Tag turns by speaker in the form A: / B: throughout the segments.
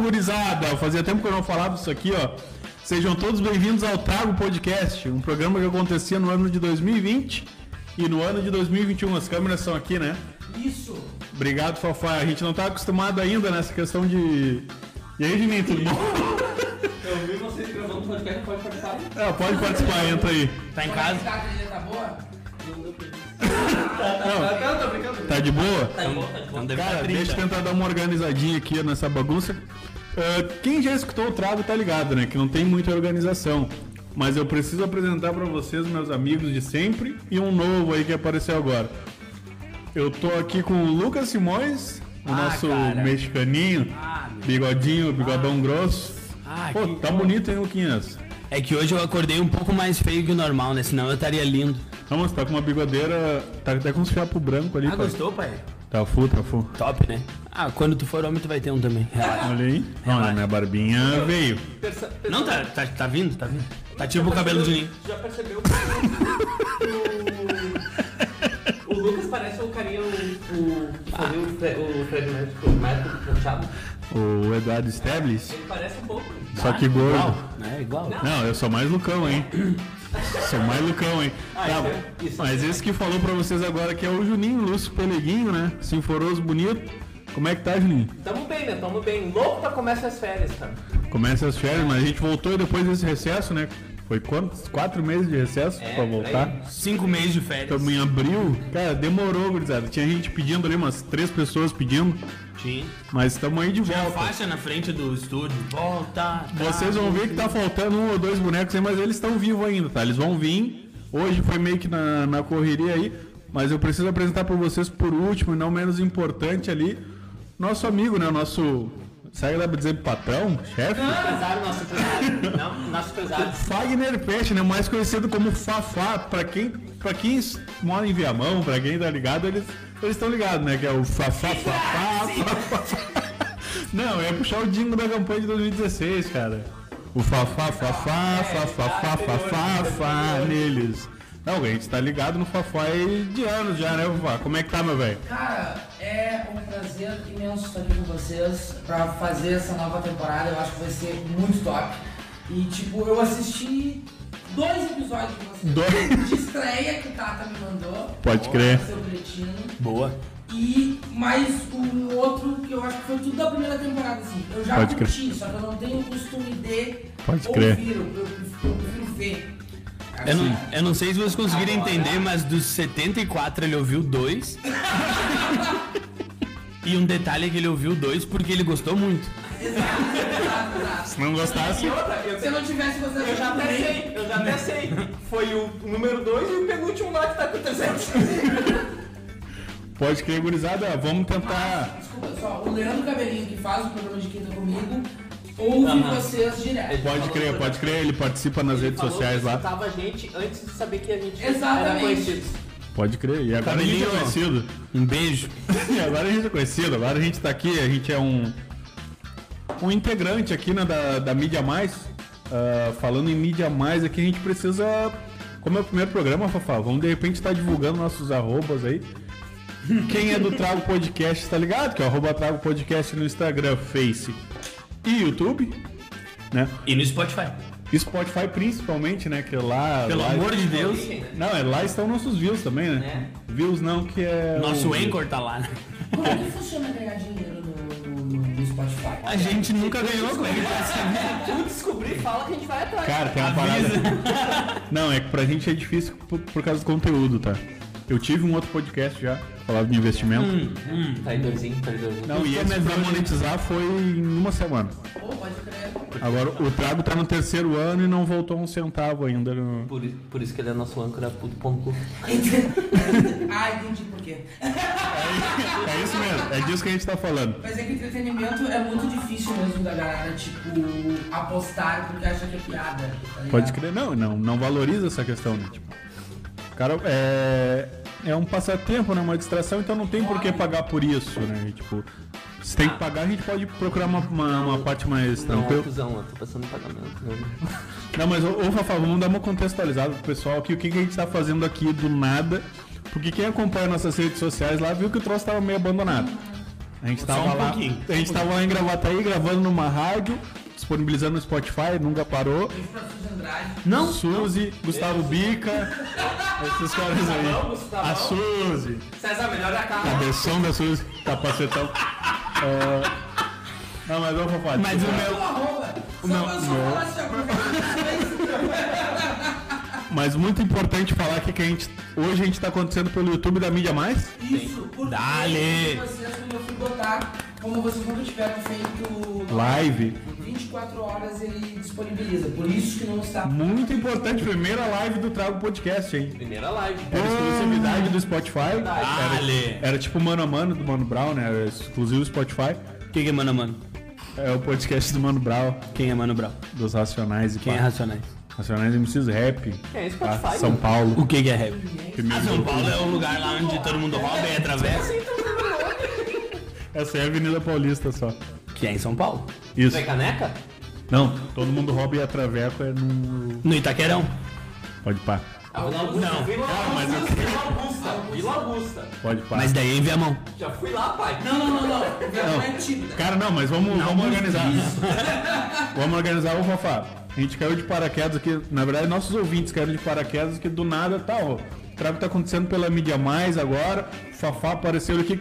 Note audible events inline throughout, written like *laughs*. A: gurizada, fazia tempo que eu não falava isso aqui, ó. Sejam todos bem-vindos ao Trago Podcast, um programa que acontecia no ano de 2020 e no ano de 2021. As câmeras são aqui, né?
B: Isso!
A: Obrigado, Fafá. A gente não tá acostumado ainda nessa questão de. E aí, Juninho, tudo bom?
B: Eu vi vocês gravando podcast, não pode participar.
A: Ah, pode participar, entra aí.
C: Tá em casa?
B: Tá, a tá boa? Não deu pra mim.
A: Não,
B: Não, tô brincando.
A: tá de boa?
B: Tá de boa, tá de boa.
C: Não deve
A: Cara,
C: estar
A: deixa eu tentar dar uma organizadinha aqui nessa bagunça. Ah, quem já escutou o trago tá ligado, né? Que não tem muita organização. Mas eu preciso apresentar pra vocês meus amigos de sempre e um novo aí que apareceu agora. Eu tô aqui com o Lucas Simões, o
C: Ah,
A: nosso
C: cara.
A: mexicaninho,
C: Ah, meu.
A: bigodinho, bigodão grosso.
C: Ah,
A: Pô,
C: que-
A: tá bonito, hein, Luquinhas?
C: É que hoje eu acordei um pouco mais feio que o normal, né? Senão eu estaria lindo.
A: Vamos, tá com uma bigodeira, tá até com uns fiapos branco ali, pai.
C: Ah, pai?
A: Tá full, tá full.
C: Top, né? Ah, quando tu for homem, tu vai ter um também. Relaxa.
A: Olha aí. Olha, minha barbinha veio.
C: Não, tá, tá, tá vindo, tá vindo. Tá tipo o cabelo de ninho.
B: Já percebeu *laughs* que o- o... O Lucas parece o carinha, o... o que fazia o, Fre- o Fred Mercury, o Mercury Machado.
A: O Eduardo Stablis.
B: Ele parece um pouco.
A: Só que gordo.
C: Igual, né? Igual.
A: Não, eu sou mais Lucão,
B: *coughs*
A: hein? sou mais Lucão, hein? Tá,
B: isso é- isso
A: mas esse que falou pra vocês agora que é o Juninho Lúcio Peleguinho, né? Sinforoso, bonito. Como é que tá, Juninho?
B: Tamo bem, né? Tamo bem. Louco pra começar as férias, cara.
A: Começa as férias, mas a gente voltou depois desse recesso, né? Foi quantos? Quatro meses de recesso
B: É,
A: pra voltar?
B: por aí.
C: Cinco meses de férias.
A: Estamos em abril. Cara, demorou, gurizada. Tinha gente pedindo ali, umas três pessoas pedindo,
C: Sim.
A: mas estamos aí de
C: Tinha
A: volta.
C: faixa na frente do estúdio. Volta. tá.
A: Vocês vão ver que tá faltando um ou dois bonecos aí, mas eles estão vivos ainda, tá? Eles vão vir. Hoje foi meio que na, na correria aí, mas eu preciso apresentar pra vocês por último e não menos importante ali, nosso amigo, né? Nosso. Sabe dá pra dizer patrão? Chefe?
B: Pesado, nosso pesado. Não, nosso pesado.
A: Fagner Pest, né? Mais conhecido como Fafá. Pra quem, pra quem s- mora em Viamão, pra quem tá ligado, eles estão ligados, né? Que é o Fafá, Fafá, Fafá. Não, eu ia puxar o Dingo da campanha de 2016, cara. O Fafá, Fafá, Fafá, Fafá, Fafá, Fafá, neles. Não, a gente tá ligado no Fafá aí de anos já, né, Fafá? Como é que tá, meu velho?
D: Cara, é um prazer imenso estar aqui com vocês pra fazer essa nova temporada. Eu acho que vai ser muito top. E, tipo, eu assisti dois episódios com vocês.
A: Dois.
D: De estreia que o Tata me mandou.
A: Pode crer.
D: Seu boletim.
C: Boa.
D: E mais um outro que eu acho que foi tudo da primeira temporada, assim. Eu já
A: Pode
D: curti, só que eu não tenho o costume de
A: Pode
D: ouvir,
A: crer.
D: Eu, eu, eu prefiro ver.
C: Eu não, eu não sei se vocês conseguiram
B: Tá né?
C: entender, mas dos 74 ele ouviu *laughs* dois. e um detalhe é que ele ouviu dois porque ele gostou muito.
D: Exato, exato, exato.
A: Se não gostasse,
B: Outra, eu
D: Se eu não tivesse vocês
B: Eu já até
D: também,
B: sei, eu já até sei. Foi o número 2 e o penúltimo lá que tá com 300.
A: pode crer, gurizada. Vamos tentar.
D: Desculpa, só, o Leandro Cabelinho, que faz o programa de quinta comigo, ouve
B: Aham.
D: vocês direto.
A: Pode crer, pode crer. Ele participa nas redes sociais lá.
B: Tava a gente antes de saber que a gente era
D: Exatamente.
B: conhecido.
A: Pode crer. E agora a gente é
C: Cabelinho.
A: conhecido.
C: Um beijo.
A: E agora a gente é conhecido, agora a gente tá aqui, a gente é um, um integrante aqui né, da, da Mídia Mais. Ah, falando em Mídia Mais aqui, a gente precisa. Como é o primeiro programa, Fafá, vamos de repente estar divulgando nossos arrobas aí. Quem é do Trago Podcast, tá ligado? Que é o arroba Trago Podcast no Instagram, Face e YouTube, né?
C: E no Spotify.
A: E Spotify principalmente, né? Que lá.
C: Pelo
A: lá-
C: amor de Deus.
A: Não, é lá estão nossos views também, né? Views não, que é.
C: Nosso
A: o-
C: Anchor tá lá, né?
D: Como é que funciona ganhar dinheiro no, no, no Spotify?
C: A gente nunca ganhou com ele.
B: Tu descobrir, fala que a gente
A: *laughs*
B: vai atrás.
A: Cara, tem uma parada.
C: *laughs*
A: Não, é que pra gente é difícil por, por causa do conteúdo, tá? Eu tive um outro podcast já, falava de investimento.
C: Hum.
B: Traidorzinho, traidorzinho.
A: Não,
C: Então,
A: e esse pra monetizar foi em uma semana.
D: Ou pode crer. *laughs*
A: Agora, o Trago tá no terceiro ano e não voltou um centavo ainda.
C: *laughs*
A: no-
B: Por, i- por isso que ele é nosso âncora puto ponto.
D: ah, entendi por quê.
A: É isso mesmo, é disso que a gente tá falando.
D: Mas é que entretenimento é muito difícil mesmo da galera, tipo, apostar porque acha que é piada. tá ligado?
B: É.
A: Pode crer, não, não, não valoriza essa questão, né? Tipo, cara, é, é um passatempo, né? Uma distração, então não tem por que pagar por isso, né? E, Tipo, se tem que pagar, a gente pode procurar uma, uma, uma parte mais
B: Não,
A: tranquila.
B: cuzão, eu tô passando pagamento. né?
A: Não, mas, ô, ô Rafa, vamos dar uma contextualizada pro pessoal aqui, o que, que a gente tá fazendo aqui do nada. Porque quem acompanha nossas redes sociais lá viu que o troço tava meio abandonado. A gente
B: Só
A: tava
B: um
A: lá,
B: pouquinho.
A: a gente tava lá em Gravataí gravando numa rádio, disponibilizando no Spotify, nunca parou.
D: Beijo pra Suzy Andrade.
A: Não. Suzy, Gustavo Bica, esses caras
B: Gustavão,
A: aí.
B: Gustavão.
A: A Suzy,
B: César, melhor a
A: a
B: cara.
A: versão da Suzy, capacetão. É... Não, mas vamos falar.
C: Mas o meu.
D: Sua É um arroba. Só pra eu só falar se
A: Mas muito importante falar aqui que a gente, hoje a gente tá acontecendo pelo YouTube da Mídia Mais.
D: Isso, porque
C: Dale.
A: né?
D: eu conheci vocês quando eu fui botar, como vocês nunca tiveram feito
A: Live.
D: 24 horas ele disponibiliza. Por isso que não está.
A: Muito importante, primeira live do Trago Podcast, hein?
B: Primeira live.
A: Era exclusividade do Spotify.
C: Dale.
A: Era, era tipo mano a mano do Mano Brown, né? Era exclusivo do Spotify.
C: Quem que é Mano Mano?
A: É o podcast do Mano Brown,
C: Quem é Mano Brown?
A: dos Racionais e
C: Quem é
A: pá.
C: Racionais?
A: Racionais MCs Rap.
B: É, Spotify,
A: tá?
B: né?
A: São Paulo.
C: O que que é rap?
A: Primeiro
C: Ah, São
A: grupo.
C: Paulo é o lugar lá onde todo mundo rouba e atravessa.
A: Essa é a Avenida Paulista só.
C: Que é em São Paulo.
A: Isso.
B: Isso é caneca?
A: Não, todo mundo rouba e atraveco é no.
C: No Itaquerão.
A: Pode pá.
B: Ah, Vila Augusta.
C: Não.
B: Vila Augusta. Vila Augusta. Vila Augusta.
A: Pode pá.
C: Mas daí é em Viamão.
B: Já fui lá, pai.
D: Não, não, não, não. O Viamão é tímida.
A: Cara, não, mas vamos, vamos organizar. *laughs* vamos organizar, ô Fafá. A gente caiu de paraquedas aqui. Na verdade, nossos ouvintes caíram de paraquedas que do nada tá, ó. O trago tá acontecendo pela mídia mais agora. O Fafá apareceu aqui.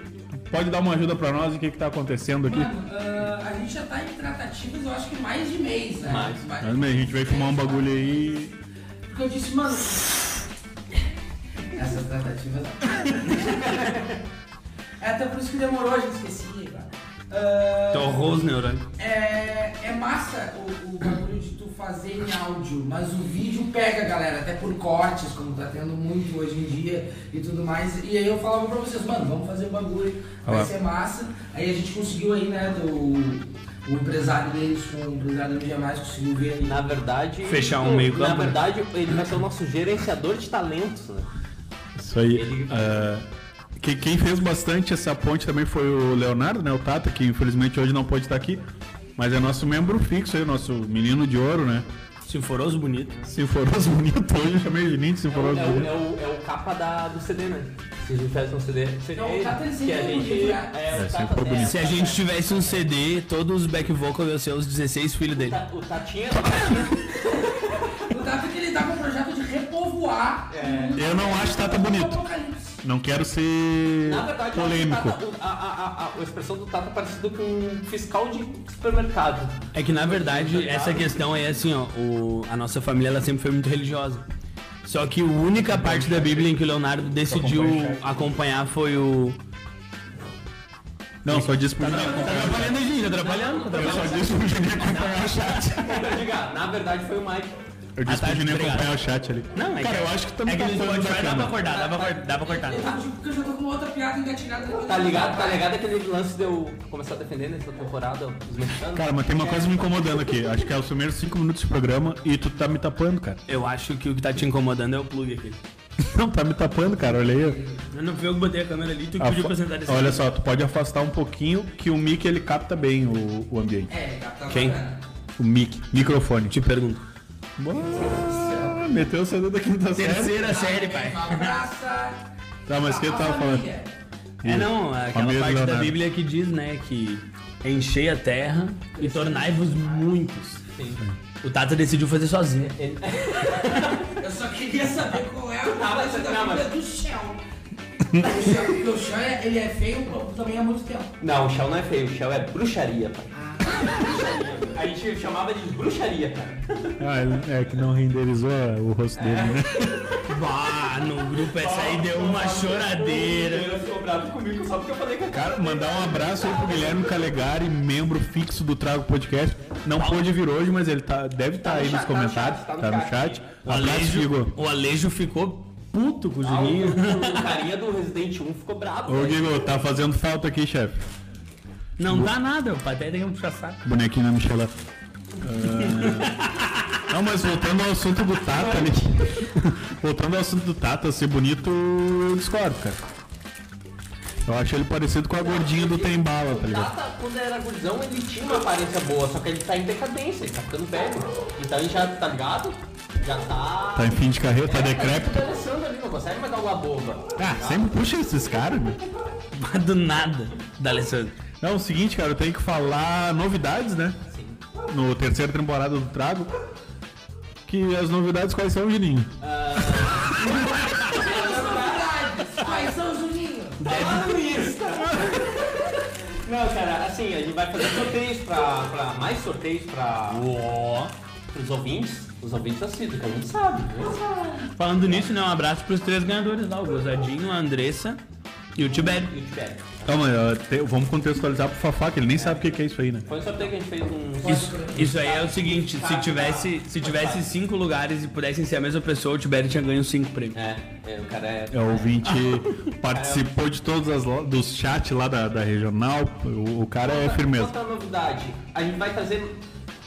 A: Pode dar uma ajuda pra nós o que, que tá acontecendo aqui.
D: Mano, ah, a gente já tá em tratativas, eu acho que mais de mês, né?
B: Mais.
D: Vai-
A: Mas, bem, a gente veio filmar um bagulho aí.
D: Porque eu disse, mano. Essas tratativas. *laughs* é até por isso que demorou, a gente esqueci, cara. Ah,
C: Torrou os neurônios.
D: É, é massa o, o bagulho de tu fazer em áudio, mas o vídeo pega, galera, até por cortes, como tá tendo muito hoje em dia e tudo mais. E aí eu falava pra vocês, mano, vamos fazer o bagulho, vai
A: Ah.
D: ser massa. Aí a gente conseguiu aí, né, do. O empresário deles, com o empresário do Jamais, conseguiu ver ali.
B: Na verdade.
C: Fechar um
B: não,
C: meio-campo,
B: Na
C: né?
B: verdade, ele vai ser o nosso gerenciador de talentos, né?
A: Isso aí.
B: Ele-
A: ah, que, quem fez bastante essa ponte também foi o Leonardo, né? O Tata, que infelizmente hoje não pode estar aqui. Mas é nosso membro fixo aí, nosso menino de ouro, né?
C: Sinforoso bonito.
A: Sinforoso bonito hoje, eu chamei de Ninho de
B: É o,
A: Sinforoso
B: é
A: bonito.
B: o, é o- é o capa da, do CD, né? Se a gente faz um CD. CD
D: Não, o Tata, ele
B: que a
D: sempre
B: gente. tá- o
D: é muito
A: É,
B: Tata-
A: sempre bonito.
C: um Se a gente tivesse um CD, todos os back vocals iam ser os 16 filhos
B: o
C: dele.
B: Ta- Tá, O Tatinha.
D: O Davi que ele tá com o projeto de repovoar. um
B: É.
A: Eu não acho Tata bonito.
D: Apocalipse.
A: Não quero ser
B: Na verdade, eu acho que o
A: polêmico.
B: Tata- o- a, a, a, a expressão do Tata é parecida com um fiscal de supermercado.
C: É que na verdade essa questão aí é assim, ó, o- a nossa família ela sempre foi muito religiosa. Só que a única parte da Bíblia em que o Leonardo decidiu acompanhar foi o.
A: Não, só disse pro Juninho
C: Tá
A: acompanhar.
C: atrapalhando, gente, tá atrapalhando, tá
A: Eu só
C: atrapalhando.
A: disse pro Juninho acompanhar o chat.
B: Diga, Tá na verdade foi o Mike.
A: Eu
C: Ah,
A: disse
C: tá,
A: pro Juninho
C: obrigado.
A: acompanhar o chat ali.
C: Não, é
A: Cara,
C: que-
A: eu acho que
C: É
A: também
C: que
A: tá
C: no
A: falando
C: Spotify dá pra
A: bacana.
C: cortar, né? dá pra cortar, dá
A: Tá.
C: pra cortar.
D: Eu digo tá, tipo, porque eu já tô com uma outra piada engatilhada.
B: Tá ligado? Tá ligado aquele lance de eu começar a defender nessa temporada os mexicanos?
A: Cara, mas tem uma
C: é-
A: coisa me incomodando aqui. Acho que é os primeiros 5 minutos de programa e tu tá me tapando, cara.
C: Eu acho que o que tá te incomodando é o plug aqui.
A: Não, tá me tapando, cara. Olha aí.
C: Eu não vi eu que botei a câmera ali, tu que
A: Afa-
C: pediu pra sentar desse
A: Olha
C: lado.
A: só, tu pode afastar um pouquinho que o mic ele capta bem o, o ambiente.
D: É, tá
C: Quem?
D: bacana.
A: O mic, microfone.
C: Te
A: Tipo,
C: pergunto.
A: ah, meteu o CD da quinta série.
C: Terceira
B: é
C: série, pai.
D: Uma praça.
A: Tá, mas o que eu
B: Ah,
A: tava falando?
C: É não, aquela
A: Família
C: parte da
A: Leonardo.
C: Bíblia que diz, né, que enchei a terra e tornai-vos muitos.
B: Sim.
C: O Tata decidiu fazer sozinho.
B: Ele-
D: Eu só queria saber qual é o
B: mas-
D: praça da
B: não, mas-
D: vida do *laughs* Shell. O Shell, porque o Shell é, ele é feio também há muito tempo.
B: Não, o Shell não é feio, o Shell é bruxaria, pai. Ah, Bruxaria. A gente chamava de bruxaria, cara.
A: Ah, ele- é que não renderizou o rosto dele, né?
B: É.
C: Bah, Ah, no grupo essa aí deu uma choradeira.
B: Ele ficou bravo comigo só porque eu falei que a cara.
A: Mandar um abraço aí pro Guilherme Calegari, membro fixo do Trago Podcast. Não pôde vir hoje, mas ele tá, deve estar
B: Tá no
A: aí nos
B: chat, tá no
A: comentários,
B: chat, tá no
A: tá no
B: chat.
A: chat.
C: O
A: Um abraço,
C: Alejo,
A: Gigo.
C: o Alejo ficou puto com o
B: Ah,
C: Juninho.
B: o, o carinha do Resident 1 ficou bravo.
A: Ô,
B: velho.
A: Gigo, tá fazendo falta aqui, chefe.
C: Não dá nada, o Pateta tem que puxar saco. *laughs*
A: Bonequinho na Michela. Ah, Não, mas voltando ao assunto do Tata ali. Voltando ao assunto do Tata, ser bonito, eu discordo, cara. Eu acho ele parecido com a gordinha do Tembala, tá
B: O
A: ligado?
B: Tata, quando era gurizão, ele tinha uma aparência boa, só que ele tá em decadência, ele tá ficando velho. Então ele já, tá ligado? Já tá.
A: Tá em fim de carreira, tá decrépito.
B: Tá dançando ali, não consegue mais dar uma boba.
A: Ah, sempre puxa esses caras, meu.
C: Mas do nada, da Alessandro.
A: Não, é o seguinte, cara, eu tenho que falar novidades, né?
B: Sim.
A: No terceira temporada do Trago. Que as novidades quais são, Juninho?
D: Tá. Quais são, Juninho?
B: Não, cara, assim, a gente vai fazer sorteios pra, pra mais sorteios pra pros ouvintes. Os ouvintes assíduos, que a gente sabe. né?
C: Falando nisso, né? Um abraço pros três ganhadores lá, o Gozadinho, a Andressa e o Tibério.
B: E o Tibete.
A: Calma, eu te- vamos contextualizar pro Fafá, que ele nem sabe o que que é isso aí, né?
B: Foi um sorteio que a gente fez um.
C: Isso, isso aí é o seguinte, se tivesse, se tivesse cinco lugares e pudessem ser a mesma pessoa, o Tibério tinha ganho cinco prêmios.
B: É, é, o cara é.
A: É o
C: *laughs*
A: ouvinte,
C: É.
A: participou de todas as lo- dos chats lá da, da regional. O, o cara é firmeza.
B: Outra novidade, a gente vai trazer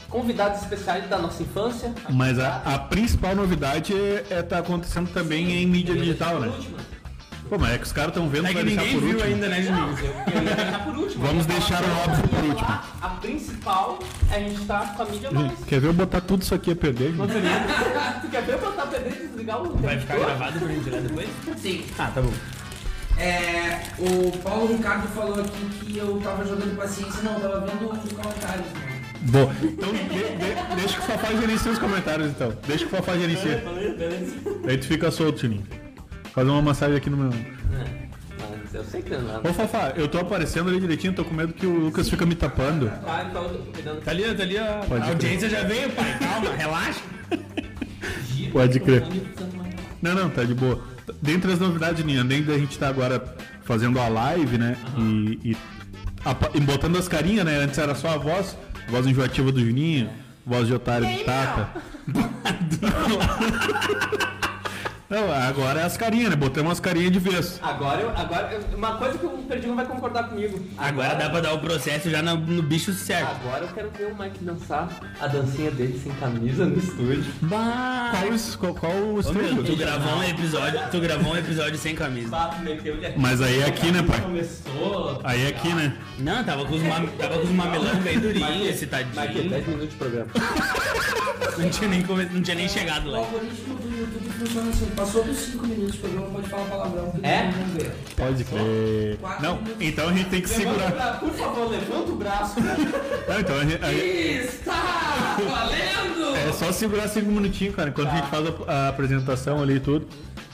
B: convidados especiais da nossa infância.
A: Mas a, a principal novidade é, é tá acontecendo também em mídia digital, né?
B: Última.
A: Pô, mas é que os caras estão vendo
C: É
A: pra
C: que
A: deixar
C: ninguém
A: por
C: viu
A: último.
C: ainda, né,
B: Não,
C: Juninho?
B: eu, eu ia deixar por último.
A: Vamos
B: Eu ia
A: deixar
B: falar
A: o óbvio por
B: que
A: último.
B: A principal é a gente tá com a mídia mais.
A: Gente, Quer ver eu botar tudo isso aqui a perder? gente?
B: Tu quer ver eu botar perder e desligar o.
C: Vai ficar gravado pra gente tirar depois?
D: Sim.
C: Ah, tá bom.
D: É, o Paulo Ricardo falou aqui que eu tava jogando paciência, não, eu tava vendo os comentários. né?
A: Bom, então de- de- deixa que o Fafá gerencie os comentários, então. Deixa que o Fafá gerencie. Aí tu fica solto, Juninho. Fazer uma massagem aqui no meu...
B: Mas eu sei que não. é
A: Ô, Fafá, eu tô aparecendo ali direitinho, tô com medo que o Lucas fica me tapando.
B: Tá, então eu tô cuidando
C: Tá ali, tá ali, a,
A: Pode
C: a audiência já veio, pai. Calma, relaxa.
A: Pode crer. Não, não, tá de boa. Dentre as novidades, Ninha, além da gente tá agora fazendo a live, né? E, e apa- e botando as carinhas, né? Antes era só a voz, voz enjoativa do Juninho, voz de otário do Tata. Não, agora é as carinhas, né? Botamos as carinhas de vez.
B: Agora, eu, agora eu- uma coisa que o Perdigão vai concordar comigo.
C: Agora dá pra dar o processo já no, no bicho certo.
B: Agora eu quero ver o Mike dançar a dancinha dele sem camisa no estúdio.
C: Bah!
A: Qual, os- qual, qual o
C: Ô, meu, tu
A: estúdio?
C: gravou um episódio, tu gravou um episódio sem camisa.
B: Papo meteu ele aqui.
A: Mas aí é aqui, né, pai?
B: Começou.
A: Aí é aqui, né?
C: Não, tava com os, mam tava com os mamelão bem durinho, esse
B: Mike,
C: tadinho.
B: 10 minutos de programa.
C: Não tinha nem, come- não tinha nem chegado
D: O
C: lá.
D: algoritmo do YouTube funciona assim, passou dos 5 minutos do programa, pode falar palavrão, que
B: É?
D: eles não vão ver.
A: Pode crer. Não, então a gente tem que
B: Levanta o
A: segurar.
B: bra- Por favor, levanta o braço.
A: Não, então a gente- a gente...
D: Está valendo!
A: É só segurar cinco minutinhos, cara, enquanto a gente faz a, a apresentação ali e tudo.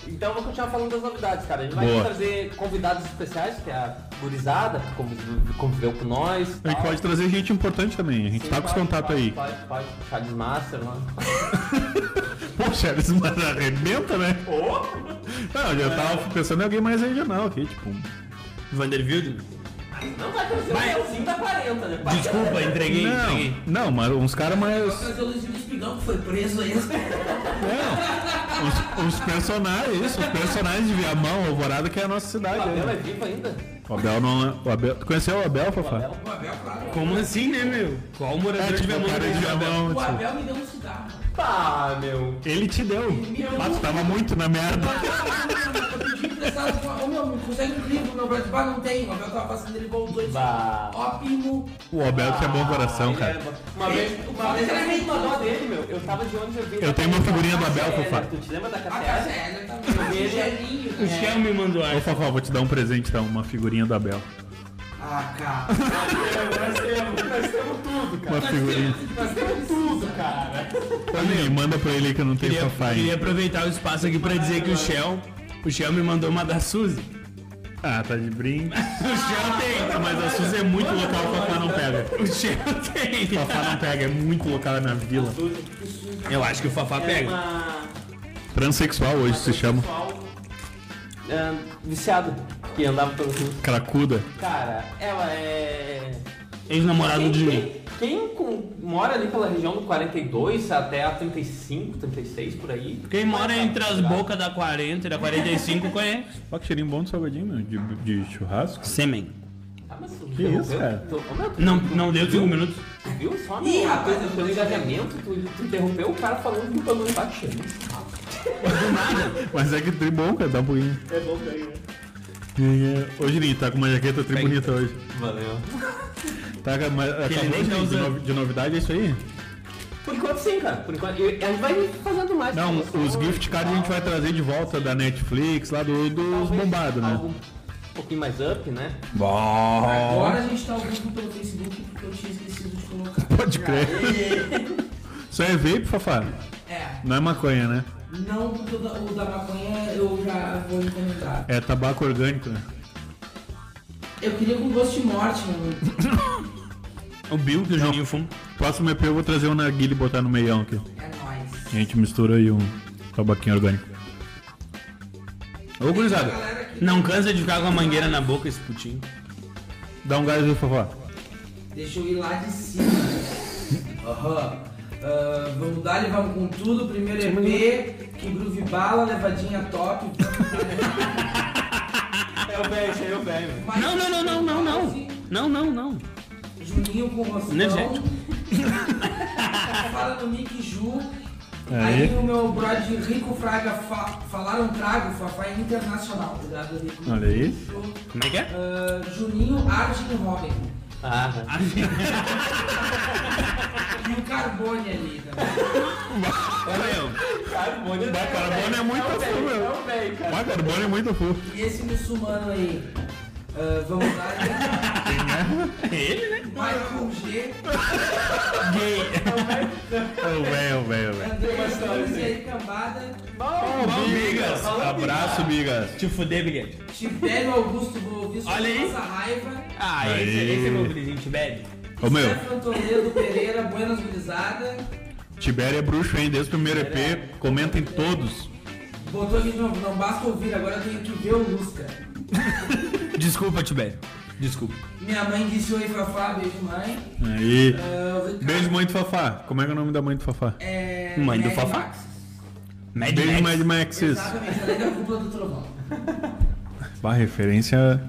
B: Então eu vou continuar falando das novidades, cara. A gente vai
A: Boa.
B: trazer convidados especiais, que é a gurizada, que conviv- conviveu com nós.
A: A gente
B: tal.
A: pode trazer gente importante também, a gente tá com os
B: Pode,
A: contatos
B: pode,
A: aí.
B: Pode, pode, Charles Master, mano.
A: Poxa, eles mano, arrebenta, né? Não, eu tava pensando em alguém mais regional aqui, tipo.
C: Vanderbilt?
B: Não vai trazer
C: Vai.
B: o Leozinho da 40, né? pai?
C: Desculpa, entreguei, entreguei.
A: Não, não, mas uns caras mais.
D: Mas o Luizinho Espigão que foi preso aí. *laughs*
A: Não, os, os personagens, isso, os personagens de Viamão, Alvorada, que é a nossa
B: O
A: cidade.
B: Abel é
A: aí.
B: vivo ainda?
A: O Abel não é. O Abel, tu conheceu o Abel,
B: O
A: Fafá?
B: Abel?
D: O Abel, claro.
C: Como assim, né, meu? Qual morador
A: É,
C: de
A: tipo, o
C: Viamão?
A: cara de
C: né?
A: Viamão.
D: O
A: tipo,
D: Abel me deu um cigarro.
B: Pá, meu.
A: Ele te deu. Ah, tu tava muito na merda.
D: Eu pedi emprestado, falou, ô meu, me consegue um livro, meu brother, bah, não tem. O Abel tava passando, ele voltou e disse,
B: Bah.
D: ópimo.
A: O Abel tinha bom coração,
B: Ele
A: cara.
B: é bom. Uma vez, uma vez eu fiz uma dó dele, meu. Eu tava de ônibus, eu vi.
A: Eu tenho uma figurinha do Abel,
B: Cássia
A: Fofá.
B: Eller. né? Tu te lembra da
D: A
B: Cássia?
D: casa
B: Eller?
D: é, também.
B: vejo.
D: O gelinho.
C: O Shell me mandou
A: Ô,
C: arte.
A: Fafá, vou te dar um presente, então, uma figurinha do Abel.
D: Ah, cara.
B: Nós temos, nós temos tudo, cara.
A: Uma figurinha.
B: Nós temos tudo, cara.
A: Também, manda pra ele que eu não tenho
C: Queria,
A: Fafá
C: queria
A: ainda.
C: aproveitar o espaço aqui pra dizer que o Shell, o Shell me mandou uma da Suzy.
A: Ah, tá de brinde.
C: O Shell tem,
A: Mas a Suzy é muito local, o Fafá não pega.
C: é- o Shell
A: O
C: tem.
A: Fafá não pega, é muito local na vila.
C: Eu acho que o Fafá
B: É
C: pega.
B: uma
A: Transsexual hoje se chama.
B: pessoal ah, viciada que andava pelo rio.
A: Cracuda.
B: Cara, ela é.
C: Ex-namorado
B: Quem,
C: de mim.
B: quem, quem com- mora ali pela região do 42 até a 35, 36 por aí.
C: Quem mora entre as
B: bocas.
C: bocas da 40 e da 45 conhece.
A: Olha que cheirinho bom de salgadinho, meu, de, de churrasco.
C: Semen.
B: Ah, mas tu
A: Que
B: interrompeu?
A: isso, cara?
B: Tu- Ô, meu, tu-
C: Não, não deu 5 minutos.
B: tu Viu só, meu?
D: Ih, rapaz,
B: teu-
D: eu
B: teu
D: tô
B: engajamento, tu, tu interrompeu o cara falando que o bagulho tá cheio.
A: Mas é que tri bom, cara, dá um pouquinho.
B: É bom daí, né?
A: E, é, Ô, Juninho, tá com uma jaqueta tri
C: Pega.
A: bonita hoje.
B: Valeu.
A: Tá, cara, mas acabou
C: nem tá
A: Juninho, de,
C: usando.
A: novi- de novidade, é isso aí?
B: Por enquanto sim, cara. Por enquanto. E a gente vai fazendo mais.
A: Não, os gift cards a gente vai trazer de volta da Netflix, lá do, dos bombados, né?
B: Algum- um pouquinho mais up, né?
A: Bom,
D: Agora a gente tá ao vivo pelo Facebook porque eu tinha esquecido de colocar.
A: pode crer. Isso aí é vape, Fafá?
D: É,
A: Não é maconha, né?
D: não porque o da, o da maconha eu já vou encontrar.
A: É tabaco orgânico, né?
D: Eu queria com gosto de morte, mano.
C: O Bill que o Juninho fuma.
A: Próximo EP eu vou trazer um narguile e botar no meião aqui.
D: É nóis.
A: A gente mistura aí um tabaquinho orgânico. Ô, gurizada,
D: Galera que-
C: Não cansa de ficar com a mangueira na boca esse putinho.
A: dá um gás aí, Fafá.
D: Deixa eu ir lá de cima. Aham. Ah, vamos dar e vamos com tudo. Primeiro EP, que groove bala, levadinha top.
B: É o velho, isso aí é o velho.
D: Mais
C: Não, não, não, não, não, é não. Não, não, não.
D: assim, Juninho com rostão.
C: Energético.
D: Fala do Nick Ju.
A: Aí.
D: Aí. o meu brother Rico Fraga fa falaram trago, Fafá é internacional. Obrigado, Rico.
A: Olha aí.
C: Como é que *laughs* é?
D: Ah, Juninho Arden Robin.
B: Ah, tá.
C: Assim,
D: E o Carbone ali também.
B: Carbono
A: Bah,
B: é velho,
A: carbono
B: velho.
A: é muito
B: o velho,
A: frio, meu.
B: É o velho, cara.
A: Ah, carbono é muito fofo.
D: E esse muçulmano aí. Ah, vamos dar
C: Ele, né?
D: Michael G.
A: Ô, velho, velho, velho.
D: André Gomes e aí, cambada.
A: Ô, Bigas. Abraço, Bigas.
C: Te fuder, Briguete.
D: Tibério Augusto Bovisto
C: Olha aí.
D: Nossa Raiva.
C: Ah,
A: Aí.
C: esse, esse é meu presente, velho.
A: Ô, meu,
D: Stefan Toledo Pereira, Buenas Gurizada.
A: Tibério é bruxo, hein? Desde o primeiro EP. Comentem todos.
D: Botou aqui de novo, não basta ouvir, agora eu tenho que ver o Lusca.
C: Desculpa, Tibério. Desculpa.
D: Minha mãe disse oi, Fafá, beijo mãe.
A: Aí.
D: Ah, o Ricardo-
A: né? Beijo, mãe do Fafá. Como é que é o nome da mãe do Fafá?
D: É,
C: Mãe do
D: Mad
C: Fafá.
D: Max.
C: Mad
A: Beijo,
C: Max.
A: Mad Maxes.
D: Exatamente, ela é da cúpula do trovão.
A: Bah, referência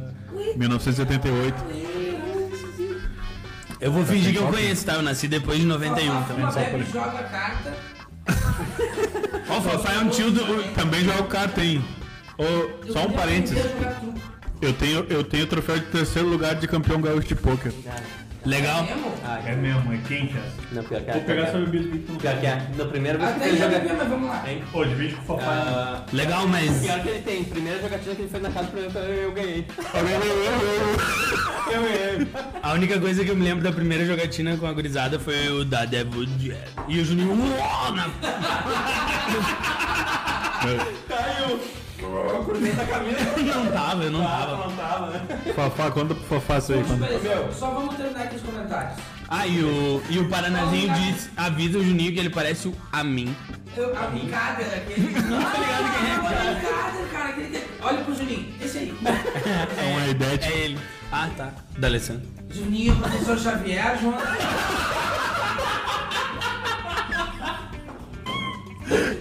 A: 1978.
C: Eu vou fingir que eu conheço, tá? Eu nasci depois de 91,
D: Fafá
C: então.
D: fuma, bebe, joga carta.
A: Ó, o Fafá é um tio do. o- Também joga o carta, hein? Ô,
D: Eu
A: só um
D: queria
A: parênteses.
D: aprender a jogar truco.
A: Eu tenho, eu tenho o troféu de terceiro lugar de campeão gaúcho de pôquer.
C: Legal.
D: É, amor?
B: Ah,
A: É mesmo, é quente essa.
B: Não, pior que é.
E: Vou pegar essa
B: pior que é.
E: bebida aqui que tu
B: Pior que é. Na primeira vez que
D: Até
B: ele
D: já
B: joga.
D: bebeu, mas vamos lá.
B: Hein?
E: não- Pô, divide com o papai.
B: Ah,
C: Legal, mas.
B: Pior que ele tem, primeira jogatina que ele fez na casa pra mim, eu, eu ganhei. Eu ganhei.
C: A única coisa que eu me lembro da primeira jogatina com a gurizada foi o da Devil Jab. E o Juninho. uó, na- *laughs*
A: É,
B: Caiu. Tá Eu cruzei na camisa.
C: Não tava, eu não tava.
B: Não tava, né?
A: Fafá, conta pro Fafá isso aí. Conta.
D: Beleza, assim, só vamos terminar aqui os comentários.
C: Ah, e o, e o Paranazinho diz: avisa o Juninho que ele parece o Amin.
D: Eu, a brincada,
B: *laughs*
D: aquele. Não, tá ligado quem é? A brincada, cara. Aquele... Olha pro Juninho, esse aí.
A: É uma ideia de-
C: É ele. Ah, tá. Da Alessandra.
D: Juninho, professor Xavier, João.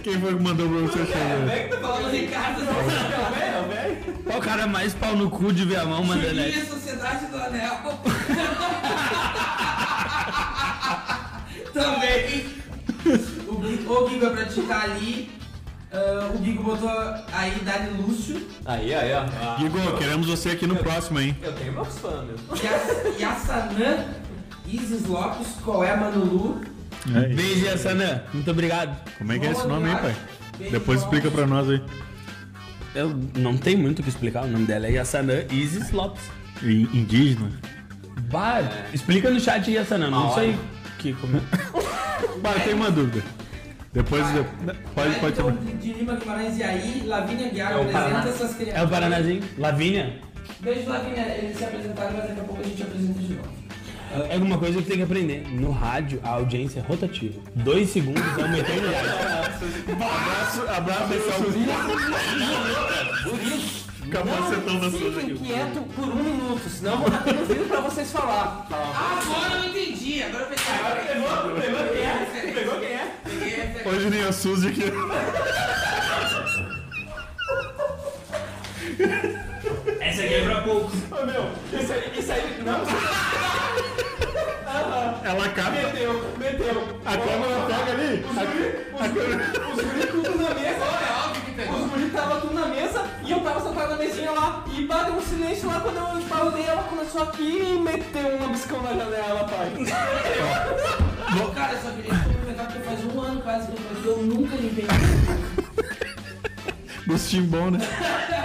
A: Quem foi que mandou pra você chegar?
B: Como é que tá falando
D: Paulo
B: assim?
D: Ricardo,
B: É o velho, é o velho.
C: Qual o cara mais pau no cu de ver a mão mandando
D: Juninho,
C: essa?
D: e a Sociedade do
B: *laughs*
D: Anel. Também. O Gui- ô, Guigo, é pra te tá ali. Ah, o Guigo botou aí Dali Lúcio.
B: Aí, aí, ó. Ah,
A: Igor, queremos você aqui no próximo, hein?
B: Eu tenho meus fãs, meu.
D: E a- E a Sanã, Isis Lopes, qual é, Manulu?
C: Beijo, Yassanã. Muito obrigado.
A: Como é que é esse nome aí, pai? Depois explica pra nós aí.
C: Eu não tem muito o que explicar. O nome dela é Yassanã Isis Lopes.
A: I- Indígena?
C: Bah, explica no chat aí, Yassanã. Não sei Ah, que como
A: Bah, eu tenho uma dúvida. Depois. eu- Pode, pode
D: Wellington
A: chamar.
D: É de Lima Guimarães e aí, Lavínia Guiar
B: É o
D: apresenta
B: Paraná.
D: essas crianças.
C: É o Paranazinho? Lavínia?
D: Beijo, Lavínia. Eles se apresentaram, mas daqui a pouco a gente apresenta de novo.
C: É alguma coisa que tem que aprender. No rádio, a audiência é rotativa. Dois segundos é uma eternidade.
A: Abraço, abraço, Capacetão da
B: Fiquem
A: Suzy.
B: quieto por um minuto, senão eu vou dar pelo ouvido pra vocês falar.
D: Ah, Agora eu entendi, agora eu peguei. Agora
B: Pegou, pegou quem é? Pegou quem é?
D: peguei a referência.
A: Hoje nem a Suzy aqui.
C: Essa aqui é pra poucos.
B: Ô, meu, isso aí, isso aí, não.
A: Ela capa.
B: Meteu, meteu.
A: A câmera pega ali.
B: Os guri-
A: É,
B: Os guris tudo na mesa, Os guris tava tudo na mesa e eu tava sentado na mesinha lá e bateu um silêncio lá quando eu parei, ela começou aqui e meteu um lambiscão na janela, pai.
D: Cara, eu só queria te comentar porque faz um ano quase que eu tô aqui, eu nunca limpei.
A: Gostinho bom, né?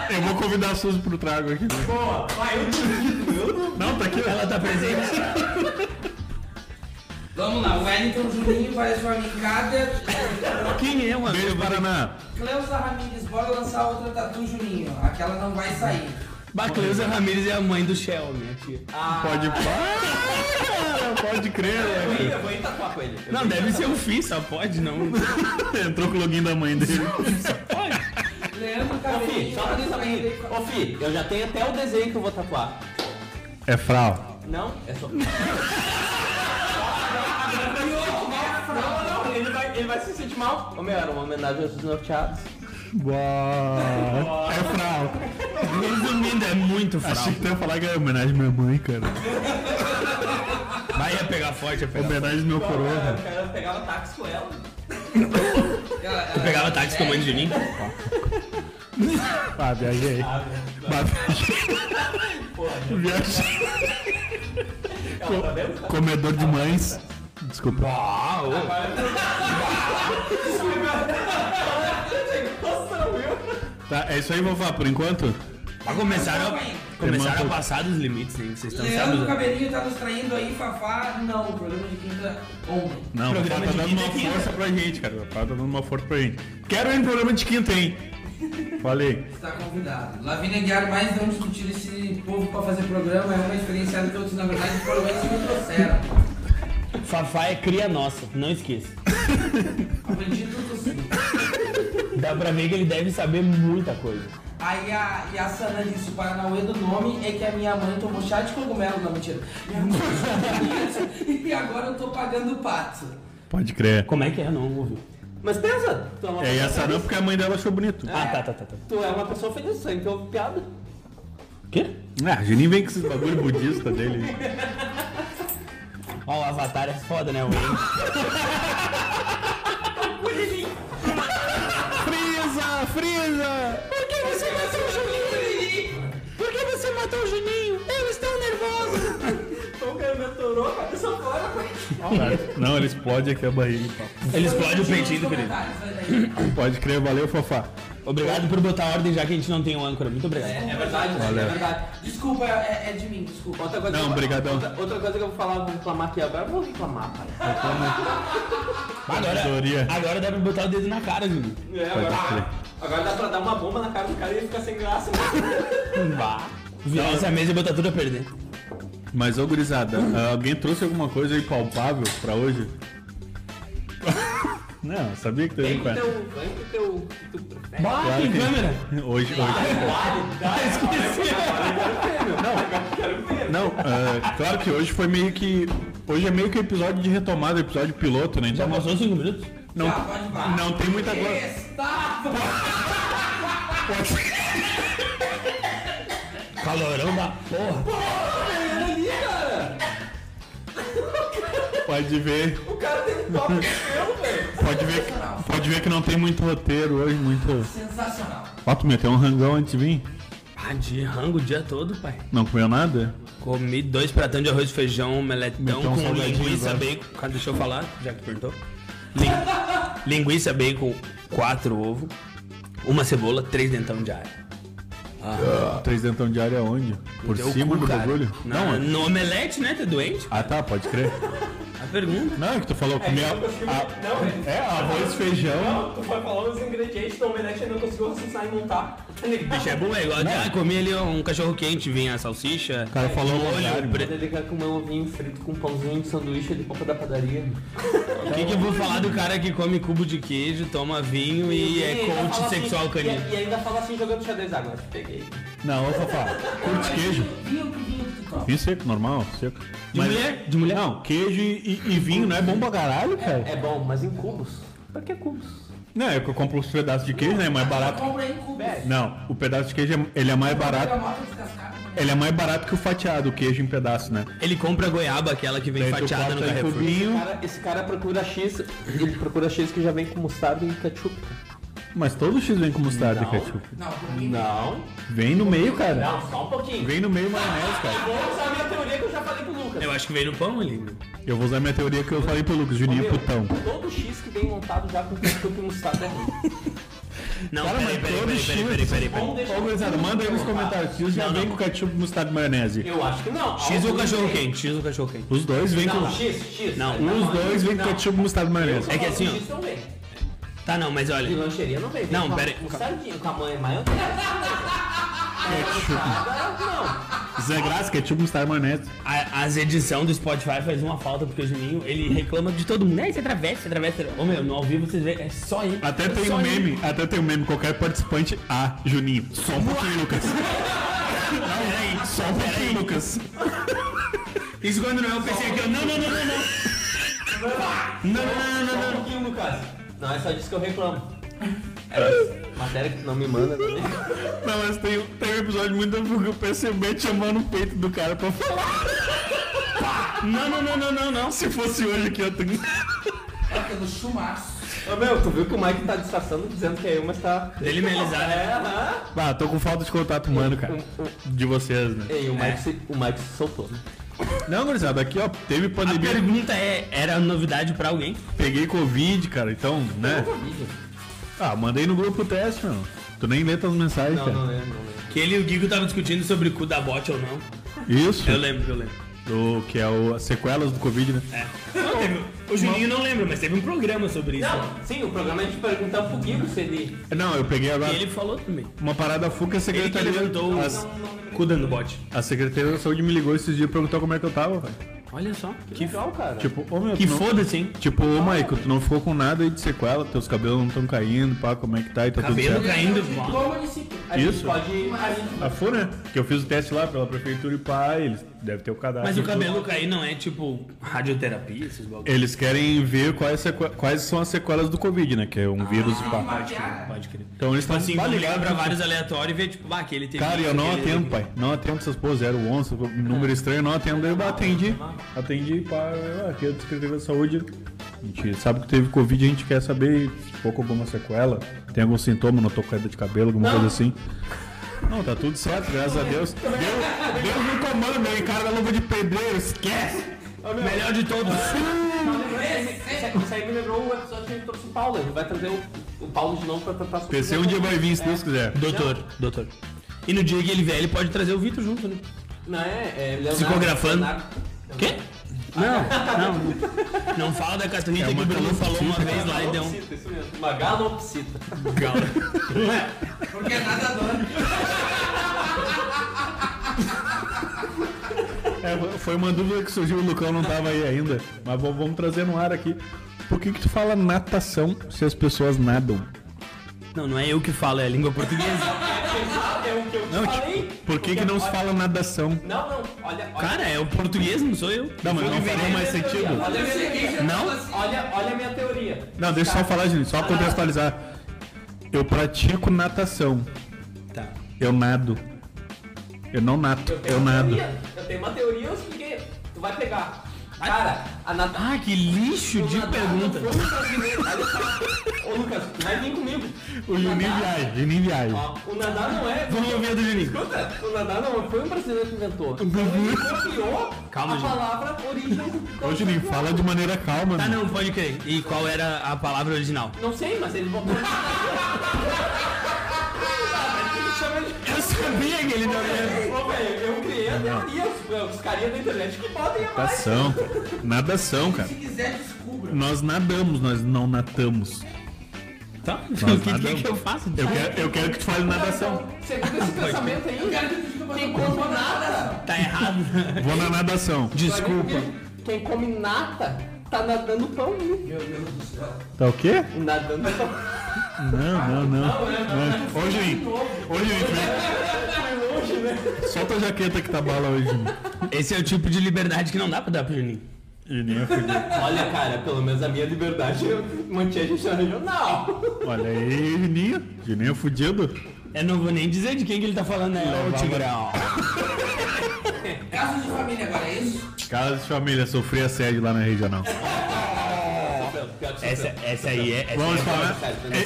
A: Eu vou convidar a Suzy pro trago aqui. né?
B: Boa, vai, eu duvido, eu duvido.
A: Não, tá aqui. Ela tá presente.
D: Vamos lá, o Wellington Juninho vai sua amicada.
C: Quem é, mano?
A: Beijo, Paraná.
D: Cleusa Ramírez, bora lançar outra tatu Juninho. Aquela não vai sair.
C: Bacleusa Ramirez é a mãe do Shell, minha tia.
B: Ah.
A: Pode pá. Pode crer,
B: Eu ia-
A: né?
B: Eu vou entatuar com ele. Eu
C: Não, deve ser o Fih, só pode, não.
A: Entrou com o login da mãe dele.
D: Leandro
B: Ô, Fih,
D: Caveirinho,
B: só pra dizer pra mim.
D: Rodrigo-
B: Ô, Fih, eu já tenho até o desenho que eu vou tatuar.
A: É frau.
B: Não? É só. não, não, não, ele vai, ele vai se sentir mal. Ô, meu, era uma homenagem aos norteados.
A: Boa. É frau.
C: Resumindo, é muito
A: Achei que
C: fraco.
A: tu ia falar que era homenagem à minha mãe, cara.
C: Vai ia pegar forte, ia pegar.
A: Homenagem ao meu
B: Eu
A: coroa.
B: quero pegar o
D: tá
B: táxi com ela.
D: Ela-
C: Eu
D: ela-
C: pegava táxi com a mãe de mim.
A: Ah, viajei. Bah, viajei. viajei. Co- Comedor de mães. Desculpa.
B: Nossa, meu.
A: Tá, é isso aí, vovó, por enquanto?
C: Ah, Começaram, a- começaram a passar dos limites, né? que Vocês estão
D: Leandro
C: sabendo.
D: Caveirinho tá nos traindo aí, Fafá. Não, o programa de quinta ontem.
A: Não, o
C: Programa
A: Fábio
C: de
A: tá dando
C: quinta
A: uma
C: é quinta.
A: força pra gente, cara. O Fábio tá dando uma força pra gente. Quero ir no programa de quinta, hein? Falei.
D: Está convidado. Lavínia Guiar mais não discutir esse povo pra fazer programa é uma diferenciada que outros, na verdade, foram eles que me trouxeram.
C: Fafá é cria nossa, não esqueça.
D: Aprendi tudo assim.
C: Dá pra ver que ele deve saber muita coisa.
D: Aí a, e a Sana disse, o Paranauê do nome é que a minha mãe tomou chá de cogumelo, não, mentira. Minha mãe tomou chá de cogumelo e agora eu tô pagando o pato.
A: Pode crer.
C: Como é que é? Não ouvi.
B: Mas pensa, tu é
A: É,
B: uma
A: e
B: pessoa
A: essa não,
B: feliz.
A: porque a mãe dela achou bonito.
C: Ah, tá, tá, tá. tá.
B: Tu é uma pessoa feliz, sangue que ouve piada.
C: Quê?
A: Ah, a gente nem vem com esses bagulho budista dele.
C: Ó, o Avatar é foda, né? O
A: Frieza! Frieza!
C: Por que você matou o Juninho? Por que você matou o Juninho? Eu estou nervoso.
B: Então o cara me atorou, cabeça fora, foi.
A: Não, ele explode aqui a barriga.
C: Ele explode o peitinho do Felipe.
D: Comentários, olha aí.
A: Pode crer, valeu, Fofá.
C: Obrigado por botar ordem, já que a gente não tem um âncora. Muito obrigado.
B: É verdade,
A: Olha.
B: é verdade.
D: Desculpa, é, é de mim, desculpa.
B: Outra coisa
A: Não,
B: que eu-
A: brigadão.
B: Outra, outra coisa que eu vou falar, vou reclamar aqui agora. Eu vou reclamar, pai.
C: Agora,
A: Sabedoria.
C: agora dá pra botar o dedo na cara, Juninho.
B: É,
A: Pode
B: agora,
A: crer.
B: agora dá pra dar uma bomba na cara do cara e ele fica sem graça. né?
C: Bah. Virar essa mesa e botar tudo a perder.
A: Mas, ô gurizada, ah, alguém trouxe alguma coisa aí palpável pra hoje? *laughs* Não, sabia que tu ia
B: Vem
A: vir com
B: com
A: essa.
B: teu. Vem com teu. que tu prefere.
C: Bah,
A: Claro
C: então, tem
A: que-
C: câmera.
A: Hoje, hoje.
C: Ah,
A: Não, ah, claro que hoje foi meio que. Hoje é meio que episódio de retomada, episódio piloto, né?
C: Já
A: Então,
C: *laughs* passou 5 minutos?
A: não,
D: Já, pode parar.
A: não tem muita coisa.
D: Estava!
C: Calorão da porra.
B: Olha ali, cara!
A: Pode ver.
B: O cara tem top de pelo, velho.
A: Pode ver, que- pode ver que não tem muito roteiro hoje, muito.
D: Sensacional.
A: Ó, tu meteu um rangão antes de vir?
C: Ah, de rango o dia todo, pai.
A: Não comeu nada?
C: Comi dois pratão de arroz, feijão, meletão
A: Meteu um
C: com
A: salgadinho
C: linguiça,
A: agora.
C: bacon. Cara, deixa eu falar, já que perguntou. Lin- *laughs* linguiça, bacon, quatro ovos, uma cebola, três dentão de alho.
A: Três dentão de área onde? Por
C: Teu
A: cima
C: cu,
A: do
C: cara.
A: bagulho?
C: Na-
A: Não,
C: é no omelete, né? Tá doente?
A: ah tá, pode crer.
C: A pergunta.
A: Não, é que tu falou comer. a-
B: Não, velho.
A: É, arroz, feijão.
B: Não, tu foi falando os ingredientes do omelete e não conseguiu raciocinar e montar. Tá ligado?
C: Bicho, é bom, é igual. Ah, comi ali um cachorro quente, vinha a salsicha.
A: O cara falou
C: Olho,
A: horário.
C: pre-
B: Ele quer comer um ovinho frito com um pãozinho de sanduíche ali pouco da padaria.
C: O que, que eu vou falar do cara que come cubo de queijo, toma vinho e é coach sexual canino?
B: assim, E, ainda fala assim jogando xadrez agora. Te peguei.
A: Não, ô Fafá, curte queijo.
D: Vinho que vinho que tu toma.
A: Vinho seco, normal, seco.
C: De mulher? De mulher?
A: Não, queijo e, e vinho não é bom pra caralho, cara.
B: É bom, mas em cubos. Pra que cubos?
A: Não, é que eu compro os pedaços de queijo, né? É mais barato.
D: Compra aí em cubos.
A: Não, o pedaço de queijo é- ele é mais
D: Pega a
A: barato.
D: moto descascada. né?
A: Ele é mais barato que o fatiado, o queijo em pedaço, né?
C: Ele compra a goiaba, aquela que vem
A: Daí tu
C: fatiada no
A: corta em
C: Carrefour.
A: cubinho,
B: Cara, esse cara procura X, ele procura X que já vem com mostarda e ketchup.
A: mas todo X vem com mostarda, e ketchup.
D: Não, por mim.
B: Não,
A: Vem no meio, cara.
B: não, só um pouquinho.
A: Vem no meio maionese, cara.
B: Vou usar a minha teoria que eu já falei pro Lucas.
C: Eu acho que veio no pão ali.
A: Eu vou usar minha teoria que eu falei pro Lucas, Juninho
B: Meu,
A: Putão.
B: Todo X que vem montado já com ketchup e mostarda é ruim.
C: Não,
A: Cara, mas
C: peraí, peraí,
A: todo
C: peraí,
A: estilo-
C: peraí, peraí, peraí, peraí.
B: Bom, deixa
A: Ô,
B: eu-
A: gurizada, manda aí nos comentários. Se já
C: Não,
A: vem
C: não.
A: com ketchup, mostarda e maionese.
B: Eu acho que
A: é
B: não.
A: um
C: X ou
B: Algum
C: cachorro
B: tem.
C: quente? X ou cachorro quente?
A: Os dois vêm com.
B: Não, X, X.
C: Não,
A: Os dois vêm com
B: não.
A: ketchup, mostarda e maionese.
C: É que assim, ó.
B: X não vem.
C: Tá, não, mas
B: De
C: olha.
B: lancheria não vem. vem
C: Não,
B: com a-
C: pera aí.
B: Com sardinha, com a mãe maior. Não, Um
A: Zé Graça, ketchup, mostarda e maionese.
C: A- as edições do Spotify faz uma falta porque o Juninho ele reclama de todo mundo. Né, é Aí você atravessa, você atravessa. Ô meu, no ao vivo vocês veem, é só ele.
A: Até
C: É
A: tem
C: só
A: um
C: ele.
A: meme, até tem um meme, qualquer participante. Ah, Juninho. Só um pouquinho,
C: *laughs*
A: Lucas.
C: Não, peraí, só
A: Só um
C: peraí.
A: pouquinho, Lucas. um
C: Isso quando não é o PC aqui, eu. Não, não, não, não, não. Não, não, não, não,
B: não. Um
C: não.
B: pouquinho, Lucas. Não, é só disso que eu reclamo.
C: *laughs*
B: É matéria que tu não me manda também.
A: Não, mas tem, tem um episódio muito bom que o PCB te chamando o peito do cara pra falar.
C: Não, não, não, não, não, não.
A: Se fosse hoje aqui, eu tenho.
D: É pelo chumaço.
B: Ô meu, tu viu que o Mike tá disfarçando dizendo que é eu, mas tá.
C: Dele melizar, né?
B: É, aham.
A: Ah, tô com falta de contato humano,
C: Um,
A: cara. De vocês, né?
B: Ei, o Mike,
C: É.
B: se, o Mike se soltou. né?
A: Não, gurizada, aqui ó, teve
C: A
A: pandemia,
C: pergunta é, era novidade pra alguém?
A: peguei Covid, cara, então, né? Ah, mandei no grupo o teste, meu. Tu nem lê tuas mensagens,
B: Não,
A: cara.
B: não
C: é,
B: lembro, não lembro.
C: Que ele e o Guigo estavam discutindo sobre cu da bote ou não.
A: Isso,
C: Eu lembro, eu lembro.
A: o que é o, as sequelas do Covid, né?
C: É. Não, teve- o Juninho não lembra, mas teve um programa sobre isso.
B: Não, sim, o programa é de perguntar pro Guigo se ele.
A: É, Não, eu peguei agora
C: E ele falou também.
A: uma parada fuca, a
C: Ele que
A: secretaria...
C: levantou
A: as-
C: o cu dando bote.
A: a secretaria da saúde me ligou esses dias e perguntou como é que eu tava, cara.
C: Olha só.
B: Que legal, cara.
A: Tipo, ô meu,
C: Que
A: tu não-
C: foda-se, hein?
A: Tipo, ô Maico, tu não ficou com nada aí de sequela, teus cabelos não estão caindo, pá, como é que tá e tá
C: Cabelo né?
A: tudo certo.
C: Caindo,
D: de
C: mano.
D: qual município?
B: a gente
A: isso.
B: pode. A gente
A: A FU, né? Que eu fiz o teste lá pela prefeitura e pá, eles devem ter o cadastro.
C: Mas o
A: e tudo.
C: cabelo cair não é tipo radioterapia, esses bagulho.
A: Eles querem ver quais, sequ- quais são as sequelas do Covid, né? Que é um vírus e
C: Ah,
A: pá.
D: Mapear.
C: Pode crer.
A: Então eles
C: Tipo
A: estão
C: assim,
A: tá
C: vão ligar
A: ligado,
C: pra
A: tipo,
C: vários aleatórios e ver, tipo, ah, aquele tem.
A: Cara, eu não
C: aquele-
A: atendo, pai. Não atendo essas pô, 011, número estranho, não atendo. Daí eu atendi. Atendi, pá, eu- aqui é do Secretaria da Saúde. A gente sabe que teve Covid, a gente quer saber se ficou com alguma sequela, tem algum sintoma, não tô com queda de cabelo, alguma coisa assim. Não, tá tudo certo, graças a Deus. Deus, Deus me comanda, meu encara da luva de pedreiro, esquece!
C: Melhor de todos.
B: Isso aí me lembrou o episódio que a gente trouxe o Paulo. Ele vai trazer o, o Paulo de novo pra tentar subir.
A: PC um dia vai vir, se Deus quiser.
C: doutor, doutor. E no dia que ele vier, ele pode trazer o Vitor junto, né?
B: Não é? é Leonardo,
C: Psicografando.
B: Leonardo.
C: Quê? Não, não. Não fala da Catarina
A: É
C: que
A: uma
C: o Bruno falou uma
A: calopsita.
C: vez lá e deu um.
B: Galopsita, isso mesmo. Uma galopsita.
D: Porque é nadador.
A: É, foi uma dúvida que surgiu, o Lucão não tava aí ainda. Mas vamos vamos trazer no ar aqui. Por que que tu fala natação se as pessoas nadam?
C: Não, não é eu que falo, é a língua portuguesa.
B: É o que eu te
A: Não,
B: falei.
A: tipo, por que que não se fala nadação?
B: Não, não. Olha, olha.
C: Cara, é o português, não sou eu.
A: Não, mas não faria mais sentido.
B: Olha, a minha teoria.
C: Não?
B: Olha, olha a minha teoria.
A: Não, deixa
C: Tá.
A: eu só falar, gente, só contextualizar. Eu pratico natação.
C: Tá.
A: Eu nado. Eu não nato,
B: Eu tenho
A: eu
B: uma
A: nado.
B: teoria. Eu tenho uma teoria, eu expliquei. Tu vai pegar. Cara, a Natália.
C: Ah, que lixo de pergunta.
B: Ô Lucas, vai vir comigo.
A: O Juninho viaja, Juninho viaja.
B: Ó, o nadar não é.
A: Vamos ouvir a do Juninho.
B: Escuta, o nadar não foi um brasileiro que inventou. Ele copiou
C: Calma,
B: a
C: gente.
B: palavra origem.
A: Ô Juninho, fala de maneira calma.
C: Tá,
A: meu.
C: não, pode crer. E qual era a palavra original?
B: Não sei, mas ele botou. Ele chama de-
C: Eu sabia que ele não ia.
B: Ô, velho, eu criei a teoria, os, os carinha da internet que podem
C: Tá
B: a mais.
A: Natação, nadação, cara.
D: Se quiser, descubra.
A: Nós nadamos, nós não natamos.
C: Tá?
A: Nós
C: O que, que,
A: nadamos.
C: que eu faço? Tá,
A: Eu quero, eu quero que tu fale nadação.
B: Segundo esse pensamento aí,
D: Eu quero que tu diga pra
B: quem
D: todo mundo.
B: come nada,
C: Tá errado.
A: Vou na nadação.
B: quem come nata tá nadando pão, né?
D: Meu Deus do céu.
A: Tá o quê?
B: Nadando pão.
A: Não, é. não, não. não. Ô, Juninho. Ô, Juninho. né? Solta a jaqueta que tá bala hoje, Juninho.
C: Esse é o tipo de liberdade que não dá pra dar pro Juninho.
A: Juninho é fudido.
B: Olha, cara, pelo menos a minha liberdade eu mantinha a gente na regional.
A: Olha aí, Juninho. Juninho é fudido.
C: Eu não vou nem dizer de quem que ele tá falando, né? Ô, Tigrão.
D: Caso de família agora, é isso?
A: Casa de família, sofri assédio lá na regional.
C: Essa, essa aí é. Essa
A: Vamos
C: aí é-
A: falar. É,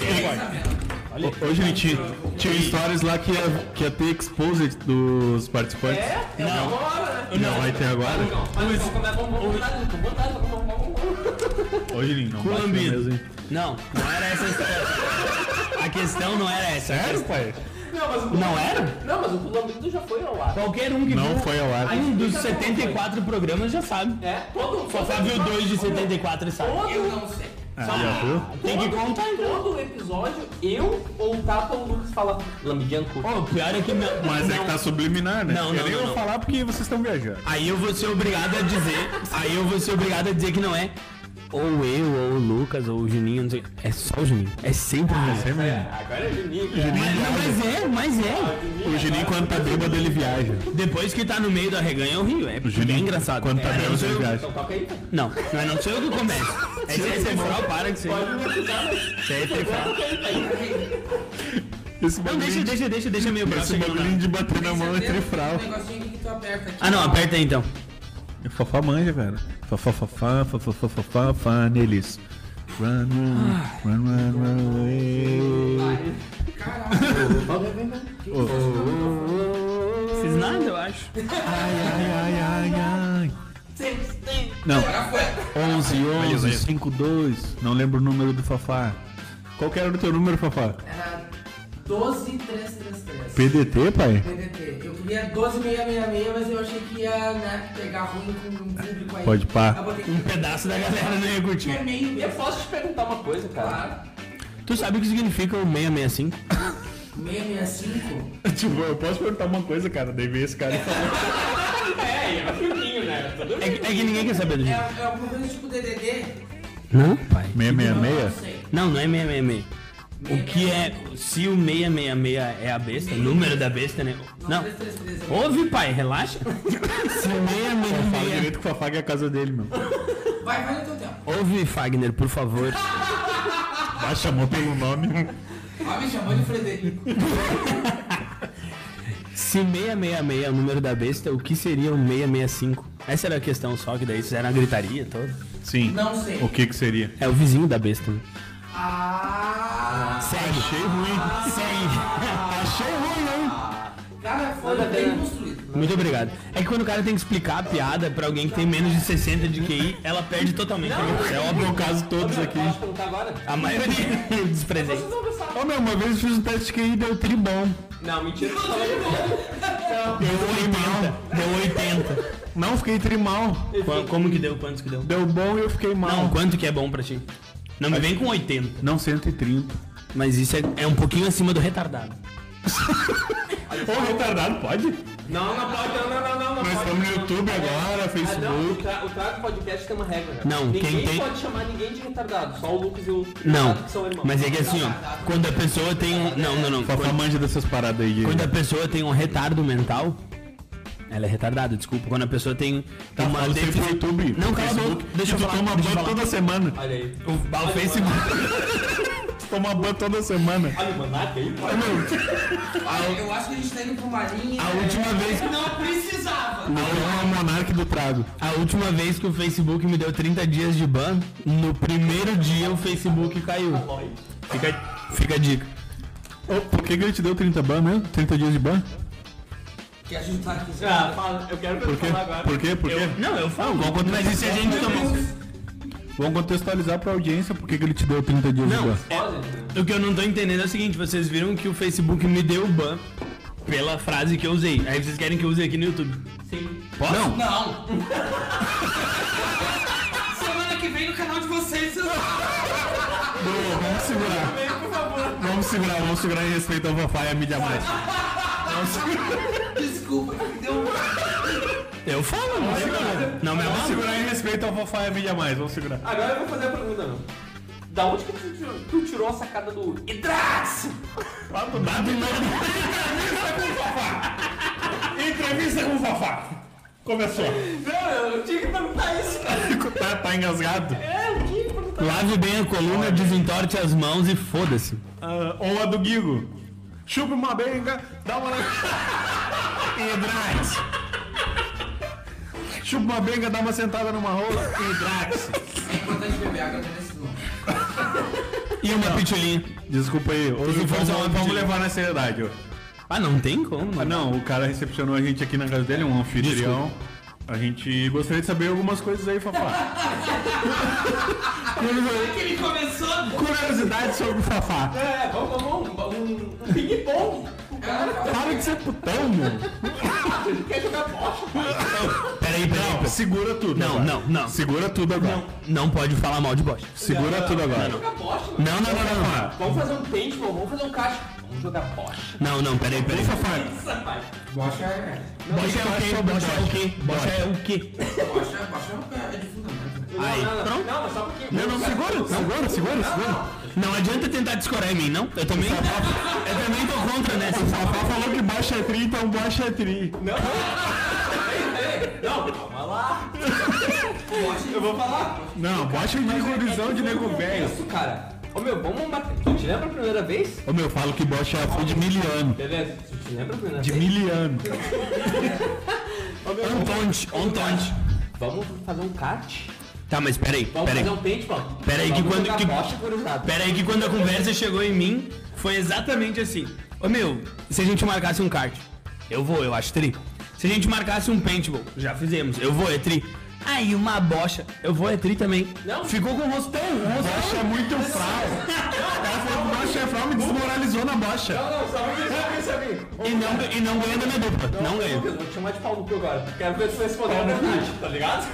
A: é, Ô, Ô, Juninho, tinha, tinha stories lá que ia, que ia ter exposed dos participantes.
B: É, é agora, né?
A: Não vai ter agora?
B: Mas vamos começar, vamos vamos botar, vamos botar, vamos botar, vamos botar.
A: Ô, Juninho, não bate na
C: Colombido.
A: mesa, hein?
C: Não, não era essa história. A questão não era essa. a
A: Sério,
C: questão-
A: pai?
B: Não, mas o
C: Não era?
B: Não, mas o Lambido já foi ao ar.
C: Qualquer um que
A: Não
C: viu
A: foi ao ar.
C: um dos 74 programas já sabe.
B: É, todo
C: Só
B: todo
C: sabe o
B: episódio-
C: 2 de 74 e sabe.
B: Todo,
D: Eu não sei.
A: Ah, já viu?
C: Tem que contar então.
B: todo episódio, eu ou o Tapa ou o Lucas fala Lambidiano cu.
C: Ô, pior é que meu.
A: Mas é que tá subliminar, né?
C: Não,
A: eu
C: não,
A: nem
C: não,
A: vou
C: não.
A: falar porque vocês estão viajando.
C: Aí eu vou ser obrigado a dizer. aí eu vou ser obrigado a dizer que não é. Ou eu, ou o Lucas, ou o Juninho, não sei. É só o Juninho. É sempre o Juninho.
A: Sempre.
B: Agora é Juninho,
C: Mas, não, mas é, mas é.
A: O Juninho, quando tá bêbado, ele viaja.
C: Depois que tá no meio do arreganho, eu rio. É, é engraçado.
A: Quando tá
C: É, não,
A: bêbado,
C: sou
A: ele
C: eu,
A: viaja.
B: Toca aí,
C: não, mas não sou eu que começo. É trifral, para que você.
B: pode me acusar, mas
C: Isso aí é trifral.
B: toca aí, tá aí.
A: Esse
C: Não, deixa,
A: bagulho,
C: deixa, deixa, deixa meio
A: esse
C: próximo. não dá.
A: bagulhinho de bater na mão é
C: tá
D: Certeza que tem
A: trifral.
D: Um negocinho aqui que tu aperta aqui.
C: Ah não, aperta aí então.
A: Fafá manja, velho. Fafá, fafá, fafá, fafá, fafá, neles. Run, run, run, run, run away.
C: Fiz nada, eu acho.
A: Ai, ai, ai, ai. Não,
D: Agora foi.
A: 11, 11, 5, 2. Não lembro o número do Fafá. Qual que era o teu número, Fafá?
D: Era 12333.
A: PDT, pai?
D: PDT. Eu queria 12666, mas eu achei que ia né, pegar ruim com um público aí.
A: Pode pá.
D: Eu botei
C: Um pedaço da galera não ia
D: que é
C: curtir.
D: meio
B: Eu
D: mesmo.
B: posso te perguntar uma coisa, cara?
D: Claro.
C: Tu sabe o que significa o 665?
D: 665.
A: *laughs* tipo, eu posso perguntar uma coisa, cara. Daí vem esse cara e fala.
B: É, é Juninho, né? Tudo
C: É, que- é que ninguém quer saber do
D: É,
C: jeito.
D: é alguma coisa tipo DDD?
C: Não, pai.
A: 666?
D: Não sei.
C: Não, não é 666. O que é. Se o 666 é a besta, o número da besta, né? Não.
D: 1333.
C: Ouve, pai, relaxa. *laughs* Se o
A: Fala
C: 666.
A: direito com o Fafá que é a casa dele, meu.
D: Vai, vai no teu tempo.
C: Ouve, Fagner, por favor.
A: Ah, chamou pelo nome.
D: Ó, Ah, me chamou de Frederico.
C: Se 666 é o número da besta, o que seria um o 665? Essa era a questão só, que daí fizeram a gritaria toda.
A: Sim.
D: Não sei.
A: O que que seria?
C: É o vizinho da besta. né?
D: Ah!
C: Segue,
A: Achei ruim.
C: segue.
A: Achei ruim, hein?
D: Cara, foi
B: Nada
D: bem
B: dela.
D: construído.
C: Muito obrigado. É que quando o cara tem que explicar a piada pra alguém que tem menos de 60 de QI, ela perde totalmente.
A: É óbvio o caso todos aqui.
B: Posso perguntar agora?
C: A maioria *laughs* desprezei.
B: Vocês vão pensar.
A: Ô meu, uma vez eu fiz um teste de QI e deu tri bom.
B: Não, mentira, não, não.
C: Deu 80. Deu 80.
A: Não, fiquei tri mal.
C: Qu- Como que deu? Quantos que deu?
A: Deu bom e eu fiquei mal.
C: Não, quanto que é bom pra ti? Não me vem com 80.
A: Não, 130.
C: Mas isso é, é um pouquinho acima do retardado.
A: Ô, retardado, pode?
B: Não, não pode, não, não, não, não, não
A: Nós
B: pode,
A: estamos no
B: não.
A: YouTube agora,
B: Ah, não, o,
A: Facebook.
B: tra o Trago Podcast tem uma regra. cara.
C: Não, quem
B: ninguém
C: tem-
B: pode chamar ninguém de retardado, só o Lucas e o
C: Não,
B: Tato que são irmãos.
C: mas é que assim, ó, quando a pessoa tem um. Não, não, não.
A: Fafá
C: Quando-
A: manja dessas paradas aí.
C: Quando a pessoa tem um retardo mental, ela é retardada, desculpa. Quando a pessoa tem
A: Tá
C: uma
A: falando sempre no
C: deficiência-
A: YouTube.
C: Não, cala a boca.
A: Facebook,
C: Deixa eu
A: tu
C: falar.
A: toma
C: deixa eu
A: ban
C: falar.
A: toda semana.
B: Olha aí.
C: O, ah, o Facebook.
A: Tu toma ban toda semana.
B: Olha o Manac aí, pô. é
D: Olha, eu acho que a gente tá indo pra uma linha.
C: A última vez.
D: Não precisava.
A: Não é o monarca do trago.
C: A última vez que o Facebook me deu 30 dias de ban, no primeiro dia o Facebook caiu. Fica, fica a dica.
A: Ô, por que que ele te deu 30 ban mesmo? 30 dias de ban?
D: Que a gente tá aqui.
B: Ah, fala, eu quero
A: Por quê?
B: perguntar agora.
A: Por quê? Por quê?
C: Não, eu falo. mas isso a gente tomou.
A: Vamos contextualizar pra audiência por que que ele te deu 30 dias de
C: Não, é,
A: ban.
B: Pode?
C: O que eu não tô entendendo é o seguinte, vocês viram que o Facebook me deu ban pela frase que eu usei. Aí vocês querem que eu use aqui no YouTube.
B: Sim.
A: Posso? Não.
D: Não. *laughs* Semana que vem no canal de vocês. vocês-
A: Ô, Vamos segurar. Vamos segurar, vamos segurar em respeito ao Fafá e à mídia mais.
D: Desculpa que me deu um.
C: Eu falo, não, não me
A: Vamos
C: abalo.
A: segurar em respeito ao Fafá e à mídia mais, vamos segurar.
B: Agora eu vou fazer a pergunta, não. Da onde que tu tirou, tu tirou a sacada do Hidrax?
A: Entrevista com o Fafá. Começou.
B: Não, eu tinha que perguntar isso, cara.
A: tá, tá engasgado.
B: É, eu tinha que perguntar.
C: Lave bem a coluna, desentorte as mãos e foda-se.
A: Ah, ou a do Guigo. Chupa uma benga, dá *laughs* uma na... Hidrax. Chupa uma benga, dá uma sentada numa rola. Hidrax.
D: É importante beber água nesse nome.
C: E uma pitulinha.
A: Desculpa aí. Hoje
C: que
A: vamos,
C: fazer uma
A: vamos
C: pedida.
A: levar na seriedade. ó.
C: Ah, não tem como.
A: Ah, não, o cara recepcionou a gente aqui na casa dele, um anfitrião. A gente gostaria de saber algumas coisas aí, *laughs* Fafá.
B: que ele começou?
A: Curiosidade sobre o Fafá.
B: É, vamos, vamos, vamos, um, um ping-pong. O cara
A: Para de ser putão, meu.
B: ele quer jogar bocha.
C: Ah, Peraí, peraí.
A: Não, segura tudo.
C: Não,
A: agora.
C: não, não.
A: Segura tudo agora.
C: Não, não pode falar mal de bosta.
A: Segura tudo agora.
B: Vamos jogar bocha, mano.
C: Não, não, não, não, não.
B: Vamos fazer um paintball, vamos fazer um caixa. Vamos jogar bocha.
C: Não, não, peraí, peraí.
A: Fafá,
B: Nossa, pai.
D: Bocha é.
C: Bosta é o quê? Bosta é o quê? Bosta é o quê?
D: Bocha, é- bocha é de fundamento.
B: Não,
C: Aí,
B: não, não.
C: pronto.
B: Não, mas só um porque.
A: não, não, segura, segura, segura, segura.
C: Não adianta tentar descorar em mim, não? Eu também. Eu também tô contra né? nessa.
A: O Fafá falou que baixa é tri, então baixa é tri.
B: Não, não, não, calma lá. Eu vou falar.
A: Não, baixa é rigorizão de nego velho.
B: Isso, cara. Ô meu, vamos bater. Tu te lembra a primeira vez?
A: Ô meu, falo que bocha é fã de miliano.
B: Beleza. Tu te lembra a primeira
A: De
B: vez?
A: miliano.
B: Ô, meu, vamos-
C: Ontonte, ontonte.
B: Vamos fazer um kart.
C: Tá, mas peraí,
B: Vamos
C: peraí.
B: fazer um paintball.
C: Pera aí, que
B: Vamos
C: quando-
B: jogar
C: que-
B: bocha, gurizada.
C: Peraí que quando a conversa chegou em mim, foi exatamente assim. Ô meu, se a gente marcasse um kart, eu vou, eu acho tri. Se a gente marcasse um paintball, já fizemos, eu vou, é tri. Aí uma bocha, eu vou, é tri também.
B: Não.
C: Ficou com o rostão, o
A: Bocha é
C: rostão.
A: muito fral. O cara falou que bocha é fral, me desmoralizou na bocha.
B: Não, não, só um me deixa eu pensar bem.
C: E não, e não ganhou da minha dupla, não ganhou.
B: Lucas, vou te chamar de pau no cu agora. Quero ver se você responder a verdade, tá ligado?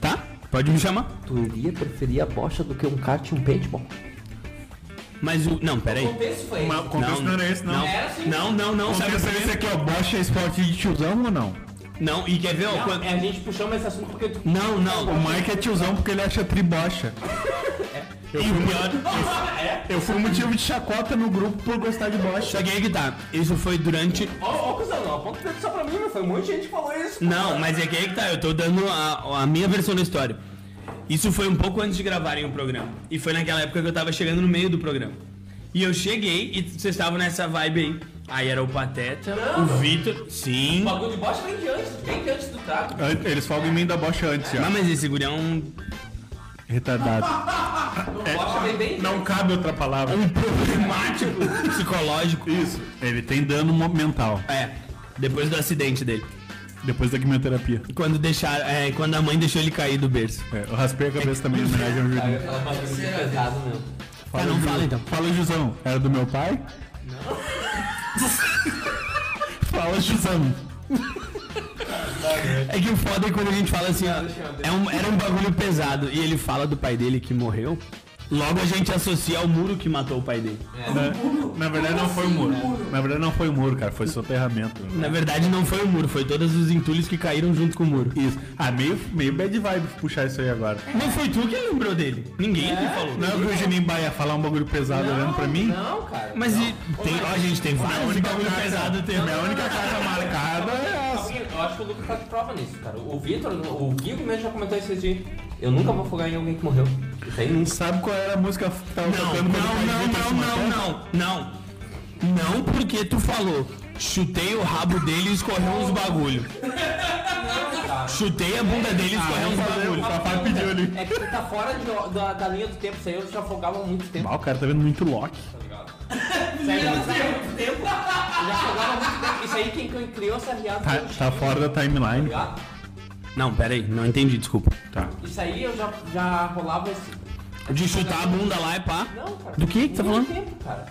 C: Tá? Pode me chamar.
B: Tu iria preferir a bocha do que um kart e um paintball?
C: Mas o. Não, peraí.
B: O contexto foi
A: Mas o
B: esse.
A: contexto não era esse, não.
C: Não,
B: Era assim.
C: não, não, não,
A: O
C: sabe
A: contexto
C: por
A: era
C: quê?
A: esse aqui, ó. Bocha é esporte de tiozão ou não?
C: Não, e quer ver, ó,
B: Não,
C: quando-
B: é, a gente puxamos esse assunto porque tu...
C: Não, não.
A: O Mike é tiozão porque ele acha tri bocha.
C: E o pior.
B: É?
A: Eu fui motivo de chacota no grupo por gostar de bocha.
C: Só que aí que tá. Isso foi durante
B: Ó, ó, cuzão, não aponta o dedo só pra mim, meu. Foi um monte de gente que falou isso.
C: Não, mas é que aí que tá, eu tô dando a, a minha versão da história. Isso foi um pouco antes de gravarem o programa. E foi naquela época que eu tava chegando no meio do programa. E eu cheguei e vocês estavam nessa vibe aí. Aí era o Pateta,
B: Não.
C: o Vitor. Sim.
B: O bagulho de bocha vem de antes, vem de antes do trago.
A: An- Eles falam em mim da bocha antes,
C: Ah,
A: ó.
C: mas esse guri é um.
A: Retardado.
B: O bocha vem bem de
A: Não cabe outra palavra.
C: um problemático psicológico.
A: Isso. Ele tem dano mo- mental.
C: É, depois do acidente dele.
A: Depois da quimioterapia.
C: Quando, deixaram, é, quando a mãe deixou ele cair do berço.
A: É, eu raspei a cabeça também é em homenagem ao Julinho.
B: Aquela bagulho de pesado, meu.
C: Ah, não
A: Ju-
C: fala então.
A: Fala, Jusão. Era do meu pai? Não. *laughs* fala, Jusão.
C: É que o foda é quando a gente fala assim, ó, é um- era um bagulho pesado e ele fala do pai dele que morreu, logo a gente associa ao muro que matou o pai dele.
A: É. Na, na verdade não foi o muro. Na verdade não foi o muro, cara. Foi soterramento.
C: Na verdade não foi o muro, foi todos os entulhos que caíram junto com o muro.
A: Isso. Ah, meio, meio bad vibe puxar isso aí agora.
C: Não foi tu que lembrou dele. Ninguém aqui falou.
A: Não é que o Juninho Baia falar um bagulho pesado olhando pra mim?
B: Não, cara.
C: Mas
B: não.
C: e tem, ó, gente, tem vários bagulho pesado tem.
A: Minha única carta marcada é essa.
B: Alguém- Eu acho que o Lucas tá de prova nisso, cara. O Vitor, o Guigo mesmo já comentou isso de eu nunca vou fogar em alguém que morreu. Isso aí nunca.
A: Sabe qual era a música que tava
C: Não,
A: tocando quando o pai
C: não,
A: dele
C: não,
A: tava se
C: não,
A: matando?
C: não, não, não. Não porque tu falou, chutei o rabo dele e escorreu uns bagulho. Chutei a bunda dele e escorreu uns
A: É um O
C: bagulho.
A: papai pediu ali.
B: É que tu tá fora de- da, da linha do tempo, isso aí eu já fogava há muito tempo.
A: Ah, o cara tá vendo muito Loki.
B: Sério, eu já fogava há é muito tempo. Eu já fogava há muito tempo. Isso aí quem- quem criou essa viada
A: Tá,
B: foi o
A: tá
B: Chico,
A: fora da timeline.
B: tá ligado?
C: Não, peraí, não entendi, desculpa.
A: Tá.
B: Isso aí eu já, já rolava esse.
C: De chutar a bunda lá e pá.
B: Não, cara.
C: Do que que tá
B: muito
C: falando?
B: tempo, cara.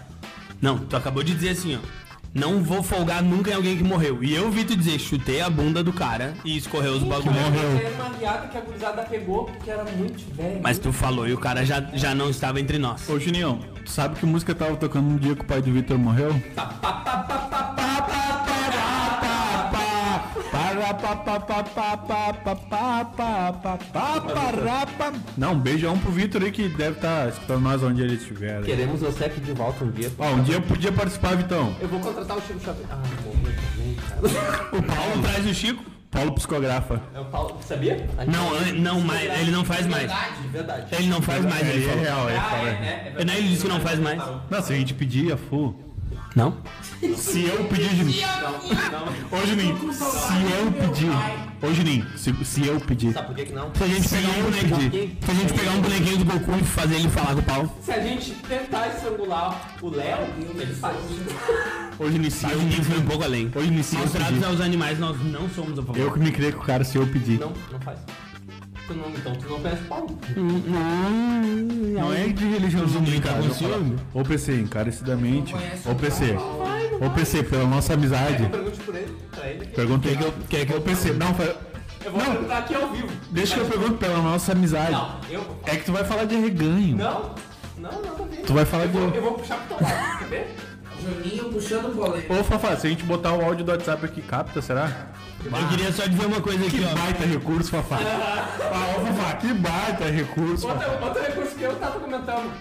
C: Não, tu acabou de dizer assim, ó. Não vou folgar nunca em alguém que morreu. E eu vi tu dizer, chutei a bunda do cara e escorreu os bagulho.
A: morreu.
B: Era uma viada que a gurizada pegou porque era muito velha.
C: Mas tu falou e o cara já, já não estava entre nós.
A: Ô Juninho, tu sabe que música tava tocando no dia que o pai do Vitor morreu? Não, um beijão pro Vitor aí que deve estar escutando nós onde ele estiver.
B: Queremos você aqui de volta um dia.
A: Ó, um dia eu podia participar, Vitão.
B: Eu vou contratar o Chico Xavier. Ah, morreu também, cara.
C: O Paulo traz o Chico?
A: Paulo psicografa.
B: É o Paulo, sabia? A gente-
C: Não, an- não, mais, ele não faz mais.
D: Verdade.
B: Verdade.
C: Ele não faz mais,
A: É,
C: ele
A: é
C: falou.
A: real, é,
B: Ah,
A: fala.
C: né,
B: é, é, é
C: Não, ele disse que não faz mais.
A: Não, se a gente pedir, é full.
C: Não?
A: Se eu pedir de mim. Hoje nem. Se eu pedir. Hoje nem. Se, se eu pedir.
E: Sabe por que que não?
C: Se a gente pegar um bonequinho. Se a gente pegar um bonequinho do Goku e fazer ele falar com o pau.
B: Se a gente tentar estrangular o Léo, ele faz.
A: Hoje nem se
C: Tá,
A: eu
C: o nível foi um pouco além.
A: Hoje nem se eu
C: Maltratos
A: pedir.
C: aos animais, nós não somos a favor.
A: Eu que me criei com o cara se eu pedir.
E: Não, não faz.
B: Tu não, então tu não conhece o Paulo.
A: Não é de religião
C: Ele tá
A: dominicana.
C: com
A: eu falo.
C: ciúme?
A: Ô PC, encarecidamente.
D: Eu não conheço
A: Ô
D: o
A: PC.
D: Paulo.
A: Ô PC, pela nossa amizade.
B: Pergunte por ele, pra ele.
A: Perguntei que eu. Quer que eu PC? Não, fa-
B: Eu vou perguntar aqui ao vivo.
A: deixa que eu pergunto pela nossa amizade.
B: Não, eu vou.
A: É que tu vai falar de reganho.
B: Não, não, nada a ver.
A: Tu vai falar
B: eu
A: de.
B: vou, eu vou puxar pro teu lado, quer ver?
D: Juninho puxando polêmica.
A: Ô Fafá, se a gente botar o áudio do WhatsApp aqui, capta, será?
C: Eu queria só dizer uma coisa aqui,
A: Que
C: ó.
A: baita recurso, Fafá. Ah, ô Fafá, que baita recurso. Fafá.
B: Outro, outro recurso que eu tava comentando.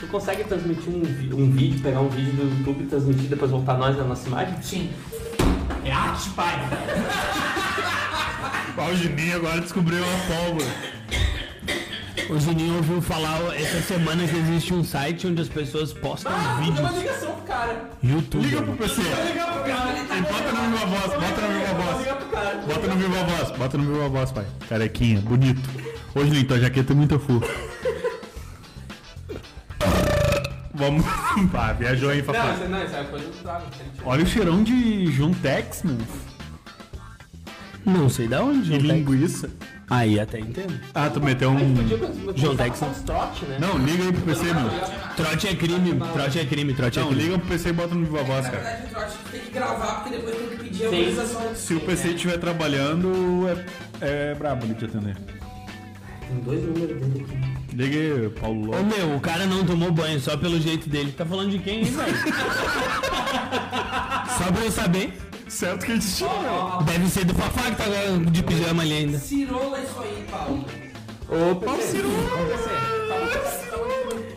B: Tu consegue transmitir um, vi- um vídeo, pegar um vídeo do YouTube e transmitir depois voltar nós na nossa imagem?
D: Sim.
B: É arte, pai.
A: Ah, O Juninho agora descobriu uma pólvora.
C: O Juninho ouviu falar essa semana que existe um site onde as pessoas postam
B: Ah,
D: É
B: deu uma
C: vídeos.
B: ligação pro cara.
C: YouTube.
A: Liga pro PC.
B: Vou ligar pro cara.
D: tá
A: E bota no Viva Voz, bota no Viva
B: Vou
A: Voz.
B: ligar pro cara.
A: Bota no Viva Voz, bota no Viva Voz, pai. Carequinha, bonito. Hoje nem tua jaqueta é muito fofa. Vamos. *laughs* Pá, viajou aí,
B: Não,
A: Fafá.
B: isso, não, isso é coisa do Trago. que ele tirou.
A: Olha o cheirão de Juntex, mano.
C: Não sei da onde.
A: De linguiça.
C: Aí até entendo.
A: Ah, tu meteu
B: A gente
A: um.
B: podia começar
C: João
B: a falar
C: Texas.
B: uns trote, né?
A: Não, liga aí pro PC, meu.
C: Trote é crime, trote é crime, trote é
A: Não,
C: crime.
A: liga pro PC e bota no Viva Voz,
D: Na
A: cara.
D: verdade, o trote tem que gravar, porque depois tem que pedir
B: Sim.
D: autorização.
A: Se o PC estiver trabalhando, é, é brabo de te atender.
B: Tem dois números dentro aqui.
A: Liga aí, Paulo
C: Ô
A: Lopes.
C: meu, o cara não tomou banho só pelo jeito dele. Tá falando de quem, hein, velho? *laughs* Só pra eu saber,
A: Certo que a gente
C: deve ser do Fafá que tá agora de pijama ali ainda.
D: Cirola isso aí, Paulo.
B: Opa,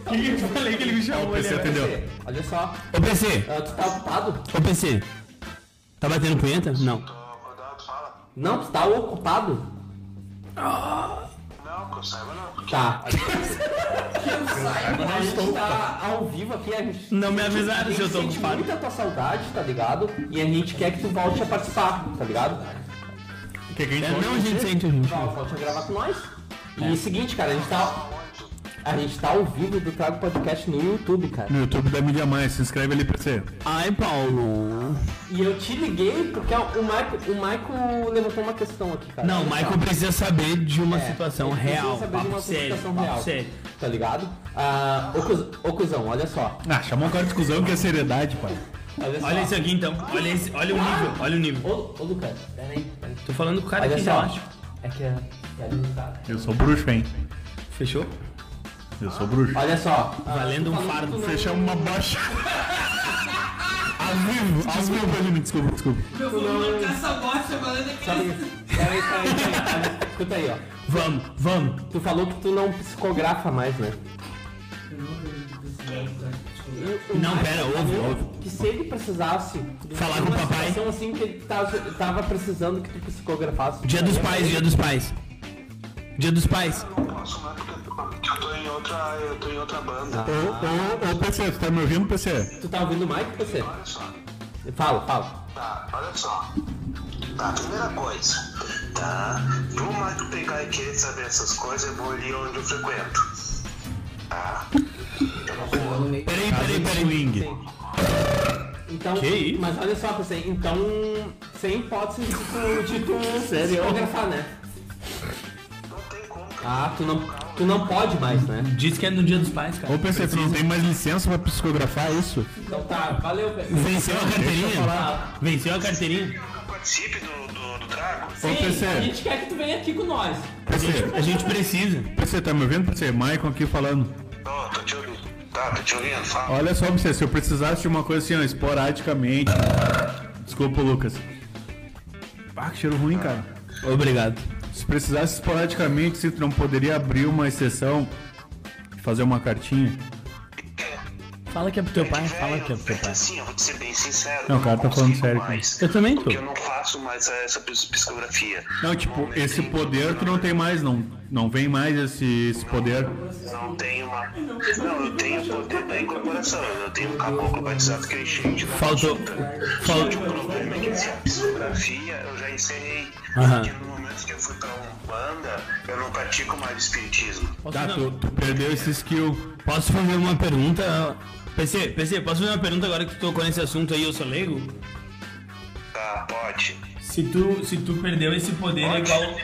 A: que eu falei que ele me chamou? O PC atendeu.
B: Olha só,
C: Ô PC,
B: ah, tu tá ocupado?
C: ô PC. Tá batendo punheta? Não.
B: Não, tu tá ocupado?
F: Não, que eu saiba não.
B: *laughs* Tá.
D: Que eu saiba.
B: A gente tá ao vivo aqui, a gente.
C: Não me avisaram se eu tô
B: sente
C: ocupado.
B: muito a tua saudade, tá ligado? E a gente quer que tu volte a participar, tá ligado?
A: Que que a gente
C: É,
A: falou?
C: não, a gente sente, a gente.
B: Val, volte a gravar com nós. E é o seguinte, cara, a gente tá. A gente tá ao vivo do Trago Podcast no YouTube, cara.
A: No YouTube da Mídia Mais, se inscreve ali, PC.
C: Ai, Paulo.
B: E eu te liguei porque o Maico, o Maico levantou uma questão aqui, cara. Tá.
C: Não, o
B: Olha só.
C: Michael precisa saber de uma
B: É,
C: situação
B: eu preciso
C: real.
B: saber de uma
C: Papo sério,
B: situação
C: papo
B: real.
C: sério.
B: Tá ligado? Ah, ô, cuz- ô cuzão, olha só.
A: Ah, chamou um cara de cuzão que é seriedade, pai.
B: Olha só.
C: Olha isso aqui então, olha, esse, olha o nível, olha o nível.
B: Ô, ô Lucas, peraí. peraí.
C: Tô falando com o cara
B: Olha
C: aqui,
B: só.
C: relaxa.
B: É que é. que é alimentada.
A: Eu sou bruxo, hein?
C: Fechou?
A: Eu sou bruxo.
B: Olha só. Ah,
C: Valendo um fardo.
A: Fechamos uma baixa. Ao vivo, ao vivo, Benjamin, desculpa, desculpa.
D: Eu vou marcar essa bosta é falando aqui.
B: Peraí, peraí, peraí, peraí. Escuta aí, ó.
C: Vamos, vamos.
B: Tu falou que tu não psicografa mais, né?
C: Não, pera, ouve, ouve.
B: Que se ele precisasse. de
C: Falar com o
B: uma
C: papai.
B: situação assim que ele tava, tava precisando que tu psicografasse.
C: Dia dos pais, dia dos pais. Dia dos pais.
F: Eu não posso mais porque eu- eu tô em outra, eu tô em outra banda.
A: Ô, ô, ô, PC, tu tá me ouvindo, PC?
B: Tu tá ouvindo o Maico, você?
F: Olha só.
B: Fala, fala.
F: Tá, olha só. Tá, primeira coisa, tá? Pro Marco pegar e querer saber essas coisas, eu vou ali onde eu frequento. Tá? Eu não vou.
C: Peraí, peraí, peraí.
A: Swing.
B: Então,
C: Que isso?
B: mas olha só, você, então, sem hipótese de tu, de tu
C: *laughs*
B: psicografar, né?
F: Não tem como, cara.
B: Ah, tu não, tu não pode mais, né?
C: Diz que é no dia dos pais, cara.
A: Ô, PC, tu não tem mais licença pra psicografar isso?
B: Então tá, valeu, pessoal.
C: Venceu a carteirinha? Venceu a carteirinha?
F: Eu participe do, do, do trago.
A: Ô, PC.
B: a gente quer que tu venha aqui com nós.
C: A gente, a gente precisa.
A: PC, tá me ouvindo, PC? Maicon aqui falando.
F: Não, tô te ouvindo. Tá, tô te ouvindo, fala.
A: Olha só, PC, se eu precisasse de uma coisa assim, ó, esporadicamente. Desculpa, Lucas. Ah, que cheiro ruim, cara.
C: Obrigado.
A: Se precisasse esporadicamente, se tu não poderia abrir uma exceção e fazer uma cartinha.
C: Fala que é pro teu pai, fala
F: Velho,
C: que é pro teu
F: é
C: pai.
F: Assim, eu vou te ser bem sincero.
A: Não, o cara
F: eu
A: tá falando
F: consigo
A: sério com
F: mais,
C: Eu também tô.
F: Porque eu não faço mais essa pis- psicografia.
A: Não, tipo, esse poder tu não tem mais, não. Não vem mais esse, esse poder.
F: Não tenho uma. Não, eu tenho o poder da incorporação. Eu tenho um caboclo batizado que eu enchei de uma
C: Faltou.
F: O
C: Faltou.
F: problema é que assim, a psicografia eu já encerrei.
C: Aham.
F: Porque no momento que eu fui pra Umbanda, eu não pratico mais espiritismo.
A: Tá, tu, tu perdeu esse skill.
C: Posso fazer uma pergunta? PC, PC, posso fazer uma pergunta agora que tu tocou nesse assunto aí, eu sou leigo?
F: Tá, pode.
C: Se tu, se tu perdeu esse poder, é igual.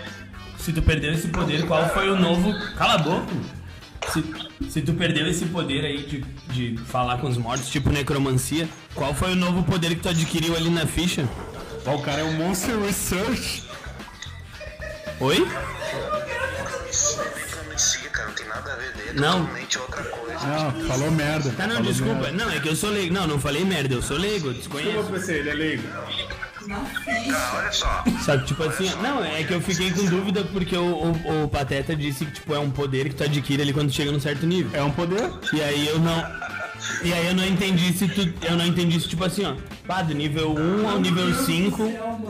C: Se tu perdeu esse poder, qual foi o novo. Cala a boca! Se, se tu perdeu esse poder aí de, de falar com os mortos, tipo necromancia, qual foi o novo poder que tu adquiriu ali na ficha?
A: Ó, o cara é um Monster Research.
C: Oi?
F: Isso é necromancia, cara, não tem nada a ver dele.
C: Não.
F: Totalmente outra coisa.
A: Não, Ah, falou merda.
C: Tá, não,
A: falou
C: desculpa.
A: merda.
C: Não, é que eu sou leigo. Não, não falei merda, eu sou leigo, eu desconheço.
A: Desculpa, PC, ele é leigo.
F: Tá, olha só.
C: Só que, tipo assim, não, é que eu fiquei com dúvida porque o, o, o Pateta disse que, tipo, é um poder que tu adquire ali quando chega num certo nível.
A: É um poder?
C: E aí eu não. E aí eu não entendi se tu. Eu não entendi se tipo assim, ó. Pá, do nível 1 ao nível 5,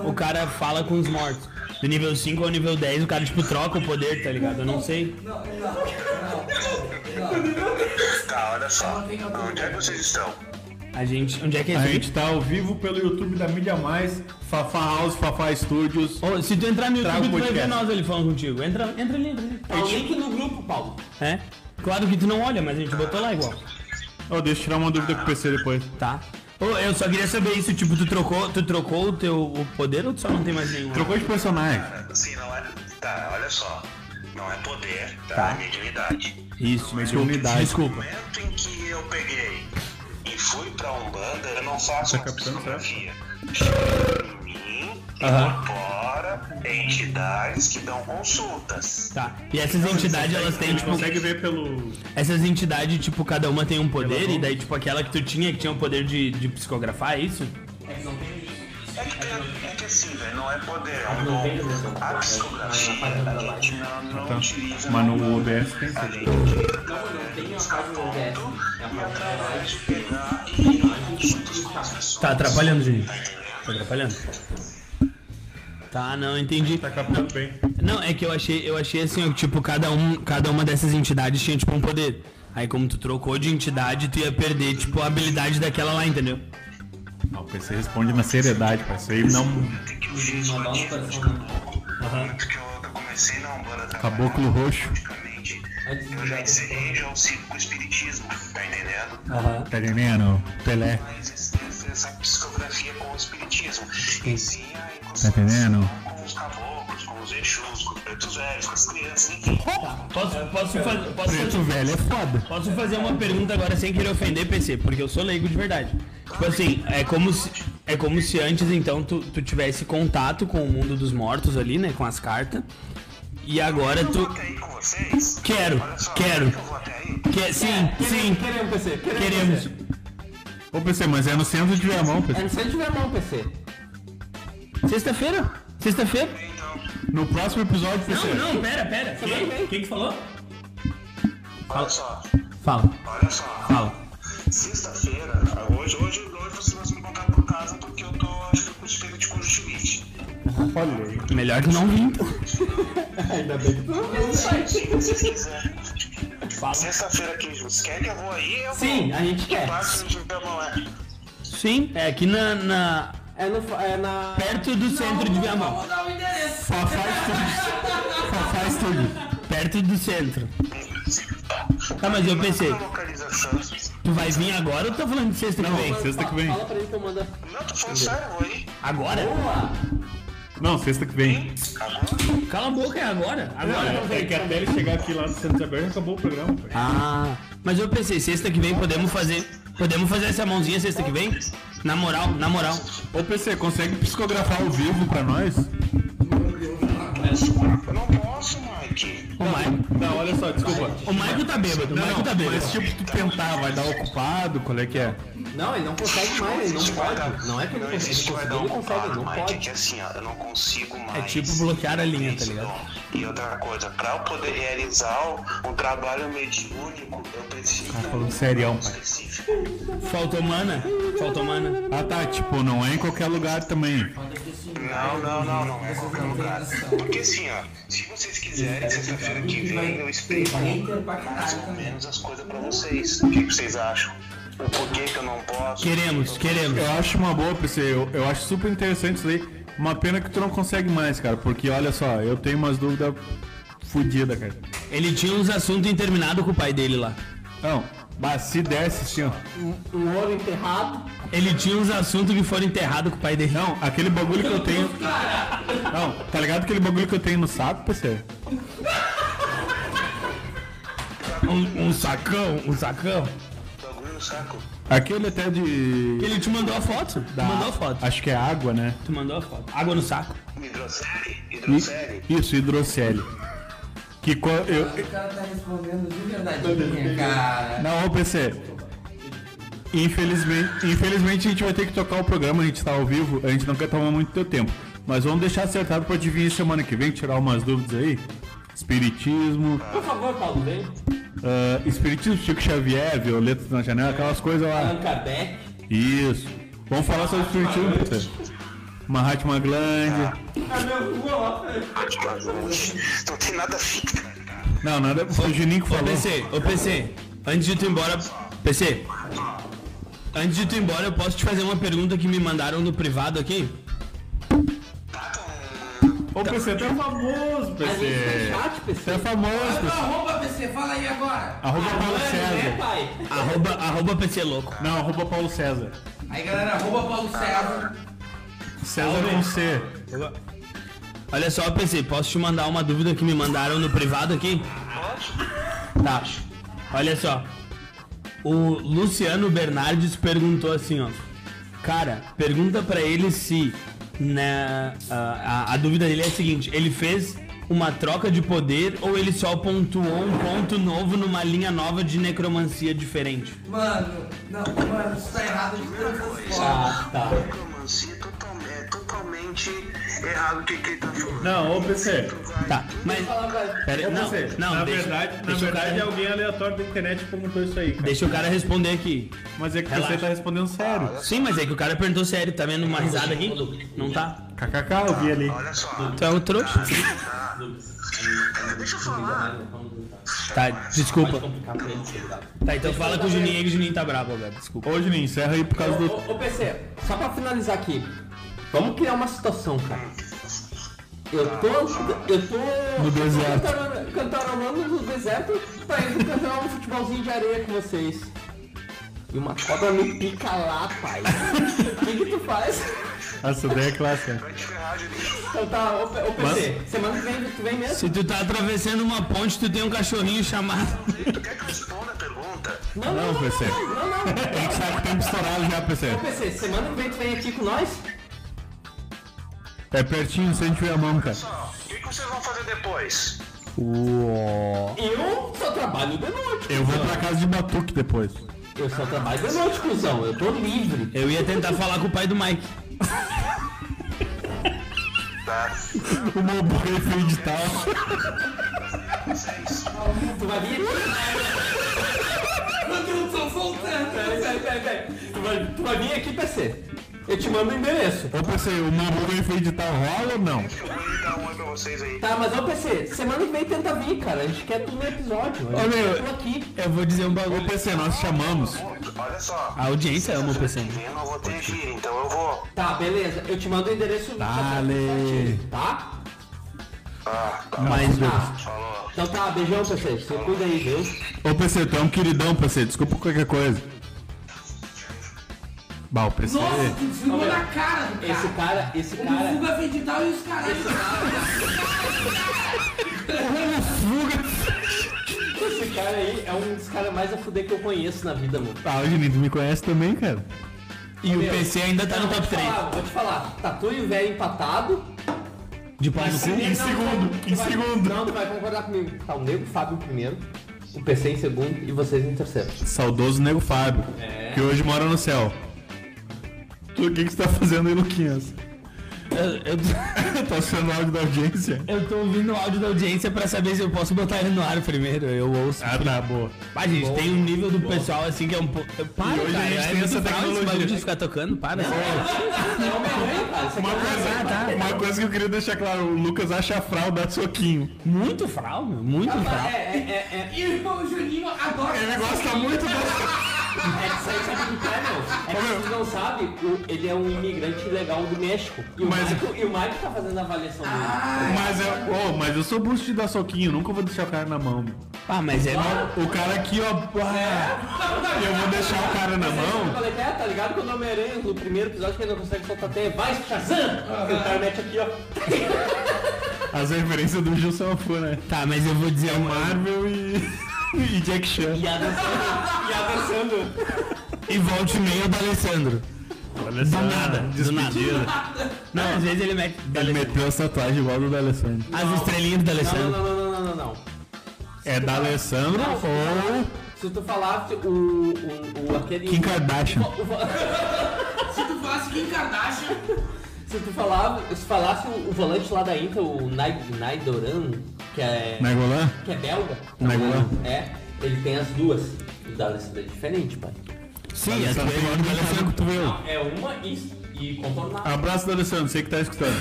C: o cara fala com os mortos. Do nível 5 ao nível 10, o cara, tipo, troca o poder, tá ligado? Eu não sei.
F: Tá, olha só. Onde é que vocês estão?
C: A gente. Onde é que é
A: A
C: isso?
A: gente tá ao vivo pelo YouTube da Mídia Mais, Fafá House, Fafá Studios.
C: Ô, se tu entrar no
A: Traga
C: YouTube,
A: o
C: tu vai ver
A: podcast.
C: nós ali falando contigo. Entra, entra ali, entra ali.
B: Tá o link no grupo, Paulo.
C: É? Claro que tu não olha, mas a gente botou lá igual.
A: Ó, deixa eu tirar uma dúvida com o PC depois.
C: Tá. Ô, eu só queria saber isso, tipo, tu trocou, tu trocou o teu o poder ou tu só não tem mais nenhum?
A: Trocou de personagem.
F: Assim, não é. Tá, olha só. Não é poder, tá?
C: Tá.
F: É mediunidade.
C: Isso,
A: Mas
C: desculpa.
A: unidade.
F: No
C: Desculpa.
F: momento em que eu peguei e fui pra Umbanda, eu não faço
A: Tá
F: mais
A: captando, tá?
F: psicografia. Chega em mim, incorpora entidades que dão consultas.
C: Tá. E essas entidades, elas têm, tipo.
A: Consegue ver pelo.
C: Essas entidades, tipo, cada uma tem um poder,
A: Pela
C: e daí, tipo, aquela que tu tinha, que tinha o poder de, de psicografar, é isso?
F: É que, tem- é que assim, velho, não é poder, é um dom. A psicografia a gente não, não
A: Tá.
F: utiliza.
A: Mas
F: na
A: no
F: Umbanda.
A: OBS tem
F: A
A: sim.
F: gente utiliza escapando e através de pegar e consultas com as pessoas.
C: Tá atrapalhando, gente. Tá atrapalhando. Tá, não, entendi.
A: Tá captando bem.
C: Não, é que eu achei, eu achei assim, ó, que, tipo, cada, um, cada uma dessas entidades tinha, tipo, um poder. Aí como tu trocou de entidade, tu ia perder, tipo, a habilidade daquela lá, entendeu?
A: Não, Ah, o PC responde na seriedade, parceiro. Não.
F: que eu fiz uma dica de caboclo. Tanto que eu comecei na Umbanda a
A: Caboclo roxo.
F: praticamente. Eu já encerrei já o ciclo com o espiritismo, tá entendendo?
A: Tá entendendo? Pelé.
F: Mas esse- esse- essa psicografia com o espiritismo. E sim a
A: Tá
F: inclusão
A: entendendo?
F: com os caboclos, com os exus, com os pretos velhos, com as crianças, enfim.
C: Posso, posso, fazer, posso,
A: Preto velho é foda.
C: Posso fazer uma pergunta agora sem querer ofender PC, porque eu sou leigo de verdade. Tipo assim, é como se, é como se antes então tu, tu tivesse contato com o mundo dos mortos ali, né? Com as cartas. E agora
F: Eu vou
C: tu.
F: até aí com vocês.
C: Quero,
F: Olha só,
C: quero.
F: Eu vou até aí.
C: Que, sim, sim,
B: Queremos, PC.
C: queremos.
B: PC.
A: Ô PC, mas é no centro de Viamão,
B: É
A: PC.
B: no centro de Vermão, PC.
C: Sexta-feira? Sexta-feira?
F: Então,
A: No próximo episódio, PC.
C: Não, não, pera, pera. Quem, quem que falou?
F: Olha só,
C: Fala,
F: olha só.
C: fala.
F: Sexta-feira, hoje, hoje, hoje vocês vão se encontrar por casa porque eu tô, acho que, com suspeita de conjuntivite.
A: Olha aí.
C: Melhor que não vim. então.
F: Se vocês quiserem. Sexta-feira, 15 Vocês querem que eu vou aí? Eu
B: Sim, a gente quer.
F: Passo de Viamão, é.
C: Sim, é aqui na. na-
B: É, no, é na...
C: perto do centro de Viamão.
D: Vamos dar o endereço.
A: Fafá Studios. Fafá Studios.
C: Perto do centro. Tá, mas eu pensei,
F: Não, localização.
C: tu vai vir agora ou tá falando de sexta que vem?
A: Sexta que vem.
B: Fala pra ele que eu mando.
F: Não, tô falando sério, eu vou aí.
C: Agora?
A: Não, sexta que vem.
F: Agora?
C: Cala a boca, é agora. Agora.
A: É que até ele chegar aqui lá no Centro de Aberto, acabou o programa. velho.
C: Ah, mas eu pensei, sexta que vem podemos fazer. Podemos fazer essa mãozinha sexta que vem? Na moral, na moral.
A: Ô PC, consegue psicografar ao vivo pra nós?
C: É.
F: Eu não posso, Mike.
C: O Maico.
A: Não, olha só, desculpa.
C: O Maico tá bêbado, o
A: Não,
C: Maico tá
A: não,
C: bêbado.
A: mas tipo, tu tentar, vai dar ocupado, qual é que é?
B: Não, ele não consegue mais, ele não
F: existe
B: pode.
F: guardar-
B: Não é que ele
F: não
B: consegue,
F: existe
B: ele
F: guardar um
B: consegue,
F: contrato,
B: não
F: Mike, É
B: pode.
F: que assim, ó, eu não consigo mais.
C: É tipo bloquear a linha, tá
F: Isso,
C: ligado?
F: não. E outra coisa, pra eu poder realizar o- um trabalho mediúnico, eu preciso. Tá
A: falando serião, pai.
F: específico.
C: Faltou mana. Faltou mana.
A: Ah tá, tipo, não é em qualquer lugar também.
F: Não, não, não, não é qualquer lugar. Porque assim, ó, se vocês quiserem, sexta-feira que vem eu explico mais ou menos as coisas pra vocês. O que que vocês acham? O porquê que eu não posso?
C: Queremos, queremos.
A: Eu acho uma boa, PC, eu, eu acho super interessante isso aí. Uma pena que tu não consegue mais, cara, porque olha só, eu tenho umas dúvidas fodidas, cara.
C: Ele tinha uns assuntos interminados com o pai dele lá.
A: Não, mas se desse, assim, ó.
B: Um ouro enterrado.
C: Ele tinha uns assuntos que foram enterrados com o pai dele.
A: Não, aquele bagulho que eu tenho. Não, tá ligado aquele bagulho que eu tenho no saco, PC?
C: Um, um sacão, um sacão.
F: Bagulho no saco.
A: Aquele até de.
C: Ele te mandou a foto?
A: da-
C: Tu mandou a foto.
A: Acho que é água, né?
C: Tu mandou a foto. Água no saco.
F: Hidrocele?
A: I-
F: Hidrocele?
A: Isso, hidrocele. Que co- eu,
D: O cara tá respondendo de verdade, né, cara.
A: Não, ô PC. Infelizmente, infelizmente a gente vai ter que tocar o programa, a gente tá ao vivo, a gente não quer tomar muito teu tempo. Mas vamos deixar acertado pra te vir semana que vem, tirar umas dúvidas aí. Espiritismo,
B: Por favor, Paulo, vem.
A: ah, espiritismo Chico Xavier, Violetas na Janela, aquelas coisas lá.
B: Allan Kardec.
A: Isso. Vamos falar sobre espiritismo, PC. Mahatma Gandhi.
B: Ah, meu cu, ó.
F: Não tem nada fixo, cara.
A: Não, nada, foi o Juninho que
C: Ô
A: falou.
C: PC, ô PC, antes de tu ir embora. PC. Antes de tu ir embora, eu posso te fazer uma pergunta que me mandaram no privado aqui?
A: Ô PC, tu é famoso,
B: A gente tá tem
A: PC.
B: chat,
A: Tu é
B: pessoal.
A: famoso,
D: Não,
A: PC.
D: arroba PC, fala aí agora.
A: Arroba Paulo
B: Né,
A: César.
B: pai?
C: Arroba, arroba PC louco.
A: Não, arroba Paulo César.
D: Aí galera, arroba Paulo César.
A: César com C.
C: Olha só, PC, posso te mandar uma dúvida que me mandaram no privado aqui? Tá. Olha só. O Luciano Bernardes perguntou assim, ó. Cara, pergunta pra ele se né, a, a- a dúvida dele é a seguinte, ele fez uma troca de poder ou ele só pontuou um ponto novo numa linha nova de necromancia diferente?
D: Mano, não, mano, isso tá errado de todas as formas.
C: Ah, tá.
F: Necromancia é total- é totalmente errado o que que ele tá falando.
A: Não, ô PC.
C: Tá, mas... Pera, não, não,
A: na
C: deixa,
A: verdade, na
C: deixa o cara-
A: verdade é alguém aleatório da internet perguntou isso aí, cara.
C: Deixa o cara responder aqui.
A: Mas é que
C: Relaxa.
A: você tá respondendo sério.
C: Sim, mas é que o cara perguntou sério, tá vendo uma risada aqui? Não tá?
A: KKK, eu vi ali.
F: Olha só.
C: Tu é um trouxa.
A: Ah,
F: Deixa eu falar.
C: Tá,
B: É
C: desculpa.
B: né?
C: Tá, então fala com o Juninho aí que o Juninho tá bravo agora, desculpa.
A: Ô, Juninho, encerra aí por causa do...
B: Ô, ô, ô, PC, só pra finalizar aqui. Vamos criar uma situação, cara. Eu tô. Eu tô.
A: No deserto.
B: cantarolando- Cantarolando no deserto pra ir cantar um futebolzinho de areia com vocês. E uma cobra me pica lá, pai. O que, que tu faz?
A: Essa ideia é clássica.
F: Vai te ferrar, Juninho.
B: Então tá, ô, P- ô PC, semana que vem tu vem mesmo?
C: Se tu tá atravessando uma ponte, tu tem um cachorrinho chamado.
F: Tu quer que eu responda a pergunta?
B: Não,
A: Não, PC.
B: não, não, não,
A: A gente tá com o tempo estourado já, PC.
B: Ô PC, semana que vem tu vem aqui com nós?
A: É pertinho, sente a mão, cara.
F: Só, o que que vocês vão fazer depois?
A: Uó.
B: Eu só trabalho de noite.
A: Eu vou pra casa de Batuque depois.
B: Eu só trabalho de noite, cuzão. Eu tô livre.
C: Eu ia tentar falar com o pai do Mike.
F: Tá?
A: O meu banho foi edital.
F: Vocês.
B: Tu vai vir?
D: Eu tô soltando.
B: Peraí, peraí, peraí, peraí. Tu vai, tu vai vir aqui, PC. Eu te mando o endereço.
A: Ô, PC, o meu banho foi edital rola ou não?
F: Eu vou dar um oi pra vocês aí.
B: Tá, mas ô PC, semana que vem tenta vir, cara. A gente quer tudo no episódio.
C: Ô,
B: Eu
C: meu.
B: tô aqui.
C: Eu vou dizer um bagulho.
A: Ô, PC, nós chamamos.
F: Olha só.
C: A audiência é ama o PC.
F: Eu não vou ter gíria, então eu vou.
B: Tá, beleza. Eu te mando o endereço
A: Dale.
B: do Tá?
F: Ah, tá.
A: Mas,
F: Falou.
B: Então tá, beijão, PC. Você cuida aí, viu?
A: ô, PC, tu é um queridão, PC. Desculpa qualquer coisa. Bah, o PC...
D: Nossa, tu desligou na cara do
B: Esse
D: cara.
B: cara, esse
D: O Cara.
B: cara.
D: Fuga Vendital e os caralho.
B: Esse cara aí é um dos caras mais a fuder que eu conheço na vida, mano.
A: Ah, o Juninho, tu me conhece também, cara?
C: E o PC ainda tá no
B: Vou
C: top
B: te
C: 3.
B: falar, vou te falar. Tá tu e o velho empatado.
C: De pai no
A: Em
C: cu.
B: Não,
A: segundo,
B: tu
A: em
B: vai-
A: segundo.
B: Não, tu vai concordar comigo. Tá o Nego Fábio em primeiro, o PC em segundo e vocês em terceiro.
A: Saudoso Nego Fábio.
B: É.
A: que hoje mora no céu. Tu- O que, que você tá fazendo aí, Luquinhas? *laughs*
C: Eu,
A: tá sendo áudio da audiência?
C: eu, eu tô ouvindo o áudio da audiência pra saber se eu posso botar ele no ar primeiro. Eu ouço.
A: Ah, tá, boa.
C: Ah, gente, tem um nível do pessoal assim que é um pouco. Para,
A: hoje a
C: cara,
A: gente
C: é
A: tem
C: muito
A: essa
C: fraco
A: tecnologia,
C: Esse bagulho
A: né?
C: de ficar tocando, para.
A: Uma coisa, uma coisa que eu queria deixar claro, o Lucas acha a fralda soquinho.
C: Muito fral, meu. Muito fral.
B: É, é, né? é.
D: *laughs* E o Juninho adora.
A: Ele gosta muito da...
B: É que sabe, sabe o que é, meu? É que vocês não sabem, o- ele é um imigrante ilegal do México. E o,
A: Mas- Ah.
B: Mike, e o Mike tá fazendo a avaliação dele.
A: Mas eu, oh, mas eu sou bruxo de dar soquinho, nunca vou deixar o cara na mão. meu.
C: Ah, mas é.
A: O cara aqui, ó... ah, eu vou deixar o cara na
B: Eu
A: mão...
B: falei, é, tá ligado quando o Homem-Aranha, no primeiro episódio, que ele não consegue soltar até, vai, Shazam! E o cara mete aqui, ó.
A: As referências do Gil são fã, né?
C: Tá, mas eu vou dizer uma.
A: Marvel e... *laughs* e Jack Chan.
B: E a dançando, e a dançando.
C: E volte e meia do Alessandro.
A: Olha
C: Do nada, do nada. Não, às vezes ele mete.
A: Ele meteu essa tatuagem igual do da Alessandro.
C: As estrelinhas do
B: Não,
C: Alessandro.
B: não, não, não, não, não, não.
A: É da Alessandro ou
B: Se tu falasse o, o, o aquele...
A: Kim Kardashian?
D: Se tu falasse Kim Kardashian,
B: *laughs* Se tu falava, se falasse o, o volante lá da Inter, o Nai- Naidoran, que é,
A: Nagolan?
B: que é belga.
A: Naigolan?
B: É, ele tem as duas. O da Alessandra é diferente, pai.
C: Sim, as
A: Alessandro tem mais
C: estrelinhas do
A: do que
C: Alessandro.
A: cotovelo.
B: É uma e, e
C: Ah,
B: contornar.
A: Abraço da Alessandro, sei que tá escutando.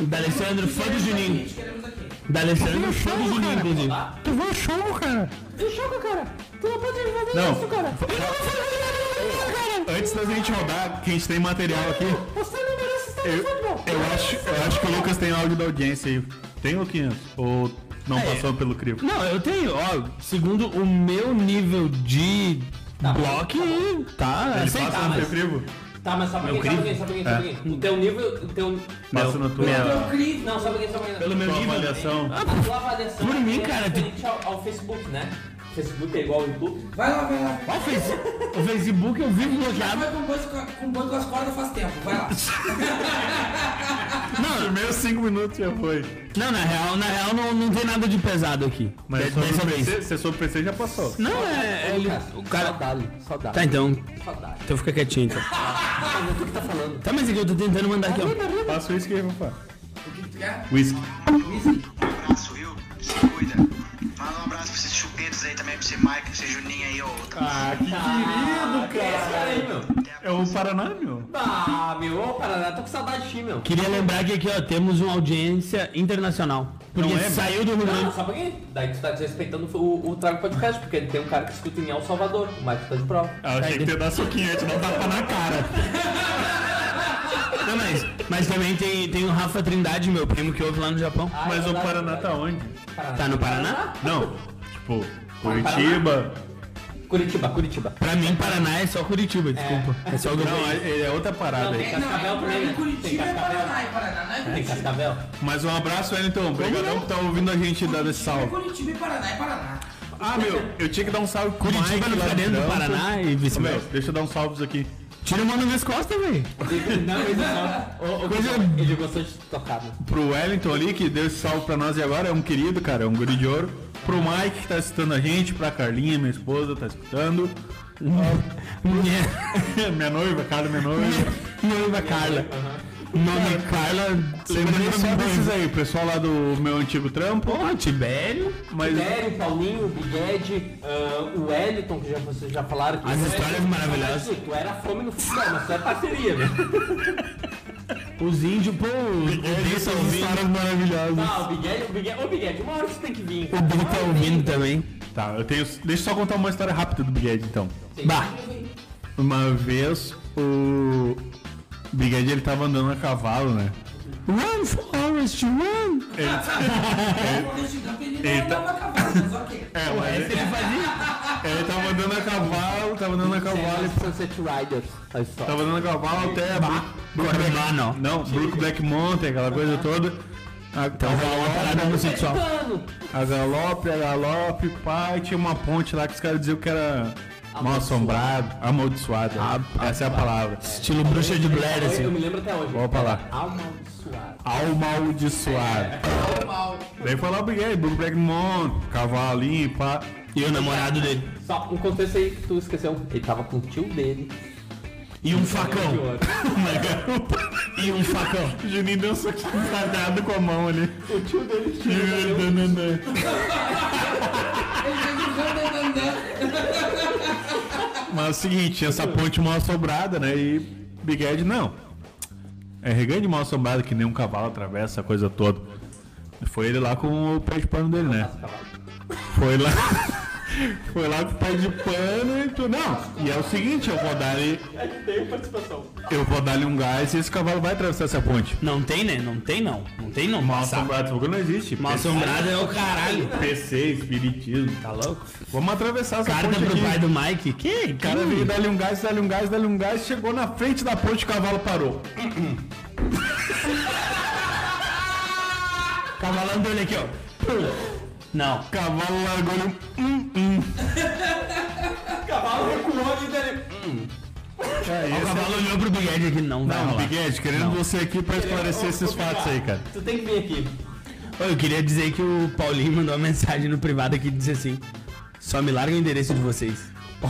C: Da Alessandro, fã do Juninho.
D: gente, queremos aqui.
C: Da Alessandro, fã do Juninho, inclusive.
A: Tu vai ao show, cara? Não, antes da gente rodar, que a gente tem material aqui. Eu, eu acho, eu acho que o Lucas tem áudio da audiência aí. Tem, Luquinhas? Ou não
C: É.
A: passou pelo crivo?
C: Não, eu tenho, ó, segundo o meu nível de bloco, tá
A: Ele passa no
C: aceitável.
A: teu crivo?
B: Tá, mas
C: é
B: sabe quem, sabe quem, sabe quem, sabe quem. O teu nível, o teu...
A: Passa na
B: É,
A: tua,
D: Eu crivo.
B: Não, sabe quem, sabe quem.
A: tua avaliação.
B: A tua avaliação
C: Ah, Por mim,
B: é
C: cara, tipo-
B: diferente ao, ao Facebook, né? O Facebook é igual ao YouTube.
D: Vai lá, vai lá.
C: Ó, o Face- o Facebook eu vivo
D: Já
C: bloqueado.
D: vai com o boi com- com o boi com as cordas faz tempo. Vai lá.
A: Primeiros cinco minutos já foi.
C: Não, na real, na real não, não tem nada de pesado aqui.
A: Mas
C: de- dessa
A: sobre o
C: vez.
A: PC, você sobre o PC já passou.
C: Não, é. é ele-
B: Cara,
C: o cara.
B: dá-lhe, só dá.
C: Tá, então.
B: Só dá.
C: Então fica quietinho
B: *laughs*
C: então.
B: Ah, mas o que tá falando?
C: Tá, mas é que eu tô tentando mandar aqui, ó.
A: Passa o uísque aí, papai.
D: O que tu quer?
A: Whisky.
F: Um abraço, viu? Se cuida. Manda um abraço pra esses chupetos aí também, pra você, Mike, pra você, Juninho aí, ô. tá
A: Ah, que querido, cara.
B: Aí, meu.
A: É o Paraná, meu?
B: Ah, meu, ô Paraná, tô com saudade de ti, meu.
C: Queria lembrar que aqui, ó, temos uma audiência internacional. Porque
A: Não é, mano?
C: saiu do Rio
B: Não,
C: Grande.
B: sabe por quê? Daí tu tá desrespeitando o, o Trago Podcast, porque ele tem um cara que escuta em El Salvador, o Marcos tá de prova.
A: Ah, achei que tu ia dar suquinho, ia te dar um tapa na cara.
C: Não, mas, mas também tem, tem o Rafa Trindade, meu primo, que ouve lá no Japão.
B: Ah,
A: Mas
B: é
A: o
B: verdade,
A: Paraná tá
B: verdade.
A: onde?
B: Paraná.
C: Tá no Paraná?
A: Não, tipo, Curitiba.
B: Curitiba, Curitiba.
C: Pra mim, Paraná é só Curitiba, desculpa. É, só o Grande.
A: Não, é, é outra parada aí.
B: Tem Cascavel
D: pra
B: também,
D: mim
B: né? Tem
D: Curitiba é
B: Cascavel.
D: Paraná, é Paraná, não é
B: Tem
D: Curitiba.
B: Cascavel.
A: Mas um abraço, Wellington. Obrigadão por tá ouvindo a gente dando esse salve.
D: Curitiba e Paraná é Paraná.
A: Ah, meu, eu tinha que dar um salve pro
C: Curitiba
A: Mike
C: não
A: lá
C: fica dentro do
A: Trampo.
C: Paraná e
A: Ô, meu,
C: vice-versa.
A: deixa eu dar uns salvos aqui.
C: Tira o mano nas costas, velho.
B: Não, ele não. Ô, ô,
C: Coisa-
B: Ele gostou de tocar, né?
A: Pro Wellington ali, que deu esse salve pra nós e agora é um querido, cara, é um guri de ouro. Pro Mike, que tá escutando a gente, pra Carlinha, minha esposa, tá escutando.
C: Minha
A: *laughs* minha noiva, Carla, minha noiva. é
C: noiva Carla. Nome Carla.
A: Lembrei só
C: sobrenome
A: desses aí, o pessoal lá do meu antigo trampo.
C: Porra, Tibério.
A: Mas
B: Sério, Paulinho, Biguede, ah, o Wellington, que já, vocês já falaram. que
C: As
B: tu era-
C: histórias maravilhosas.
B: Tu era fome no futebol, mas tu é parceria, né?
C: Os índios,
A: Tipo,
C: pô, o Big tá ouvindo.
A: maravilhosas.
B: Ah, o Biguete, o Biguete, ô Biguete, uma hora você tem que vir.
C: O Big tá ouvindo também.
A: Tá, eu tenho. Deixa eu só contar uma história rápida do Brigade, então.
B: assim.
C: Bah,
A: Uma vez o Brigade ele tava andando a cavalo, né?
C: run Forest, run!
D: Ele não dava cavalo, mas ok.
A: É, mas ele,
C: Ele fazia?
A: ele tava andando a cavalo, tava andando a cavalo, e-
B: Sunset Riders. Olha só.
A: tava andando a cavalo até a Brook- Brook-
C: Lá não.
A: não, Brook Black Mountain, aquela coisa toda. A, a
C: Parada
A: galope,
C: homossexual.
B: Mano,
A: a galope, a galope, pá, e tinha uma ponte lá que os caras diziam que era mal assombrado, amaldiçoado. Essa é a palavra.
C: Estilo bruxa de Blair,
B: Eu
C: assim.
B: me lembro até hoje.
A: Qual a palavra?
B: Amaldiçoado.
A: Amaldiçoado.
D: Mal.
A: Daí foi lá, briguei, Blue Blackmon, cavalinho, pá.
C: E o namorado dele.
B: Só um contexto aí que tu esqueceu. Ele tava com o tio dele.
C: E um
A: *laughs*
C: facão.
B: Que ódio.
C: e um facão.
A: O Juninho deu um soquinho quadrado com a mão ali.
B: O tio dele tinha.
C: um
A: Mano, Mas é o seguinte, essa ponte mal assombrada, né? E Big Ed, não. É regando mal assombrado que nem um cavalo atravessa a coisa toda. Foi ele lá com o pé de pano dele, né? Foi lá. *laughs* Foi lá com o pé de pano e tu. Não, e é o seguinte, eu vou dar ele.
B: É que tem participação.
A: Eu vou dar-lhe um gás e esse cavalo vai atravessar essa ponte.
C: Não tem, né? Não tem, não. Não tem, não.
A: Mal
C: Sabe?
A: assombrado, esse bagulho não existe.
C: Mal assombrado é o caralho.
A: PC, espiritismo.
C: Tá louco?
A: Vamos atravessar essa
C: Carta
A: ponte
C: pro
A: aqui.
C: pai do Mike. Que?
A: O cara
C: que-
A: veio dar-lhe um gás, dar-lhe um gás, dar-lhe um gás, chegou na frente da ponte, o cavalo parou.
C: *laughs* Cavalo andou ele aqui, ó. Não.
A: O cavalo largou-lhe um...
B: O um cavalo recuou e dele.
A: É,
C: O
A: esse...
C: cavalo olhou pro Big Ed aqui. Não, vai
A: Não,
C: rolar.
A: Big Ed, querendo você aqui pra esclarecer esses fatos aí, cara.
B: Tu tem que vir aqui.
C: Ô, Eu queria dizer que o Paulinho mandou uma mensagem no privado aqui e disse assim: Só me larga o endereço de vocês.
B: Ô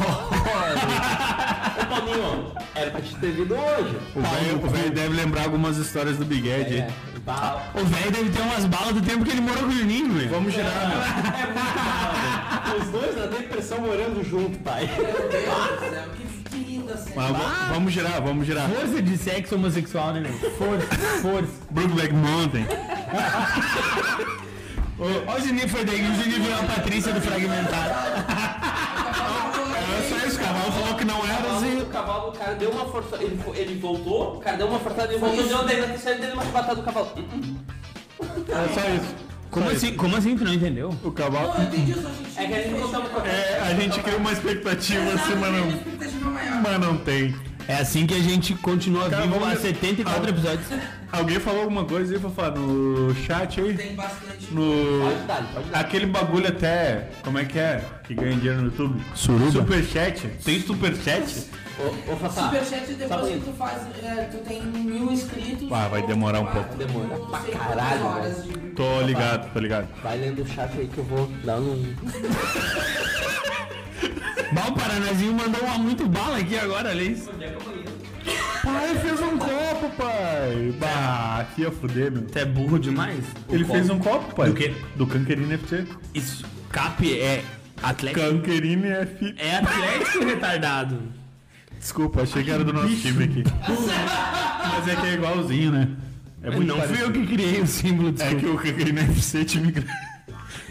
B: Paulinho, era pra te ter vindo hoje.
A: O velho- O velho deve lembrar algumas histórias do Big Ed, hein?
B: É, bah,
C: O velho deve ter umas balas do tempo que ele morou com o Juninho, velho. Ah,
A: Vamos girar, né?
B: é muito mal, né? Os dois na depressão morando junto, pai.
D: Meu Deus do céu, que que linda cena.
A: Mas va- Vamos girar, vamos girar.
C: Força de sexo homossexual, né, meu? *laughs* Força, força.
A: Brookback *laughs* Mountain.
C: Olha o Juninho foi daí, o Juninho virou a Patrícia
A: *laughs*
C: do Fragmentado.
A: É só isso, o cavalo falou que não era assim.
B: O cavalo, o cara deu uma força, ele, fo- ele voltou, o cara deu uma forçada, ele
D: Foi
B: voltou,
D: isso.
B: deu daí na terceira dele uma batada do cavalo. Hum, hum.
A: É só isso.
C: Como
A: Só isso.
C: assim? Como assim? Tu não entendeu?
A: O cavalo...
D: Não, eu entendi, eu só a gente.
B: É que a gente não tava com a
A: É, a gente cria uma expectativa assim, mas
D: Uma
A: não,
D: é expectativa maior.
A: mas não tem.
C: É assim que a gente continua
A: Cara,
C: vivo
A: vamos-
C: há 74 episódios.
A: Alguém falou alguma coisa aí, Fafá, no chat aí?
D: Tem bastante.
A: No...
B: Pode dar, pode dar.
A: Aquele bagulho até... Como é que é? Que ganha dinheiro no YouTube? Suruba. Superchat. Tem superchat?
B: Ô, ô Fassá,
D: Superchat
B: Tá
D: depois que
B: bonito.
D: tu faz, é, tu tem mil inscritos.
A: Ah, vai demorar um pouco.
B: Demora pra
D: sei quantas
B: caralho, né?
D: horas de-
A: Tô ligado, tô ligado.
B: vai lendo o chat aí que eu vou dar um...
C: Mal Paranazinho mandou uma muito bala aqui agora, olha isso.
A: Pai, fez um copo, pai. Bah, aqui ia fuder, meu.
C: Tu é burro demais.
A: Ele fez um copo, pai.
C: Do quê?
A: Do Canquerine FC.
C: Isso. Cap é atlético.
A: Canquerine FC.
C: É atlético retardado.
A: Desculpa, achei que era do nosso time
C: *laughs*
A: aqui. Mas é que é igualzinho, né? É muito
C: não
A: parecido.
C: fui eu que criei o símbolo,
A: É
C: desculpa.
A: que o Canquerine FC é time grande. *laughs*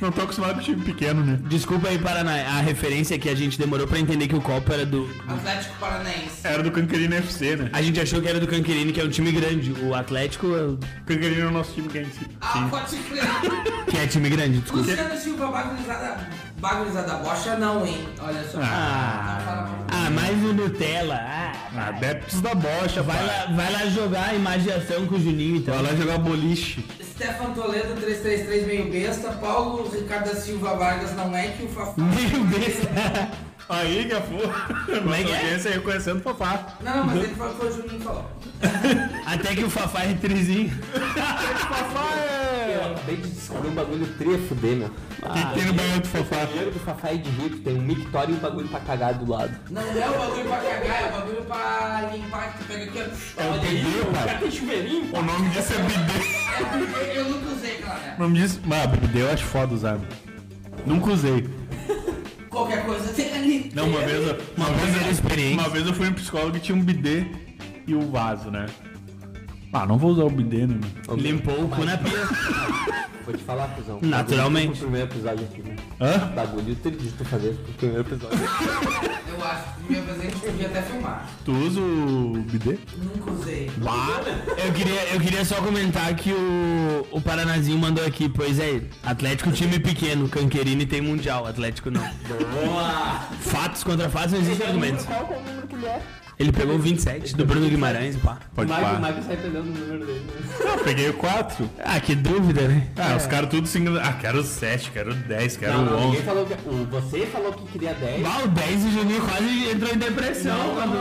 A: Não tô acostumado com time pequeno, né?
C: É. Desculpa aí, Paraná. A referência é que a gente demorou pra entender que o copo era do...
D: Atlético Paranaense.
A: Era do Canquerine FC, né?
C: A gente achou que era do Canquerini, que é um time grande. O Atlético, é-
A: Canquerine é o nosso time que a gente se-
D: Ah, pode
A: *laughs*
D: crer.
C: que é time grande, desculpa.
D: Luciano Silva, bagunizada. Bagunizada bocha, não, hein? Olha só.
C: Ah.
D: Não fala mal.
C: Ah, mais um Nutella. Ah,
A: Adeptos da bocha,
C: vai, lá, vai lá jogar a imaginação com o Juninho, então.
A: Vai lá jogar boliche.
D: Stefan Toledo, 333 meio besta. Paulo Ricardo da Silva Vargas, não é que o Fafá.
C: Meio besta.
A: Aí, Gafu.
C: Como é que é?
A: Audiência reconhecendo o papá.
D: Não, não, mas ele falou foi o Juninho que falou.
C: Até que o Fafá é *laughs* trizinho.
A: Papá é...
B: Acabei de descobrir um bagulho tri a fuder, meu.
C: Ah.
A: que tem no banheiro é do Fafá?
B: O banheiro do Fafá é de rico, tem um mictório e um bagulho pra cagar do lado.
D: Não é o bagulho pra cagar, é o bagulho pra limpar que tu pega aqui. ó.
A: É o bidê, pai.
B: tem chuveirinho,
A: O nome disso é bidê.
D: É porque eu nunca usei, galera.
A: O nome disso... Ah, bidê eu acho foda usar. Nunca usei.
D: Qualquer coisa tem ali.
A: Não, uma vez... eu- Uma vez
C: Primeira experiência.
A: Uma vez eu fui em psicólogo e tinha um bidê e o vaso, né? Ah, não vou usar o bidê, né, mano?
C: Limpou o cu na pia.
B: Vou te falar, cuzão.
C: Naturalmente.
B: O primeiro episódio aqui, né?
A: Hã?
B: Bagulho tri de tu fazer o primeiro episódio.
D: Eu acho que minha vez a gente podia até filmar.
A: Tu usa o bidê?
D: Nunca usei.
C: Eu queria, eu queria só comentar que o, o Paranazinho mandou aqui, pois é, Atlético time pequeno, Canquerini tem mundial, Atlético não. Boa! Fatos contra fatos, não existe argumento.
B: Qual é o número que ele é?
C: Ele pegou o 27 do Bruno Guimarães, pá.
A: Pode
B: o Michael, o
A: pá.
B: Michael sai pegando o número dele. né?
A: Não, peguei o 4.
C: Ah, que dúvida, né?
A: Ah, os caras tudo se engan- Ah, quero 7, quero 10, quero
B: Não, não, ninguém
A: 11.
B: falou que. o- Você falou que queria 10.
C: Bah, Ah, o 10 e o Juninho quase entrou em depressão. quando-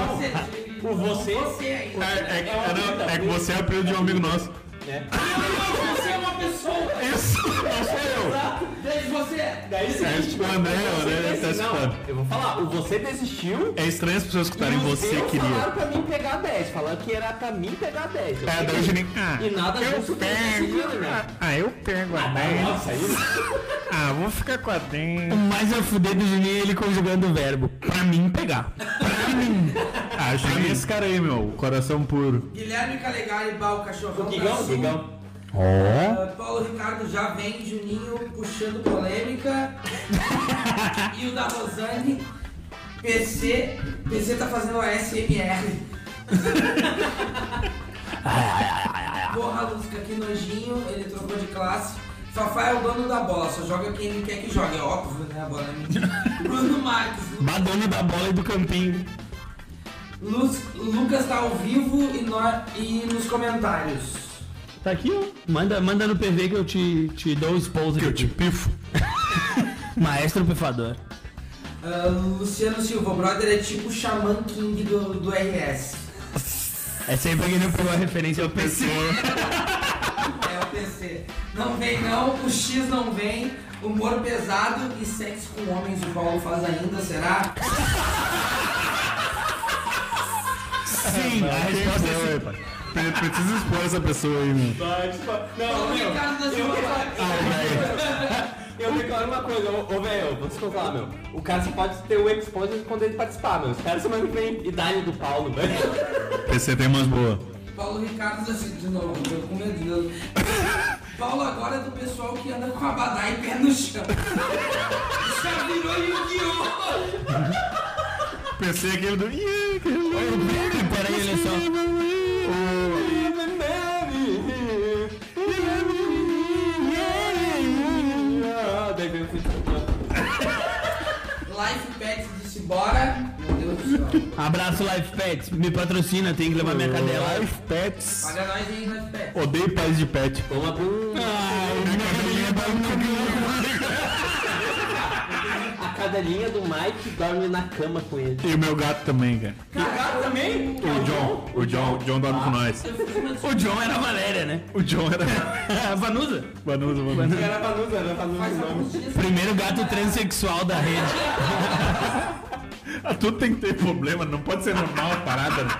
B: O você.
D: é Você aí.
A: É, é,
B: É uma
A: é, não,
B: vida,
A: é que
B: vida.
A: você é apelido de um amigo nosso.
B: né?
D: Você é uma pessoa.
A: Isso, não sou eu.
D: Desde você.
B: Daí o
A: É
B: seguinte,
A: tipo, o André, o
B: você
A: André tá
B: desi-
A: escutando.
B: não, eu vou falar, o você desistiu.
A: É estranho as pessoas escutarem
B: e os
A: você
B: meus
A: queria.
B: falaram pra mim pegar 10, falaram que era pra mim pegar 10. Eu
A: É, daí o
B: peguei.
A: Juninho. Ah,
B: E nada justo
A: eu
B: com esse dinheiro,
A: pego.
B: né?
A: Ah, Ah, eu pego a 10.
B: Nossa, isso.
A: Ah, vou ficar com a 10.
C: O mais a fuder do Juninho é ele conjugando o verbo. Pra mim pegar.
A: *laughs* Ah, Juninho é esse cara aí, meu. Coração puro.
D: Guilherme Calegari, Bal, Cachorrão.
B: Digão,
D: Sul.
B: digão.
A: Ó.
D: Ah, Paulo Ricardo já vem, Juninho puxando polêmica. e o da Rosane, PC. PC tá fazendo a SMR. Porra, Lusca, que nojinho, ele trocou de classe. Fafá é o dono da bola, só joga quem ele quer que jogue. É óbvio, né? A bola é mentira. Bruno Marques,
C: Badona da bola e do campinho.
D: Luz- Lucas tá ao vivo e, no- e nos comentários.
C: Tá aqui, ó. Manda, manda no PV que eu te, te dou o esposo. Que eu te pifo. *laughs* Maestro pifador.
D: Ah, Luciano Silva, o brother é tipo o Xamã King do, do RS.
C: É sempre quem não pegou a referência ao PC.
D: É o PC. Não vem não, o X não vem, humor pesado e sexo com homens o Paulo faz ainda, será?
C: Sim, a resposta é sim.
A: Pre- Precisa expor essa pessoa aí, meu.
B: Não,
D: Paulo
B: meu.
D: Ricardo da Silva.
B: Eu declaro uma coisa, ô, ô velho, vou te falar, meu. O cara só pode ter o exposure quando ele participar, meu. Os caras só não têm idade do Paulo, velho.
A: PC tem umas boas.
D: Paulo Ricardo da Silva, de novo, eu tô com medo. Paulo agora é do pessoal que anda com a badá e pé no chão. Já virou Yu-Gi-Oh!
A: PC é aquele do. Ih, que
C: Peraí, olha só.
B: Daí vem o futebol.
D: Life Pets disse bora. Meu Deus do céu.
C: Abraço, Life Pets. Me patrocina, tem que levar minha cadela.
A: Life Pets.
D: Paga nós, hein, Life Pets.
A: Odeio pais de pet.
C: Ah,
A: É
B: Vamos abrir um-
C: é
A: um
B: A cadelinha do Mike dorme na cama com ele.
A: E o meu gato também, cara.
B: Cagado também?
A: O John. O John. O John dorme com nós.
D: Eu fiz uma
C: O John era a Valéria, né?
A: O John era. *laughs*
C: A *laughs* Vanusa.
A: Vanusa, Vanusa.
B: Era Vanusa, era
D: Faz
B: Vanusa.
D: alguns dias.
C: Primeiro gato transexual da rede.
A: *laughs* Ah, Tudo tem que ter problema, não pode ser normal a parada. né?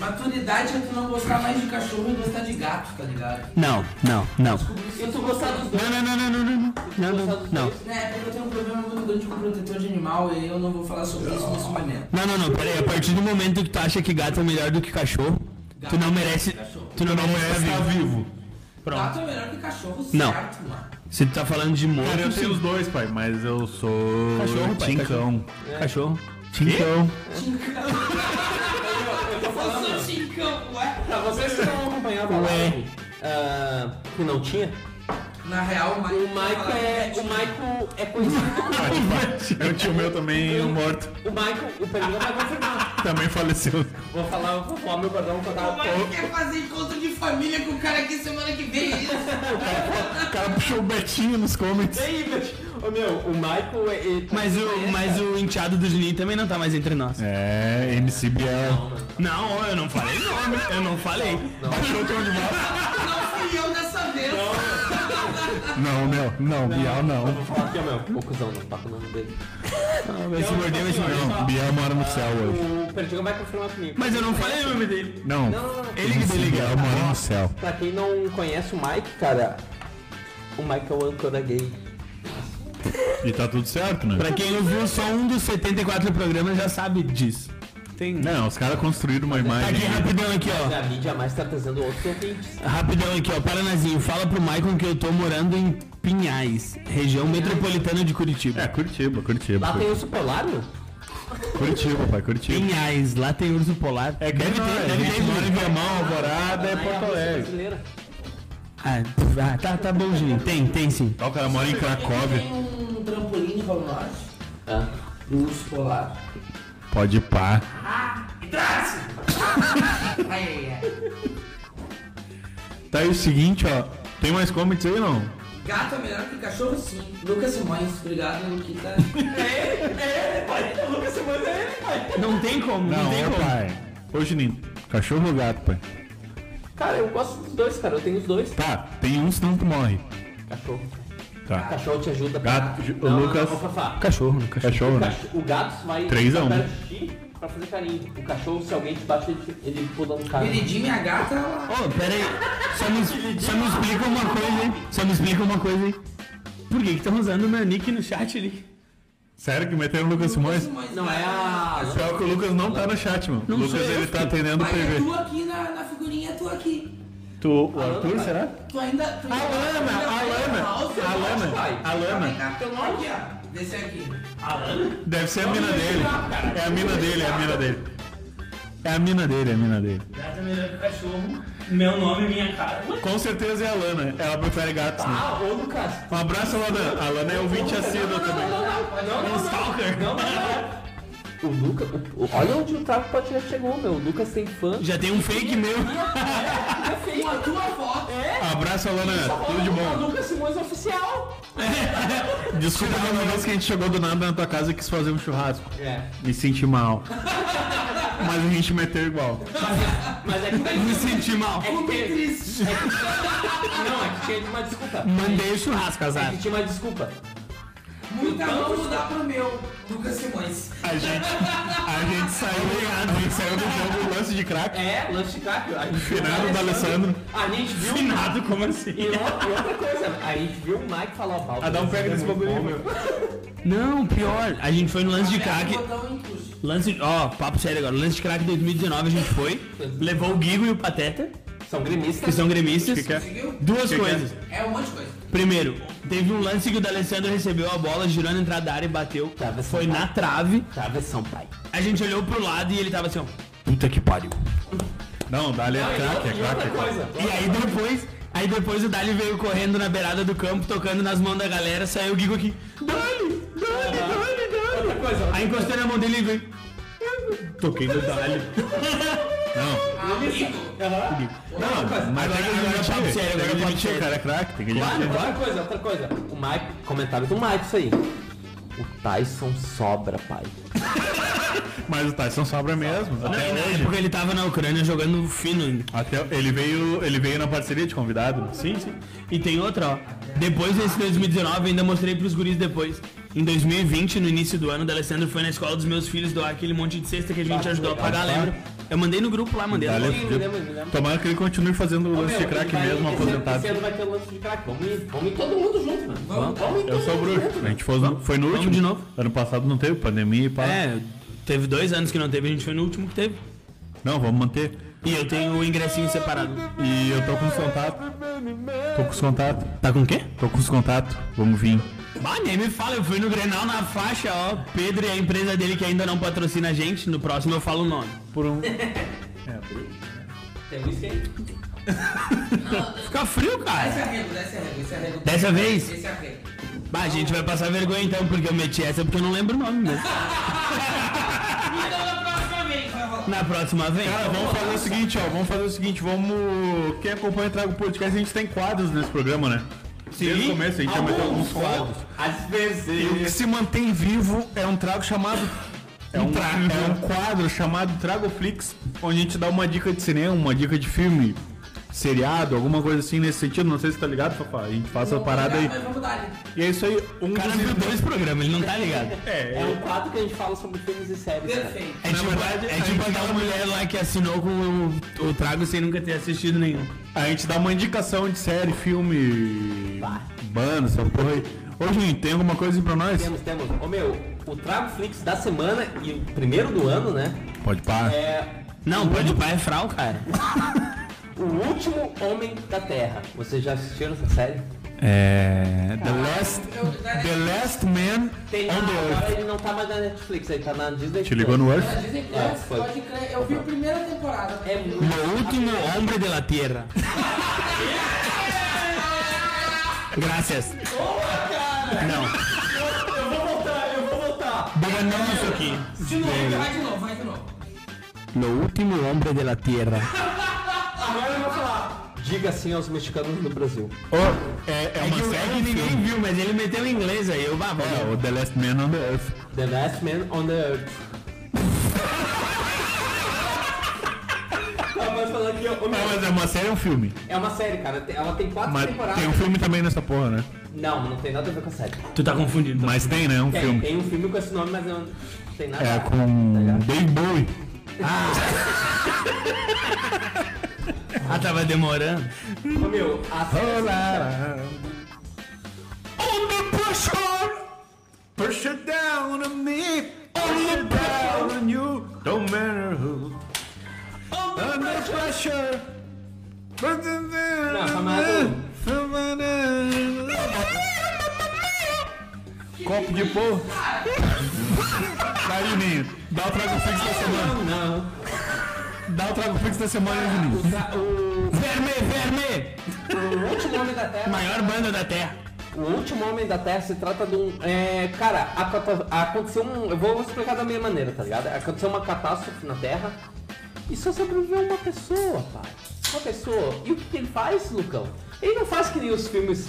D: Maturidade é tu não gostar mais de cachorro e gostar de gato, tá ligado?
C: Não, não, não.
B: Eu tô gostando dos dois.
C: Não, não, não, não, não, não. Não, não, não.
D: É, porque eu tenho um problema muito grande com protetor de animal e eu não vou falar sobre isso nesse momento.
C: Não, não, não, peraí, a partir do momento que tu acha que gato é melhor do que cachorro, tu não merece. Tu não, merece
A: Tá
C: estar vivo.
A: vivo.
C: Pronto.
D: Gato é melhor que cachorro,
C: Não.
D: certo, mano?
C: Se tu tá falando de morto,
A: Cara, eu tenho
C: sim.
A: os dois, pai, mas eu sou.
C: Cachorro, pai,
A: Tincão.
C: cachorro.
A: Tincão.
C: Então,
D: Eu sou chincão, ué?
B: Pra vocês que não acompanhavam a live,
C: é.
B: ah, que não tinha,
D: Na real, o Mike, tá
B: o Maico é. O Maico é conhecido.
A: Eu tinha Ah, tipo, é o meu também morto.
B: O Maico, o Pedro vai confirmar.
A: Também faleceu.
B: Vou falar, eu vou falar meu bordão pra
D: O Mike quer fazer encontro de família com o cara aqui semana que vem.
A: O cara puxou o Betinho nos comments.
B: Ei, meu, Ô, meu, o Maico é. ele tá-
C: Mas o, mas o enteado do Juninho também não tá mais entre nós.
A: É, MC Biel.
C: Não, eu não falei nome, eu não falei.
A: Achou teu animal?
D: Não fui eu dessa vez.
A: Não, meu. Não, Biel
B: Eu
A: não.
B: vou falar aqui, ó, meu. Ô, cuzão, não tá com o nome dele.
C: Vai se morder, vai se morder.
A: Não, Biel mora no céu hoje.
B: O Perdigo vai confirmar comigo.
C: Mas eu não falei o nome dele.
A: Não.
B: Não, não, não.
A: Ele que liga. Biel mora no céu.
B: Pra quem não conhece o Mike, cara, o Mike é o âncora gay.
A: E tá tudo certo, né?
C: Pra quem não viu só um dos 74 programas já sabe disso. Tem.
A: Não, os caras construíram uma
C: Tá
A: imagem.
C: aqui rapidão aqui, ó.
B: A mídia mais tá trazendo outros ouvintes.
C: Rapidão aqui, ó. Paranazinho, fala pro Maicon que eu tô morando em Pinhais, região metropolitana de Curitiba.
A: É, Curitiba, Curitiba.
B: Lá tem urso polar, meu?
A: Curitiba, pai, Curitiba.
C: Pinhais, lá tem urso polar. É,
A: Deve ter, deve ter. Mora em Viamão, Alvorada, é
B: Aí a
A: Porto
B: Rússia
A: Alegre.
B: brasileira.
C: Ah, pf, ah, tá, tá bom, Juninho. Tem, tem sim.
A: Ó, O cara mora em Cracóvia.
D: Tem um trampolim para o norte.
B: Ah.
D: Urso polar.
A: Pode pá.
D: Traz! Ai, ai, ai.
A: Tá aí o seguinte, ó. Tem mais comments aí ou não?
D: Gato é melhor que cachorro, sim. Lucas Simões, obrigado, Luquita.
B: É ele, é ele, pai. O Lucas Simões é ele, pai.
C: Não tem como, não, tem
A: ô,
C: como.
A: pai. Ô, Juninho. Cachorro ou gato, pai?
B: Cara, eu gosto dos dois, cara. Eu tenho os dois.
A: Tá, tem um senão tu morre.
B: Cachorro.
A: Tá.
B: Cachorro te ajuda pra.
A: Gato, Ju-
B: Não,
A: o Lucas.
B: Não, não, Fafá.
C: Cachorro, cachorro.
A: Cachorro,
B: O
A: né?
B: cach- O gato vai
A: Três a
B: pra
A: um.
B: perto de ti pra fazer carinho. O cachorro, se alguém te bate, ele, te- ele pula no cara.
D: Viridinho e a gata, ela...
C: Ô, pera aí.
A: Só me, só me explica uma coisa, hein? Só me explica uma coisa, hein?
C: Por que que estão usando o Nanique no chat ali?
A: Sério que meteram o Lucas Simões?
D: Simões,
B: Não é a.
A: Pior que o Lucas não tá no chat, mano. O Lucas ele tá atendendo o
D: Mas é
A: PV.
D: tu aqui na, na figurinha, é tu aqui.
A: Tu, o Arthur, será?
D: Tu ainda... tá Tu
A: A lama, a lama, a lama, a
D: Vem
A: lama.
D: cá, teu nome tá? aqui, ó. Desce aqui.
A: Deve ser a mina dele. É a mina dele, é a mina dele. É a mina dele, é a mina dele.
E: Gato é melhor que cachorro. Meu nome, minha cara. Ué,
A: Com certeza é a Lana. Ela prefere gatos, né?
B: Ah, ô Lucas.
A: Um abraço, Lana. A Lana é ouvinte assídua também.
B: Não, stalker. Não, não, não. O Lucas, o- o- olha onde o Trago Pode já chegou, meu. O Lucas tem fã.
C: Já tem um
B: *laughs*
C: fake meu.
D: Com a tua foto.
A: Abraço, Lana. Tudo de
B: O
A: bom.
B: Lucas Simões é um oficial.
A: Desculpa pela vez que a gente chegou do nada na tua casa e quis fazer um churrasco.
B: É.
A: Me senti mal. Mas a gente meteu igual.
B: Mas é que *laughs* tá
C: Me senti mal.
B: É que teve. É que tinha- Não, é que tinha uma desculpa.
C: Mandei o churrasco,
B: É
C: azar.
B: que tinha uma desculpa.
D: Muita mão mudar pro meu. Lucas Simões.
A: A gente, a gente saiu, a gente saiu do jogo lance de crack.
B: É, lanche de crack. a gente viu o
A: Finado do Alessandro.
B: A gente viu.
A: É,
C: Finado, como assim?
B: E outra e outra coisa, a gente viu o Mike falar o pau.
A: Ah, dá um pega nesse bagulho aí, meu.
C: Não, pior. A gente foi no lance de crack.
D: Aperta o botão, inclusive.
C: Lance, ó, papo sério agora. Lance de crack 2019 a gente foi. Levou o Gigo e o Pateta,
B: São
C: que
B: gremistas.
C: são gremistas.
A: Que que é?
D: Conseguiu?
C: Duas
A: Que que é?
C: coisas.
D: É um monte de coisa.
C: Primeiro, teve um lance que o D'Alessandro recebeu a bola, girou na entrada da área e bateu.
B: Tava
C: Foi na trave.
B: Traves são pai.
C: A gente olhou pro lado e ele tava assim, ó. Puta que pariu.
A: Não, dá ali é crack, é
B: E
A: crack.
B: outra
A: é crack.
B: coisa.
C: E aí depois, aí depois o Dali veio correndo na beirada do campo, tocando nas mãos da galera, saiu o Gigo aqui. Dali, Dali, Dali, Dali.
B: Outra coisa.
C: Aí encostei na mão dele e veio.
A: Toquei no Dali. Não, não, mas tem que
C: Agora- agora
A: admitir,
C: papo sério,
A: tem que
C: agora papo
A: admitir,
C: sério.
A: cara, é crack, tem que
B: Claro,
A: admitir.
B: outra coisa, outra coisa. O Mike, comentário do Mike, isso aí. O Tyson sobra, pai.
A: Mas o Tyson sobra mesmo, até
C: Na
A: hoje.
C: época ele tava na Ucrânia jogando fino ainda.
A: Até, ele, veio, ele veio na parceria de convidado. Sim, sim.
C: E tem outra, ó. Depois desse 2019, ainda mostrei pros guris depois. Em 2020, no início do ano, o Alessandro foi na escola dos meus filhos doar aquele monte de cesta que a gente ajudou a pagar, lembra? Eu mandei no grupo lá, mandei.
A: Dali é
C: lá.
A: fudido. Tomara que ele continue fazendo o lance de crack mesmo aposentado.
B: Esse ano vai ter o lance de crack. Vamos ir, vamos ir todo mundo junto, mano. Vamos, vamos
A: Eu
B: ir todo
A: sou
B: mundo
A: bruxo.
B: junto,
A: A
B: velho.
A: gente foi, no- foi no
C: Vamos
A: último.
C: de novo?
A: Ano passado não teve pandemia e pá.
C: É, teve dois anos que não teve, a gente foi no último que teve.
A: Não, vamos manter.
C: E eu tenho o ingressinho separado.
A: E eu tô com os contatos. Tô com os contatos.
C: Tá com o quê?
A: Tô com os contatos. Vamos vir.
C: Ah, nem me fala, eu fui no Grenal na faixa, ó. Pedro e a empresa dele que ainda não patrocina a gente, no próximo eu falo o nome.
A: Por um.
B: *laughs* É, um. Tem um skate.
C: *laughs* Fica frio,
D: Esse
C: cara.
D: arrego, desce arrego, esse arrego.
C: Dessa vez?
D: Esse arrego.
C: Bah, a gente vai passar vergonha então, porque eu meti essa porque eu não lembro o nome mesmo.
D: Então na próxima vez vai rolar.
C: Na próxima vem.
A: Cara, vamos fazer o seguinte, ó. Vamos fazer o seguinte, vamos. Quem acompanha o Trago Podcast, a gente tem quadros nesse programa, né? Desde o começo a gente já meteu alguns quadros.
B: Às vezes.
A: E o que se mantém vivo é um trago chamado. É *laughs* um, é um quadro chamado Tragoflix, onde a gente dá uma dica de cinema, uma dica de filme, seriado, alguma coisa assim nesse sentido. Não sei se tá ligado, Fafá. A gente faz essa parada aí.
D: Mas vamos dar ali.
A: E é isso aí. Um
C: O cara
A: dos-
C: viu dois programas, ele não tá ligado.
A: É,
B: É um quadro que a gente fala sobre filmes e séries. cara.
D: Perfeito.
C: É tipo,
A: verdade,
C: é
A: a
C: tipo
A: gente
C: aquela
A: tava-
C: mulher lá que assinou com o, o Trago sem nunca ter assistido nenhum.
A: a gente dá uma indicação de série, filme, banda, essa porra aí. Ô, Juninho, tem alguma coisa aí pra nós?
B: Temos, temos. Ô meu, o Trago Flix da semana e o primeiro do ano, né?
A: Pode parar.
B: É
C: Não, pode pai é fral, cara.
B: O Último Homem da Terra. Vocês já assistiram essa série?
A: É. The Last,
D: Eu, da-
A: the last Man
B: Tem
A: on the
B: agora
A: Earth.
B: ele não tá mais na Netflix, ele tá na Disney.
A: Oh, Te ligou no
D: da
A: Earth?
D: Disney Plus,
B: É, foi.
D: pode crer. Eu vi a primeira temporada.
B: É muito.
C: O último homem de la tierra. Graças. Não,
B: Eu vou voltar, eu vou voltar.
C: diga não isso aqui.
D: De novo, vai de novo, vai de novo.
C: No último hombre de la tierra.
B: Agora eu vou falar. Diga assim aos mexicanos no Brasil.
A: Oh, é, é
C: É
A: uma
C: que o
A: série de
C: Ed ninguém
A: filme.
C: viu, mas ele meteu em inglês aí, eu babo.
A: É, o The Last Man on the Earth.
B: The last man on the earth. Tá, mas falando aqui, ó,
A: Não,
B: ô, meu,
A: mas é uma série ou um filme?
B: É uma série, cara. Te- Ela tem quatro
A: Mas
B: temporadas.
A: tem um filme também nessa porra, né?
B: Não, não tem nada a ver com a série.
C: Tu tá confundido.
A: Mas tem, né? Um
B: Tem,
A: filme.
B: tem um filme com esse nome, mas não tem nada a
A: É
B: ver. Tá
A: com
B: ligado?
A: Dave Bowie.
C: Ah, tava demorando.
B: Ô, meu, a série.
A: On the pressure, push it down on me. On the down on you, don't matter who. On the pressure, put it down
B: Não, tá
A: on
B: maluco.
A: me. Someone else. Copo de porra. Vai, Juninho. Dá o trago fixo da semana.
B: Não.
A: Dá o trago fixo da semana, Juninho.
B: Tá, O,
C: Verme, verme!
B: o último homem da Terra.
C: Maior banda da terra.
B: O último homem da Terra se trata de um. É, cara, a cata- aconteceu um. Eu vou explicar da minha maneira, tá ligado? Aconteceu uma catástrofe na Terra e só sobreviveu uma pessoa, pai. Uma pessoa. E o que que ele faz, Lucão? Ele não faz que nem os filmes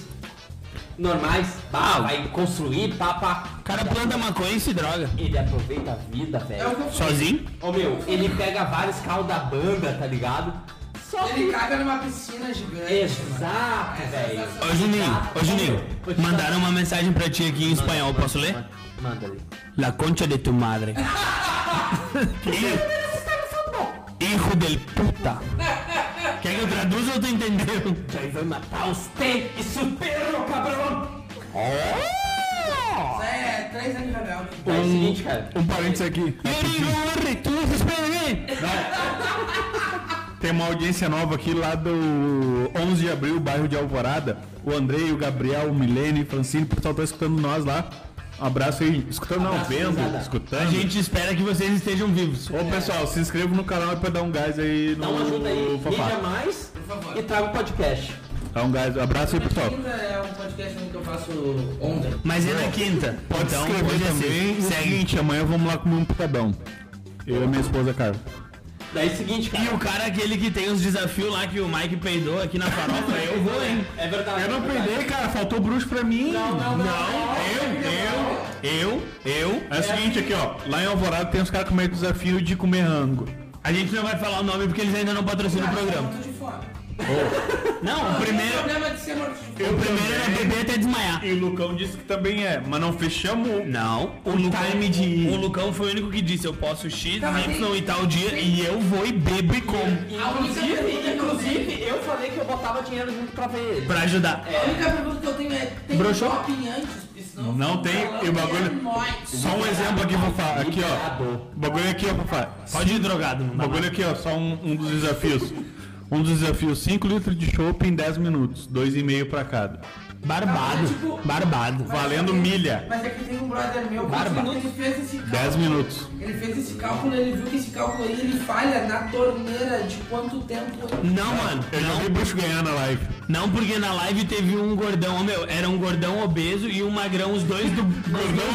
B: normais. Pá, vai construir, pá, pá.
C: O cara
B: Ele-
C: planta maconha e se droga.
B: Ele aproveita a vida, velho.
D: É o que eu falei.
C: Sozinho?
B: Ô meu, ele pega vários carros da banda, tá ligado? Só que.
D: Ele É, caga numa piscina gigante. mano.
B: Exato, velho.
C: Ô Juninho, ô Juninho, mandaram uma mensagem pra ti aqui em espanhol, posso ler?
B: Manda ali.
C: La concha de tu
A: *laughs*
C: madre.
B: tá
C: Hijo del puta. Quer que eu traduza ou tu entendeu?
B: Já vai matar os tem e superam, cabrão!
D: Isso aí é três anos de janela.
B: É o seguinte, cara.
A: Um parênteses aqui. Tem uma audiência nova aqui lá do 11 de abril, bairro de Alvorada. O Andrei, o Gabriel, o Milene, Francine, o pessoal tá escutando nós lá. Um abraço aí. Escutando, não, vendo,
B: gurizada.
A: escutando.
C: A gente espera que vocês estejam vivos.
A: Ô pessoal, se inscreva no canal pra dar um gás aí no
B: Dá uma ajuda aí,
A: um
B: mídia
A: Fafá.
B: mais
D: favor.
B: e traga o podcast.
A: Dá um gás, abraço aí pessoal.
D: Quinta é um podcast que eu faço ontem.
C: Mas é na quinta.
A: Pode
C: então,
A: se inscrever
C: hoje é
A: também.
C: sexta.
A: E o
C: Segue.
A: seguinte, amanhã vamos lá comer um picadão. Eu e minha esposa, cara.
B: Daí é o seguinte, cara.
C: E o cara aquele que tem os desafios lá que o Mike peidou aqui na farofa, eu vou, hein?
B: É verdade.
A: Eu
B: é
A: não
B: verdade.
A: peidei, cara. Faltou bruxo pra mim.
C: Não, eu, eu, eu.
A: É o seguinte aqui, ó. Lá em Alvorada tem uns caras com meio desafio de comer rango.
C: A gente não vai falar o nome porque eles ainda não patrocinam o programa.
D: Ah, é Morto de fome.
C: Não, o primeiro,
D: O problema é de ser morto de fome.
A: Eu
C: o primeiro é beber até desmaiar.
A: E o Lucão disse que também é, mas não fechamos. um.
C: Não, o,
A: time de-
C: O Lucão foi o único que disse: eu posso X,
D: Tá, mas
C: Y
D: tem-
C: e tal dia, e eu vou e bebo e como.
D: A única pergunta Ah, que
B: Inclusive,
D: eu
B: inclusive, eu falei que eu botava dinheiro junto pra ver ele.
C: Pra ajudar.
A: É.
D: tenho- A única pergunta que eu tenho é: tem
A: Broxou?
D: shopping antes? Porque senão
A: Não
D: fica
A: tem,
D: falando
A: e o
D: que
A: bagulho-
D: é nóis.
A: Só um exemplo aqui, Fafá. Aqui, ó.
B: Liberado.
A: O Bagulho aqui, ó, Fafá. Só
C: Pode ir drogado, não
A: o
C: dá
A: Bagulho aqui, ó. Só um, um dos desafios. Um dos desafios, 5 litros de chopp em 10 minutos. 2,5 pra cada.
C: mais. Barbado.
A: tipo,
C: Barbado.
A: Valendo milha.
D: Mas é que tem um brother meu
B: Barba.
D: que ele fez esse cálculo.
A: 10 minutos.
D: Ele fez esse cálculo, ele viu que esse cálculo aí ele falha na torneira de quanto tempo.
C: Não, mano.
A: Eu já
C: não.
A: vi bruxo ganhar na live.
C: Não, porque na live teve um gordão, ô, meu, era um gordão obeso e um magrão, os dois
A: *laughs*
C: do. gordão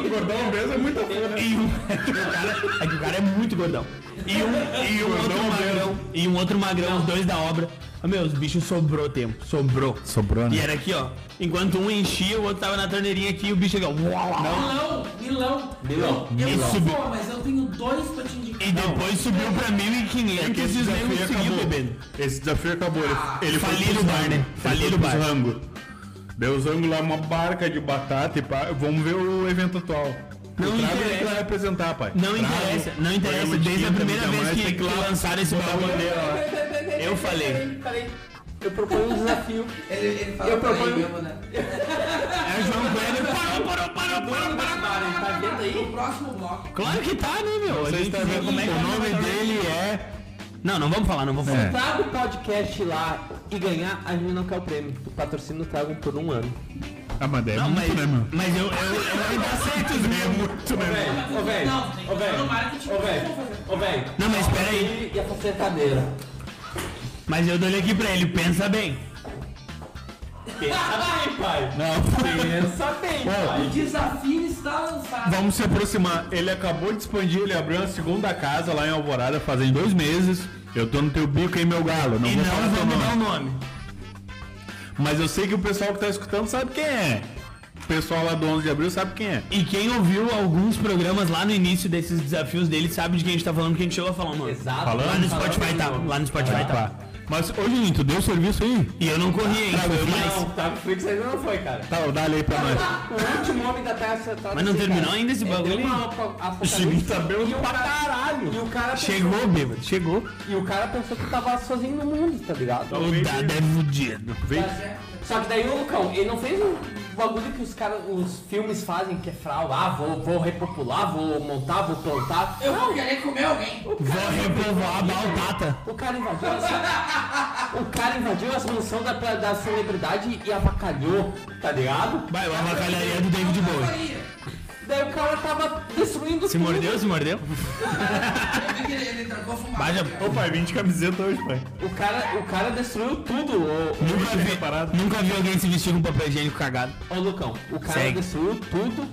A: Esse gordão obeso é muita foda.
C: E um. *laughs* O cara, é que o cara é muito gordão. E um, e um
A: Gordão
C: outro
A: obeso.
C: magrão. E um outro magrão, os dois da obra. Ô, meu, os bichos sobrou tempo. Sobrou.
A: Sobrou,
C: E
A: né?
C: era aqui, ó. Enquanto um enchia, o outro tava na torneirinha aqui e o bicho aqui, ó. uau, uau.
D: Milão, Milão.
B: Milão.
D: Eu
C: Milão.
D: não vou, mas eu tenho dois pra te indicar.
C: E depois subiu pra 1.500
A: É que esse
C: e os negros
A: desafio
C: seguiu
A: acabou.
C: bebendo.
A: Esse desafio acabou. Ele, ele
C: Faliram
A: pros
C: Ah, o bar,
A: rango.
C: né?
A: Ele
C: Faliram
A: foi
C: o bar.
A: pros rango. Deu os rango lá, uma barca de batata e pá. Vamos ver o evento atual.
C: Não
A: o Trago é que
C: interessa.
A: vai representar, pai.
C: Não
A: Trago,
C: interessa, não interessa.
A: programa de
C: Desde a
A: quinta,
C: primeira
A: muita
C: vez
A: mais,
C: que,
A: tem
C: que lançaram esse bagulho.
A: é lá.
C: Eu falei.
B: Peraí, eu proponho um *laughs* desafio.
D: Ele, ele fala
B: Eu
D: pra ele
B: proponho-
D: mesmo, né?
C: É o João Kleber. Parou, parou, parou, parou, parou.
B: Tá vendo
D: No
B: aí?
D: próximo bloco.
C: Claro que tá, né, meu? A
A: Vocês
C: gente
A: estão
C: vê
A: vendo
C: como é que
A: o
C: vai
A: nome
C: trabalhar.
A: dele é.
C: Não, não vamos falar, não vamos falar.
A: É.
B: Traga o podcast lá e ganhar, a gente não quer o prêmio. O patrocínio trago por um ano.
A: Ah, mas é
C: Não, mas,
A: muito, né, meu?
C: mas eu, eu, eu ainda aceito
A: *laughs*
C: os
A: É
C: mesmo.
A: muito, né, meu?
B: Ô, velho, ô, velho, ô, velho, ô, velho.
C: Não, mas espera aí.
B: E a fazer cadeira.
C: Mas eu dou ele aqui pra ele, pensa bem. Pensa bem, pai.
A: Não.
C: Pensa bem.
A: Bom,
D: O desafio está lançado.
A: Vamos se aproximar. Ele acabou de expandir, ele abriu a segunda casa lá em Alvorada fazem dois meses. Eu tô no teu bico, hein, meu galo. Não
C: E
A: vou
C: não
A: falar teu
C: vamos
A: nome.
C: dar o nome.
A: Mas eu sei que o pessoal que tá escutando sabe quem é. O pessoal lá do 11 de abril sabe quem é.
C: E quem ouviu alguns programas lá no início desses desafios dele sabe de quem a gente tá falando, que a gente chegou a falar, mano.
B: Exato.
A: Falando?
C: Lá no Spotify tá. Lá no Spotify tá.
A: Mas, ô Juninho, tu deu o serviço aí?
C: E eu não corri, hein?
A: Trago
C: Foi
A: frio.
C: mais.
B: Não, tá, Taco Flix ainda não foi, cara.
A: Tá, dá ali aí pra nós.
B: O último homem da tá Terra acertada.
C: Mas não terminou ainda esse bagulho, hein?
B: Apocalipse. E o cara-
C: caralho.
B: E o cara pensou-
C: Chegou, bêbado. Chegou.
B: E o cara pensou que tava sozinho no mundo, tá ligado?
C: O Dada é fudido.
A: Vem.
B: Só que daí o Lucão, ele não fez o bagulho que os caras, os filmes fazem, que é fraude. Ah, vou, vou repopular, vou montar, vou plantar.
D: Eu vou querer comer alguém.
C: Vou repovoar a Baltata.
B: O cara invadiu as, o cara invadiu as mansões da, da celebridade e avacalhou, tá ligado?
C: Vai, eu avacalharia é do David Bowie.
B: Daí o cara tava destruindo
C: Se mordeu, se mordeu.
D: Eu vi é que ele, ele trocou fumar.
C: Baja.
A: Ô pai, vim de camiseta hoje, pai.
B: O cara, o cara destruiu tudo, ô,
C: Nunca vi, nunca vi alguém se vestir com papel higiênico cagado.
B: ô Lucão. O cara
C: Segue.
B: destruiu tudo,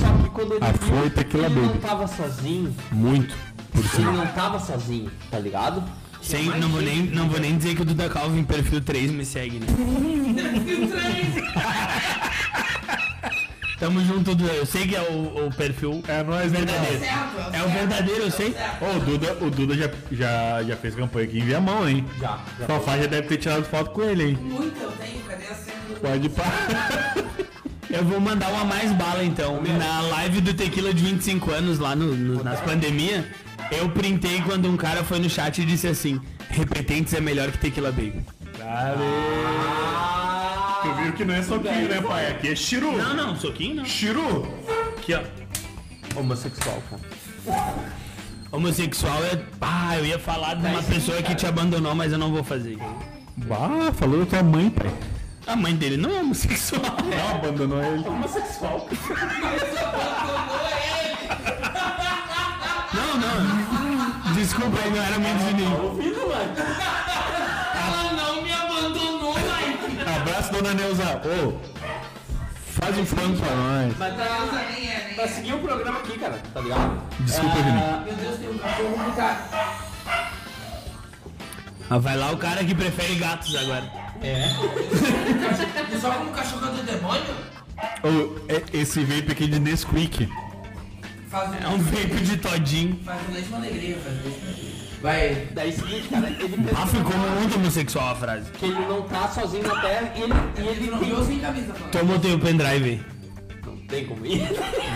B: só que quando ele
A: A
B: viu
A: foi
B: que
A: tequila
B: ele não
A: baby.
B: tava sozinho,
A: Muito. Por
B: que ele não tava sozinho, tá ligado?
C: Sem, não, vou nem, não vou nem dizer que o Duda Calvo em perfil 3 me segue, né? Tamo junto, Duda. Eu sei que é o, o perfil
A: É nós, né?
D: Tá
C: verdadeiro. É o verdadeiro, eu sei.
A: Ô, o Duda, o Duda já, já, já fez campanha aqui em Viamão, hein?
B: Já, já.
A: Fafá já deve ter tirado foto com ele, hein?
D: Muito eu tenho, cadê a cena do.
A: Pode parar.
C: Eu vou mandar uma mais bala então. Na live do Tequila de 25 anos, lá no, no- nas pandemia, eu printei quando um cara foi no chat e disse assim: Repetentes é melhor que Tequila Baby.
A: Tu viu que não é soquinho, né, pai? Aqui é Chiru.
C: Não, não, soquinho não.
A: Chiru.
C: Aqui, ó.
B: Homossexual, cara.
C: Homossexual é. Ah, eu ia falar de uma pessoa que te abandonou, mas eu não vou fazer.
A: Bah, falou da tua mãe, pai.
C: A mãe dele não é homossexual.
A: Não, abandonou ele.
B: Homossexual.
C: Não, não. Desculpa aí, não era muito de mim.
B: Ouvindo, mano.
D: Ela não me abandonou, Mike.
A: Abraço, dona Neuza. Ô, faz um funk pra nós.
B: Mas
D: Essa
B: tá.
D: nem é, nem
B: Pra
D: é.
B: seguir o programa aqui, cara, tá ligado?
A: Desculpa, Juninho.
D: Meu Deus, tem um cachorro que tá.
C: Ah, vai lá o cara que prefere gatos agora.
D: E só como cachorro é do demônio?
A: Ô, é- esse vape aqui de Nesquik.
D: Faz o
C: É um vape de todinho.
D: Faz o leite uma alegria, faz o leite uma alegria. Vai.
B: Daí é o seguinte, cara, ele pensou
C: Ah, ficou
A: é
C: muito homossexual a frase.
B: que ele não tá sozinho na Terra e ele, e
D: Ele
B: ele
D: não viu sem camisa, mano.
C: Toma o teu pendrive aí.
B: Não tem como ir.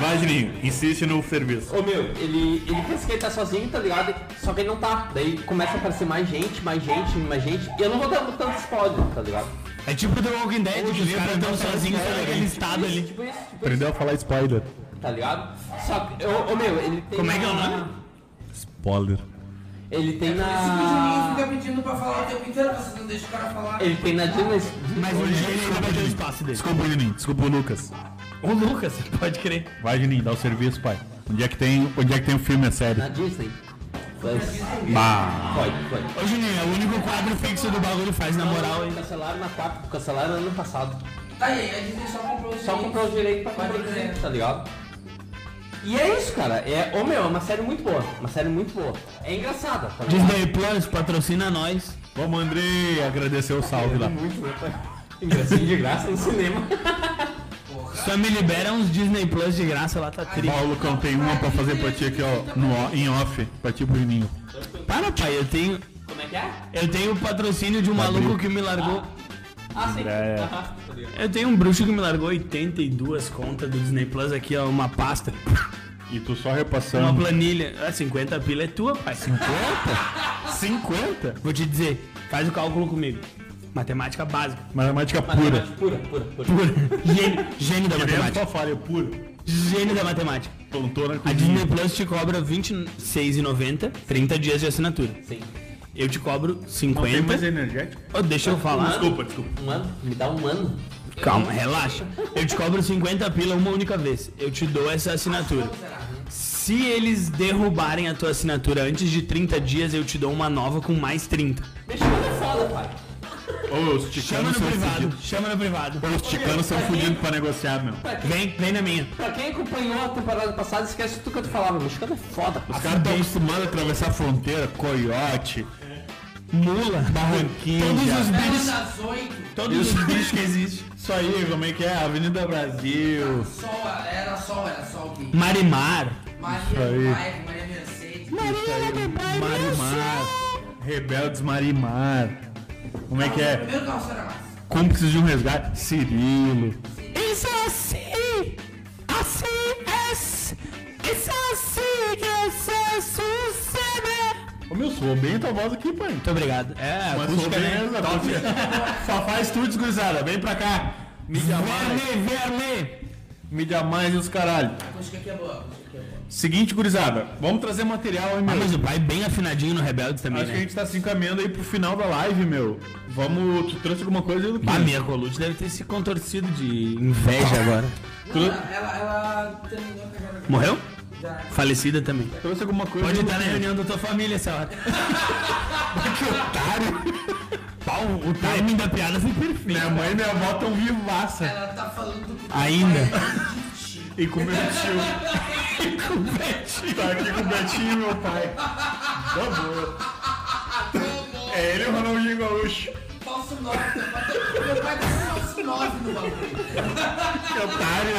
A: Vai, Juninho. Insiste no serviço.
B: Ô meu, ele, ele pensa que ele tá sozinho, tá ligado? Só que ele não tá. Daí começa a aparecer mais gente, mais gente, mais gente. E eu não vou dar tanto spoiler, tá ligado?
C: É tipo The Walking Dead, que os
A: dia
C: caras
A: pra
C: estão
A: dar um
C: sozinhos
A: cara
C: naquele estado
B: Isso,
C: ali.
B: É, Tipo isso, tipo
A: Aprendeu a falar spoiler.
B: isso, tá ligado? Só que, ô, ô, meu, ele tem.
C: Como é
B: na-
C: que é o nome?
A: Spoiler.
B: Ele tem
D: Esse que o Juninho
B: na.
D: fica pedindo pra falar o tempo inteiro, vocês não deixam o cara falar.
B: Ele tem na Dynasty.
C: Mas o dia ele vai ter o
A: Juninho.
C: espaço dele.
A: Desculpa, Juninho. Desculpa, o Lucas.
C: O Lucas, pode crer.
A: Vai, Juninho, dá o serviço, pai. Onde é que tem, onde é que tem o filme, é sério?
B: Na Disney. Mas-
A: Bah.
B: Foi, foi.
C: Ô Juninho, é o único quadro fixo do bagulho faz, na moral, hein?
B: Cancelaram na 4, cancelaram ano passado.
D: Tá aí, a Disney só comprou os
B: Só comprou o direito pra
D: Pode
B: produzir,
D: crer.
B: tá ligado? E é isso, cara. É, ô meu, é uma série muito boa. Uma série muito boa. É engraçada, tá ligado?
C: Disney Plus, patrocina nós.
A: Vamos, Andrei, agradecer o salve lá.
B: Muito boa. Engraçado de graça no cinema.
C: Só me libera uns Disney Plus de graça, lá tá tri.
A: Ó, Lucão, tem uma pra fazer pra ti aqui, ó, no, ó- em off, pra ti, Bruninho.
C: Para, pai, eu tenho.
B: Como é que é?
C: Eu tenho o patrocínio de um maluco que me largou.
B: Ah, sim.
A: É.
B: Aham, tá ligado.
C: Eu tenho um bruxo que me largou 82 contas do Disney Plus aqui, ó, uma pasta.
A: E tu só
C: Uma
A: repassando.
C: planilha. Ah, 50 pila é tua, pai.
A: 50?
C: Vou te dizer, faz o cálculo comigo. Matemática básica.
A: Matemática pura. é
B: Matemática Pura, pura, pura.
C: Pura. Gênio, gênio da matemática.
A: Matemática falha pura.
C: Gênio da matemática.
A: Plantona
C: A Disney Plus te cobra R$26,90, 30 dias de assinatura.
B: Sim.
C: Eu te cobro
A: Tem mais
C: 50.
A: energético?
C: Oh, deixa eu falar.
A: Desculpa, desculpa.
B: Um ano? Me dá um ano.
C: Calma, relaxa. Eu te cobro 50 pila uma única vez. Eu te dou essa assinatura. Se eles derrubarem a tua assinatura antes de 30 dias, eu te dou uma nova com mais 30.
B: Mexicano é foda, pai.
A: Ô, Ô, os
C: Chama
A: ticanos
C: no
A: são
C: privado,
A: fudidos.
C: chama no privado.
A: Ô, Os ticanos são fudidos pra negociar, meu.
C: Assim
B: Pra quem,
C: Vem, vem na minha.
B: pra quem acompanhou a temporada passada, esquece tudo que eu te falava. O mexicano é foda, pô.
A: Os caras estão acostumados a atravessar a fronteira, coiote,
C: Mula.
A: barranquinha.
C: Todos os
D: Pega
C: bichos,
D: das oito,
C: todos os bichos que existem.
A: Isso aí, como é que é? Avenida Brasil.
D: sol, era sol, era sol. que-
C: Marimar.
A: aí.
D: Maria Paiva, Maria Mercedes.
A: Marimar. Rebeldes Marimar. Como é que é?
D: Primeiro que ela era massa.
A: Cúmplices de um resgate. Cirilo.
C: Isso é assim, assim é, isso assim que é sucede.
A: Ô meu, sou bem tua voz aqui, pai.
C: Muito obrigado. É,
A: Mas sou
C: acústica,
A: bem
C: né?
A: essa
C: Top.
A: Fafá Studios, gurizada. Vem pra cá. Mídia mais.
C: Verme, verme.
A: Mídia mais e os caralho.
D: A acústica aqui é boa, a acústica aqui é boa.
A: Seguinte, gurizada. Vamos trazer material, hein, meu?
C: Ah, mas o pai bem afinadinho no Rebeldes também,
A: Acho que a
C: né?
A: gente tá se encaminhando aí pro final da live, meu. Vamos. Tu trouxe alguma coisa aí do
C: Ah, minha colute deve ter se contorcido de inveja agora.
D: Não, ela, ela, ela terminou com a cara.
C: Morreu?
D: Já.
C: Falecida também.
A: Trouxe alguma coisa
C: Pode
A: aí do
C: estar na
A: Kim.
C: reunião da tua família essa hora.
A: Que otário.
C: Pau, o timing da piada foi perfeito.
A: Minha mãe e minha avó tão vivaça.
D: Ela tá falando do é
C: Ainda.
A: E com meu tio.
C: Com o Betinho.
A: Tá aqui com o Betinho, meu pai. Tá bom. É ele e o Ronaldinho Gaúcho.
D: falso 9. Meu pai tá com falso 9 no bagulho.
A: Que otário.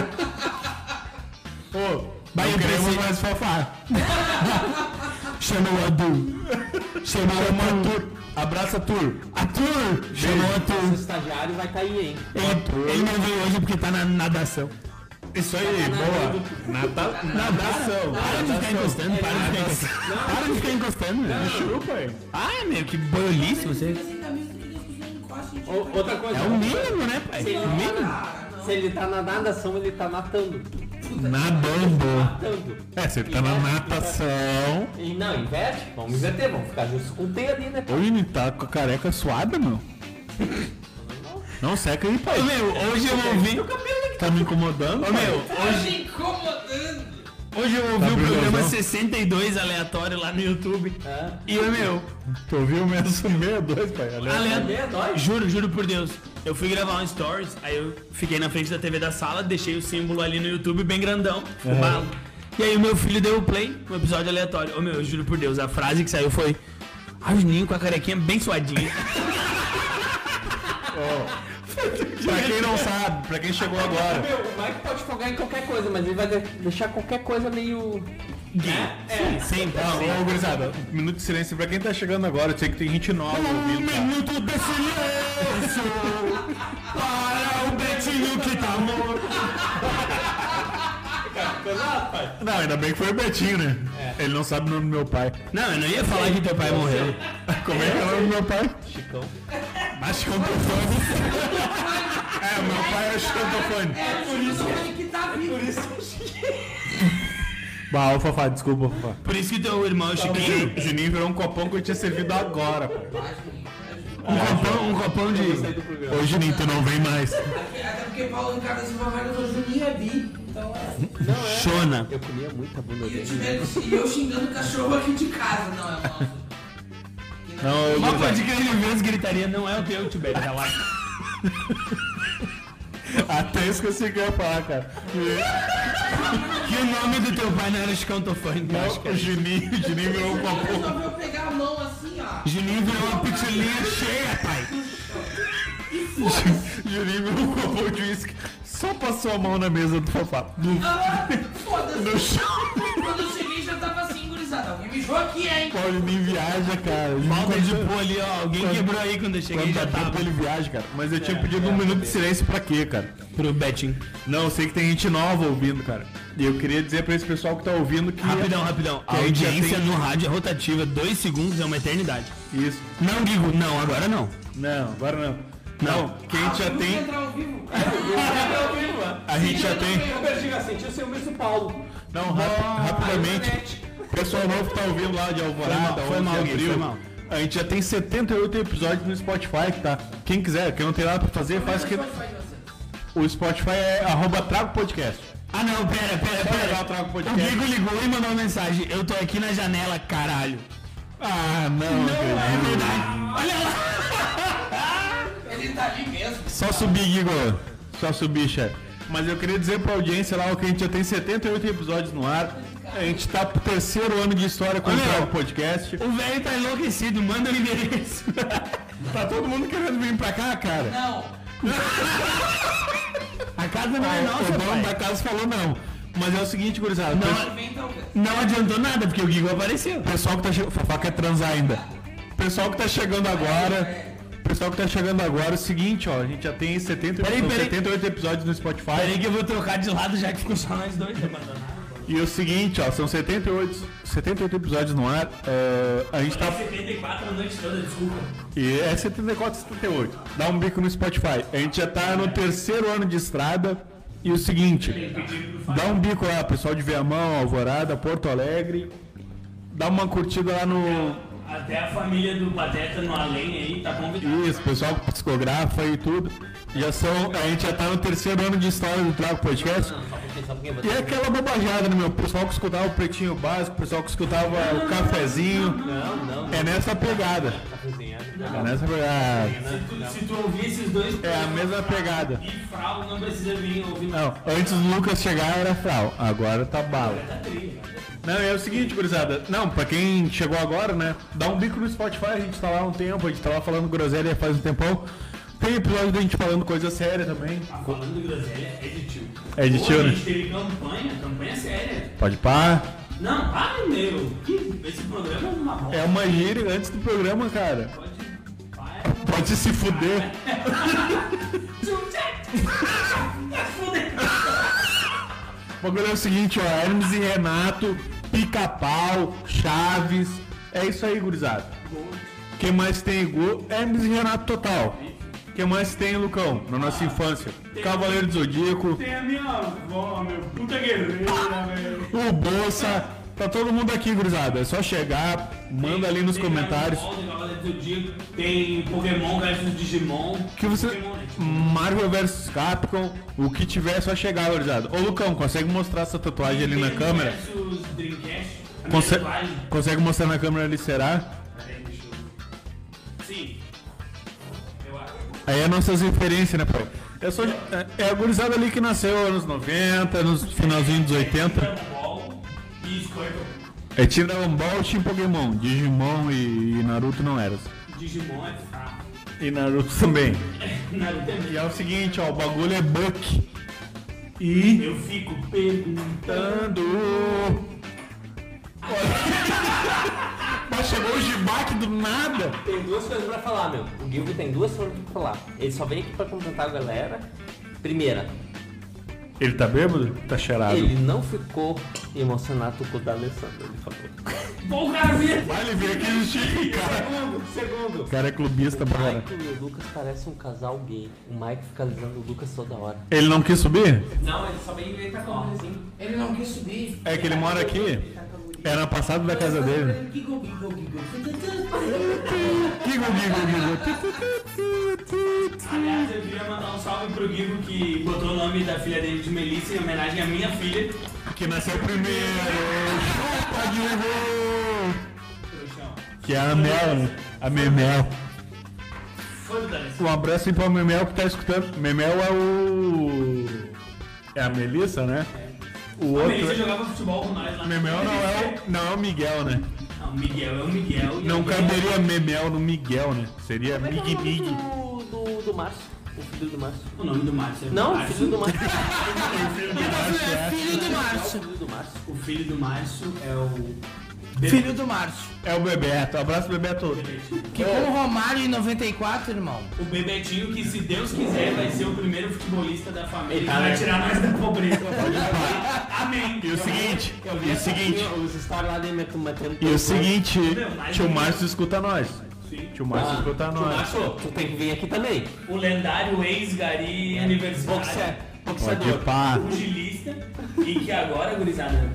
A: Ô,
C: Vai,
A: não
C: eu
A: queremos
C: pensei-
A: mais *laughs* fofá.
C: Chama o Adu. Chama o Adu.
A: Tur. Abraça, Tur.
C: Atur! Chamou
B: O
C: Atur.
B: estagiário vai cair, hein?
C: Ele, ele não veio hoje porque tá na nadação.
A: Isso aí, boa. Natal. Nadação.
C: Para de ficar encostando, para de ficar encostando. Para de ficar encostando, velho.
A: Chupa, pai.
C: Ai, Ah, meu, que bolice você.
D: Sem camisa, tu queria Assim, tá que os meninos encostem.
B: O- outra coisa.
C: É
G: um
C: o mínimo, né, pai? O mínimo.
B: Se ele tá na nadação, ele tá matando.
A: Nadando.
B: Matando.
A: É, você tá na natação.
B: E não, inverte. Vamos inverter, vamos ficar justo com o T ali, né?
A: Ô, Vini, tá com a careca suada, meu? Não, seca aí, pai.
C: Meu, hoje eu ouvi.
A: Tá me incomodando?
C: Ô, meu, hoje,
D: Me Tá incomodando.
C: hoje eu
A: Tá
C: ouvi o programa
A: brilhosão.
C: 62 aleatório lá no YouTube.
B: É.
C: E o meu,
A: Tu ouviu mesmo 62, pai? Olha.
B: É dói.
C: aleatório. Juro, juro por Deus. Eu fui gravar um stories, aí eu fiquei na frente da TV da sala, deixei o símbolo ali no YouTube bem grandão, fumado. E aí o meu filho deu o play, um episódio aleatório. Ô meu, eu juro por Deus, a frase que saiu foi. Ah, o Juninho com a carequinha bem *laughs* suadinha.
A: Pra quem não sabe, pra quem chegou agora.
B: Meu, o Mike pode folgar em qualquer coisa, mas ele vai de- deixar qualquer coisa meio.
C: Gay. Sim, tá sempre.
A: Não, ô, gurizada, um minuto de silêncio pra quem tá chegando agora. Eu sei que tem gente nova
C: Um
A: ouvindo. tá?
C: de silêncio para o Betinho que tá morto.
A: Tá Não, ainda bem que foi o Betinho, né? Ele não sabe o nome do meu pai.
C: Não, eu não ia falar que teu pai morreu.
A: Como é que é o nome do meu pai?
C: Acho que eu tô falando.
A: É, o meu pai é o Chantofone.
D: É por isso que ele que tá vivo.
A: Bah, ô, Fafá, desculpa, Fafá.
C: Por isso que teu irmão é o Chiquinho.
A: O Juninho virou um copão que eu tinha servido agora, pai.
C: Um copão, um copão de.
A: Ô, Juninho, tu não vem mais.
D: Aqui- É, Até porque Paulo Ricardo Silva Vargas hoje o Ninho é bi. Então é.
C: Chona.
B: Eu comia muita bunda
D: E eu, tive- assim, e eu xingando o cachorro aqui de casa, não é
A: *laughs*
D: nosso.
A: Não, eu,
C: Uma pode crer de vez gritaria não é o teu, Tibério. Relaxa.
A: até esqueci o que eu ia falar, cara. E-
C: Que o nome do teu pai não era Chicão Tofani, eu acho que é.
A: O
C: era.
A: Juninho, o Juninho virou um
D: Ele
A: copão.
D: resolveu pegar a mão assim, ó.
C: Juninho virou uma pitulinha cheia, pai.
A: O Juninho virou um copão de uísque. Só passou a mão na mesa do Fafá. Do-
D: Ah,
A: No
D: Foda-se.
A: chão.
D: Quando eu cheguei já tava assim, gurizada. Alguém mijou aqui, hein?
A: Pô, O Juninho viaja, cara. O Juninho
C: Falta de
A: quando-
C: pô ali, ó. Alguém quebrou aí quando eu cheguei
A: Quando
C: já
A: dá tempo
C: tava.
A: ele viaja, cara. Mas eu tinha pedido um minuto de silêncio pra quê, cara?
C: Pro Betinho.
A: Não, eu sei que tem gente nova ouvindo, cara. E eu queria dizer pra esse pessoal que tá ouvindo que.
C: Rapidão, rapidão. A
A: Que aí já
C: audiência
A: tem-
C: no rádio é rotativa. Dois segundos é uma eternidade.
A: Isso.
C: Não, Guigo, não, agora não.
A: Não, agora não.
C: Não.
A: Não, que a gente já
D: Vamos
A: tem.
D: entrar ao vivo.
A: A gente já tem.
B: Eu perdi, eu senti o seu mesmo Paulo.
A: Não, rap- rapidamente. Pessoal novo que tá ouvindo lá de Alvorada,
C: Foi mal,
A: 11 de
C: foi mal, Gui,
A: abril.
C: foi mal.
A: A gente já tem 78 episódios no Spotify, tá? Quem quiser, quem não tem nada pra fazer, faz que. O Spotify é arroba trago podcast.
C: Ah não, pera, pera,
A: Só
C: pera. Tá
A: legal, trago o
C: O
A: podcast.
C: Guigo ligou e mandou uma mensagem. Eu tô aqui na janela, caralho.
A: Ah, não,
C: Não é verdade. Olha lá.
D: tá ali mesmo.
A: Só subir, Igor. Só subir, chefe. Mas eu queria dizer pra audiência lá ó, que a gente já tem 78 episódios no ar. A gente tá pro terceiro ano de história com
C: Olha aí, ó.
A: o podcast.
C: O velho tá enlouquecido, manda o endereço.
A: Tá todo mundo querendo vir pra cá, cara.
D: Não.
C: A casa não
A: Ah,
C: é
A: o
C: nossa,
A: dono
C: pai.
A: da casa falou não. Mas é o seguinte, gurizada. O
C: Não,
D: Vem talvez.
C: não adiantou nada, porque o Gigo apareceu.
A: pessoal que tá chegando. Fafá quer transar ainda. Pessoal que tá chegando agora. Pessoal que tá chegando agora, é o seguinte, ó. A gente já tem 70,
C: Peraí,
A: são
C: peraí.
A: 78 episódios no Spotify.
C: Peraí que eu vou trocar de lado, já que ficou só nós dois abandonados.
A: E é o seguinte, ó. São 78, 78 episódios no ar. é, a gente tá
E: 74 a noite toda, desculpa.
A: E é 74, 78. Dá um bico no Spotify. A gente já tá no terceiro ano de estrada. E o seguinte, dá um bico lá, pessoal de Viamão, Alvorada, Porto Alegre. Dá uma curtida lá no.
E: Até a família do Pateta no além aí tá convidada.
A: Isso, pessoal que psicografa e tudo. Já são. A gente já tá no terceiro ano de história do Trago Podcast. E é aquela bobajada, né, meu? O pessoal que escutava o Pretinho Básico, o pessoal que escutava o Cafezinho. É nessa pegada.
G: tá
A: É nessa pegada.
E: Se tu, se tu ouvir esses dois
A: É a mesma pegada.
E: e Frau não precisa vir ouvir
A: Não, antes do Lucas chegar era fral, agora tá bala.
E: Tá tri, cara.
A: Não, é o seguinte, gurizada. Não, pra quem chegou agora, né? Dá um bico no Spotify, a gente tá lá há um tempo, a gente tá lá falando groselha faz um tempão. Tem episódio da gente falando coisa séria também.
E: Ah, Falando do groselha, é de tio.
A: É de
E: Pô,
A: tio,
E: A
A: né?
E: gente teve campanha, campanha séria.
A: Pode pá.
E: Não, ai meu, que, esse programa é uma bosta.
A: É uma gíria antes do programa, cara.
E: Pode. Vai.
A: Pode se fuder. O bagulho é o seguinte, ó. Hermes e Renato, pica-pau, Chaves. É isso aí, gurizada. Quem mais tem gol? Hermes e Renato total. Quem mais tem, Lucão, na nossa
E: Ah,
A: infância? Cavaleiro do Zodíaco,
E: Tem a minha avó, meu puta guerreira, velho.
A: o Bolsa. Tá todo mundo aqui, gurizada. É só chegar, manda ali nos
E: Tem
A: comentários.
E: Dragon Ball, tem Cavaleiro do Zodíaco, Tem Pokémon versus Digimon.
A: que você.
E: Pokémon, né?
A: Marvel vs Capcom, o que tiver é só chegar, gurizada. Ô Lucão, consegue mostrar essa tatuagem ali na
E: Nintendo
A: câmera?
E: versus Dreamcast. A
A: Conse-
E: minha tatuagem.
A: Consegue mostrar na câmera ali, será?
E: Peraí, deixa eu- Sim. Eu acho.
A: Aí é nossas referências, né, pai? É, só, é, é a gurizada ali que nasceu anos 90, nos finalzinho dos 80.
E: Dragon Ball e Squirtle.
A: É Team Dragon Ball, Team Pokémon. Digimon e, e Naruto não eram.
E: Digimon é fraco.
A: E Naruto também.
E: Naruto é
A: E é o seguinte, ó, o bagulho é Buck.
E: E eu fico perguntando.
A: Tando. *laughs* Mas chegou o Jibaque do nada.
G: Tem duas coisas pra falar, meu. O Gilby tem duas coisas pra falar. Ele só vem aqui pra completar a galera. Primeira,
A: Ele tá bêbado? Tá cheirado.
G: ele não ficou emocionado com o da Alessandra, ele falou.
E: Bom, cara, vira.
A: Vai, ele veio aqui justificar.
G: Segundo,
A: O cara é clubista,
G: o
A: cara.
G: Michael e o Lucas parecem um casal gay. O Mike fica alisando o Lucas toda hora.
A: Ele não quis subir?
G: Não, ele só vem e tá com assim.
D: Ele não quis subir.
A: É que ele mora aqui. Era passado da casa dele.
D: Giggle, giggle, giggle.
A: Gigo, gigo,
E: Aliás, eu queria mandar um salve pro Guigo que botou o nome da filha dele de Melissa em homenagem à minha filha.
A: gigo. Que nasceu primeiro. Chupa, Gigo.
E: Trouxão.
A: Que é a Mel, né? A Memel.
E: Foda-se. Alessandra.
A: Um abraço aí pra Memel que tá escutando. Memel é o... É a Melissa, né? O
E: A
A: outro...
E: Melissa jogava futebol com nós lá.
A: Memel não é, o... não é o Miguel, né?
E: Não, Miguel é o Miguel. e
A: Não
E: eu-
A: caberia Memel no Miguel, né? Seria Mig Mig.
G: é Do, do, do Márcio. O filho do Márcio.
E: O nome do Márcio é
G: Não, o
E: Márcio.
G: filho do Márcio.
A: *laughs*
D: Filho do
G: É o
D: Márcio.
G: filho do Márcio.
E: O filho do Márcio é o.
D: Filho do Márcio.
A: É o Bebeto. Abraço, Bebeto.
D: Que com o Romário em 94, irmão.
E: O Bebetinho, que se Deus quiser, vai ser o primeiro futebolista da família.
G: Ele
E: que
G: tá,
E: vai
G: né?
E: tirar nós
A: *laughs*
E: da pobreza. Amém.
A: E o seguinte, e o seguinte...
G: Os stories lá dele metendo- metendo.
A: E o seguinte,
E: Meu, mas-
A: tio Márcio escuta nós.
E: Sim.
A: Tio Márcio
G: Ah,
A: escuta
E: Tu
A: nós.
E: achou?
G: Tu tem que vir aqui também.
E: O lendário ex-gari universitário,
G: Boxer.
A: Pode
G: Boxeador.
A: pá.
E: pugilista, e que agora, gurizada,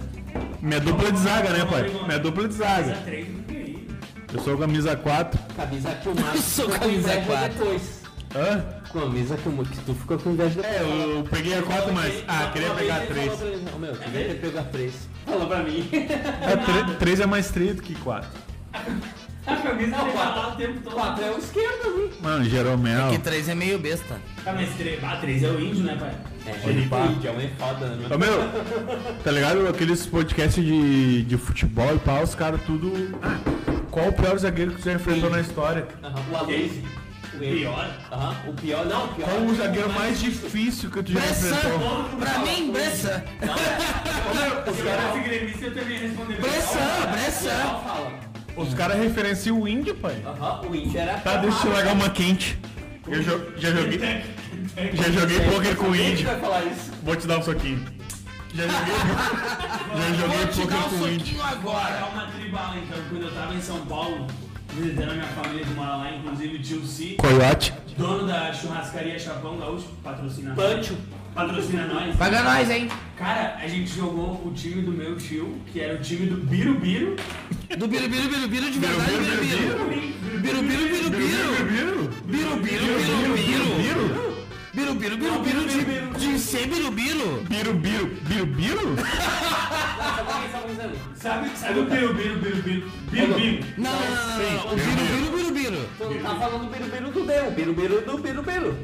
A: Minha dupla de zaga, né, pai? Minha dupla de
E: faz a
A: zaga.
E: 3 tá do PI.
A: Eu sou camisa 4.
G: Camisa que o Márcio.
D: sou
G: ficou com
D: camisa
G: inveja
D: quatro.
G: Depois.
A: Hã?
G: Camisa que, o- que tu ficou com inveja depois.
A: É, eu peguei a 4, mas. Ah, queria pegar a 3.
G: Oh, meu, devia ter pego a 3.
A: é
E: Falou pra mim.
A: 3 é mais 3 do que 4.
E: Tá, porque alguém tá falado o tempo todo.
H: Quatro é o esquerdo ali.
A: Mano, Jeromel.
C: Que 3 é meio besta.
E: Tá, mas três, ah, três é o índio, né, pai?
B: É, ele é uma foda, né?
A: Ô meu, tá ligado? Aqueles podcasts de, de futebol e pau, os caras tudo. Ah, Qual o pior zagueiro que você enfrentou na história?
B: Aham, O Aloysio. O Edu.
E: Pior.
B: Aham, o pior, não, o pior.
A: Qual o zagueiro mais difícil que tu já
C: Bressan!
A: enfrentou?
C: Pra mim, Bressan!
E: Se eu fosse gremista, eu também ia responder.
C: Bressan, Bressan!
B: Não fala.
A: Os caras referenciam o índio, pai.
B: Aham, o índio era.
A: Tá, deixa eu largar uma quente. Eu jo- já joguei. Já joguei poker com o índio.
B: vai falar isso.
A: Vou te dar um soquinho. Já joguei, já joguei poker com o índio.
E: Agora é uma tribal, então. Quando eu tava em São Paulo, visitando a minha família que mora lá, inclusive o tio Si,
A: Coiote.
E: dono da churrascaria Chapão Gaúcho, patrocina
B: Pancho.
E: Patrocina nós.
C: Paga nós, hein?
E: Cara, a gente jogou o time do meu tio, que era o time do Birubiru.
C: Do birubiru, birubiru de verdade, birubiru. Birubiru, birubiru. Birubiru, birubiru. Birubiru, birubiru de- de ser birubiru.
A: Biro, biro, biro, biro?
E: Sabe, sabe o Birubiru, Birubiru? Birubiru.
C: Não, não, não, não, não. O birubiru, birubiru.
B: Tu não tá falando do birubiru do Deu, birubiru do birubiru.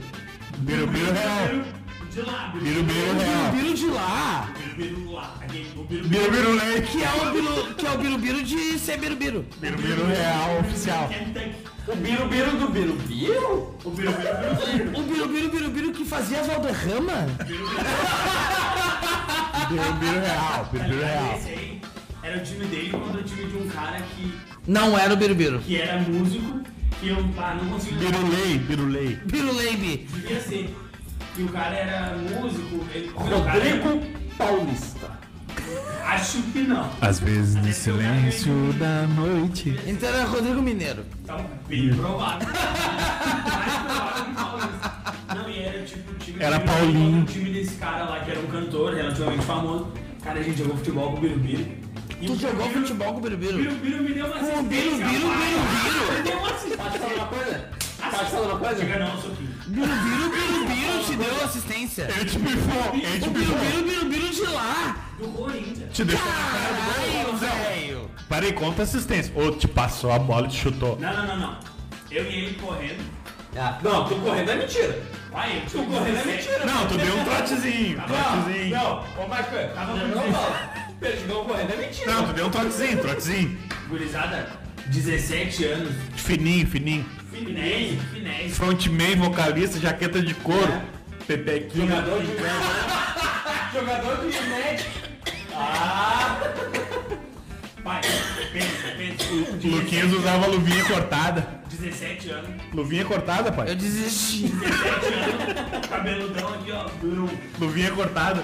A: Biro, biro real.
E: Birubiru de lá,
A: Biro, biro real.
C: Birubiru de lá,
E: Birubiru lá. Aquele- O Birubiru
A: Biro, biro leite.
C: que é o biru, que é o birubiru de ser birubiru.
A: Biro, biro real oficial.
B: O birubiru do birubiru?
E: O Birubiru, Birubiru.
C: O birubiru, birubiru que fazia Valderrama.
A: Biro, biro real. Biro, biro real.
E: Esse aí era o time dele contra o time de um cara que,
C: Não era o birubiru.
E: que era músico, que eu ah, não consigo lembrar
A: Birulei, birulei.
C: Biruleibe.
E: devia ser. E o cara era músico, ele. o cara-
B: Rodrigo Paulista.
E: acho que não.
A: Às vezes no
E: silêncio
A: da noite.
C: Então era Rodrigo Mineiro.
E: Então, bem provável. *laughs* Mais provável que Paulista. Não, e era tipo o time
A: Era
E: do-
A: Paulinho.
E: O time desse cara lá, que era um cantor relativamente famoso. Cara, a gente jogou futebol com o Birubiru. E
C: Tu
E: o
C: jogou
E: Birubiru-
C: futebol com o birubiru?
E: Birubiru me deu uma
C: Com o
E: assistência,
C: birubiru,
E: vai.
C: birubiru.
E: Me deu uma assistência.
B: Pode falar uma coisa? Pode falar uma coisa?
E: Chega não, Soquinho.
C: Birubiru, birubiru te deu assistência.
A: Ele te pifou, ele te
C: O
A: pifou.
C: birubiru, birubiru de lá.
E: Do Corinthians.
A: Te deixou.
C: Caralho, velho.
A: Parei, conta a assistência. Ou te passou a bola e te chutou.
E: Não, não, não, não. Eu e ele correndo.
B: Ah, não, tu correndo é mentira.
E: Pai, eu tô correndo, é mentira.
A: Não, tu deu um trotezinho. Trotezinho.
B: Não, ô Marcão,
E: Tava
B: não,
E: com
B: não fala. Perdigão correndo é mentira.
A: Não, tu deu um trotezinho, trotezinho.
E: Gurizada, 17 anos.
A: Fininho, fininho.
E: Finés, finés.
A: Frontman, vocalista, jaqueta de couro. Pepequinho.
B: Jogador de
E: né?
B: *laughs* Jogador de médico.
E: Ah! Pai, pensa, pensa.
A: Luquinhas usava luvinha cortada.
E: 17 anos.
A: Luvinha cortada,
C: Eu
A: pai.
C: desisti.
E: 17 anos. Cabeludão aqui, ó. Blum.
A: Luvinha cortada.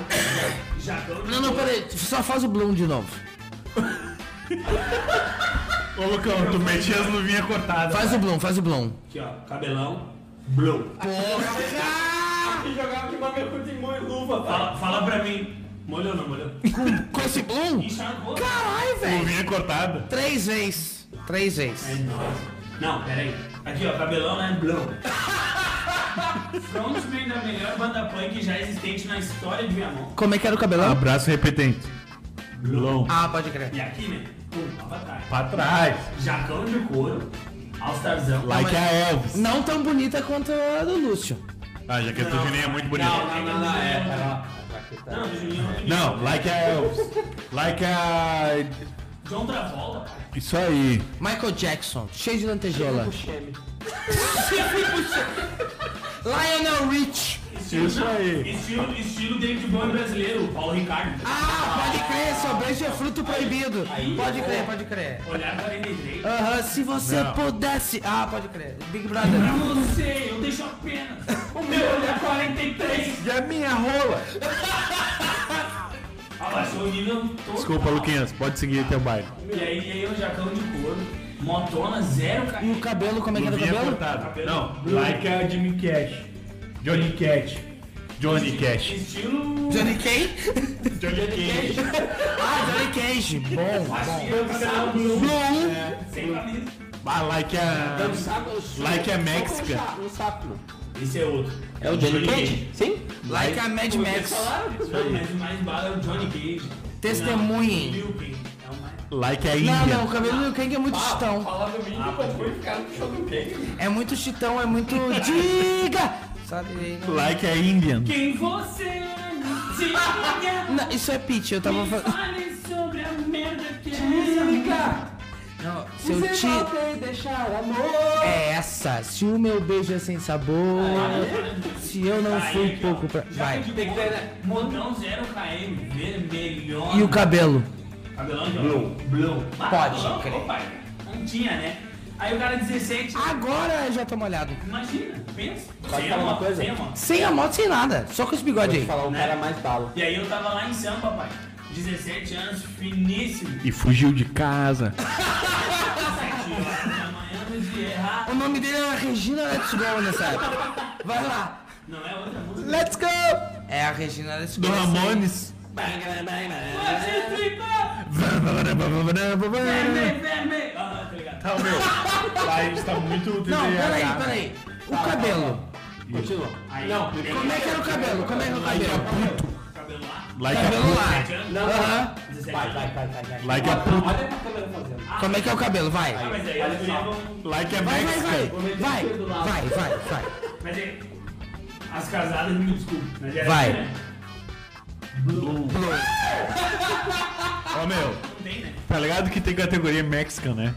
E: Jacão.
C: Não, não, peraí. Só faz o Bloom de novo.
A: Ô, Lucão, tu metia as luvinhas cortadas.
C: Faz o Bloom, faz o Bloom.
E: Aqui, ó. Cabelão. Blum.
B: Que jogava de mamelo curto e molho e luva, pai.
E: Fala, fala pra mim. Molhou ou não molhou?
C: Com, com esse Bloom?
E: Encharcou.
C: Caralho, velho.
A: Luvinha cortada.
C: Três vezes. Três
E: É
C: vezes.
E: nóis. Não, peraí. Aqui, ó, cabelão, né?
C: *laughs*
E: Blão. Frontman da melhor banda punk já existente na história de Viamão.
C: Como é que era o cabelão?
A: Abraço repetente.
E: Blão.
C: Ah, pode crer.
E: E aqui, né? Pum, avatar.
A: Pra trás.
E: Jacão de couro, Alstarzão.
A: Like a Elvis.
C: Não tão bonita quanto a do Lúcio.
A: A jaqueta do Juninho é muito bonita.
E: Não, não, não, não, é. Não, do Juninho não.
A: Não, like a Elvis. Like a.
E: John Travolta, pai.
A: Isso aí.
C: Michael Jackson, cheio de lantejola. *laughs* Lionel Rich.
E: Estilo,
A: Isso aí.
E: Estilo, estilo David Bowie brasileiro, Paulo Ricardo.
C: Ah, pode crer, seu beijo é fruto proibido. Pode crer, pode crer.
E: Olhar 43.
C: Aham, se você
A: Não.
C: pudesse. Ah, pode crer. Big Brother.
E: Pra você, eu deixo apenas o meu olhar 43.
A: E a minha rola.
E: *laughs* Abaixou o nível todo.
A: Desculpa, Luquinhas, pode seguir teu bairro.
E: E aí, e aí o jacão de couro, motona zero, cara.
C: E o cabelo, como é que era o
A: Luvinha
C: cabelo?
A: cortada. Um. Não, like a Jimmy Cash. Johnny Cash. Johnny Cash.
E: Estilo.
C: Johnny Cage?
A: Johnny *laughs* Cash.
C: Ah, Johnny Cage. Bom.
E: Faxina, cabelo
C: Bloom.
A: Um.
E: sem camisa.
A: Ah, like a. Like a Mexican.
B: Um sapo. não.
E: Esse é outro.
B: É o Johnny Cage? Sim.
C: Like a Mad Max.
E: Não, mas o mais bala é o Johnny Cage.
C: Testemunhem.
E: Não, o Bill Cage. É o mais.
A: Like a
C: Não,
A: Índia.
C: não, o cabelo do Kang é muito chitão.
E: Falar do mim, quando foi ficar no show do Kang.
C: É muito chitão, é muito. Diga! Sabe? aí não-
A: Like a Indian.
E: Quem você se liga,
C: *laughs* Não, isso é pitch, eu tava
E: me
C: falando.
E: fale sobre a merda que é essa.
C: Não, se eu
I: Você
C: te.
I: volta e deixar amor.
C: É essa. Se o meu beijo é sem sabor. Se eu não fui um pouco pra. Vai.
E: Tem que ter, né? Modão 0KM, vermelhão.
C: E o cabelo?
E: Cabelão de Blue. Blue.
C: Pode
E: Pode,
C: crer. Ah.
E: pai. Não tinha, né? Aí o cara 17,
C: Agora já tô molhado.
E: imagina, pensa. é
B: Só que
E: Sem
B: fala uma
E: uma
B: coisa.
E: sem uma.
C: Sem a moto, sem nada. Só com os
B: Vou
C: bigodes
B: te
C: aí.
A: Né?
B: falar, o cara mais bala.
E: E aí eu tava lá em Sampa, pai. 17 anos, finíssimo.
A: E fugiu de casa.
E: 7 horas da manhã de errar.
C: O nome dele era Regina Let's Go nessa época. Vai lá.
E: Não é outra música.
C: Let's go! É a Regina Let's Go.
A: Do Ramones.
E: Pode tripar! Verme, verme! Ah, tá ligado.
A: Não, meu. Lá a gente tá muito
C: Não,
A: TDAH.
C: peraí, peraí. O cabelo.
B: Continua.
E: Aí, não,
C: Como é que era o cabelo? Como é que era o cabelo?
E: cabelo lá.
A: Like
C: Cabelo
A: a
C: lá.
E: 7 anos,
B: Não,
C: Aham.
E: 17
B: Vai,
E: anos.
B: vai, vai, vai. vai.
A: Like a
B: Não, olha pra câmera fazendo.
C: Como é que é o cabelo? Vai.
E: Ah,
C: Vai,
E: Mas aí as gurias vão.
A: Like a
C: vai, vai.
A: Mexican.
C: Vai, vai, vai, vai.
E: Mas aí. As casadas me desculpem. mas é
C: Vai.
E: assim, né?
A: Ó, meu.
E: Não tem, né?
A: Tá ligado que tem categoria Mexican, né?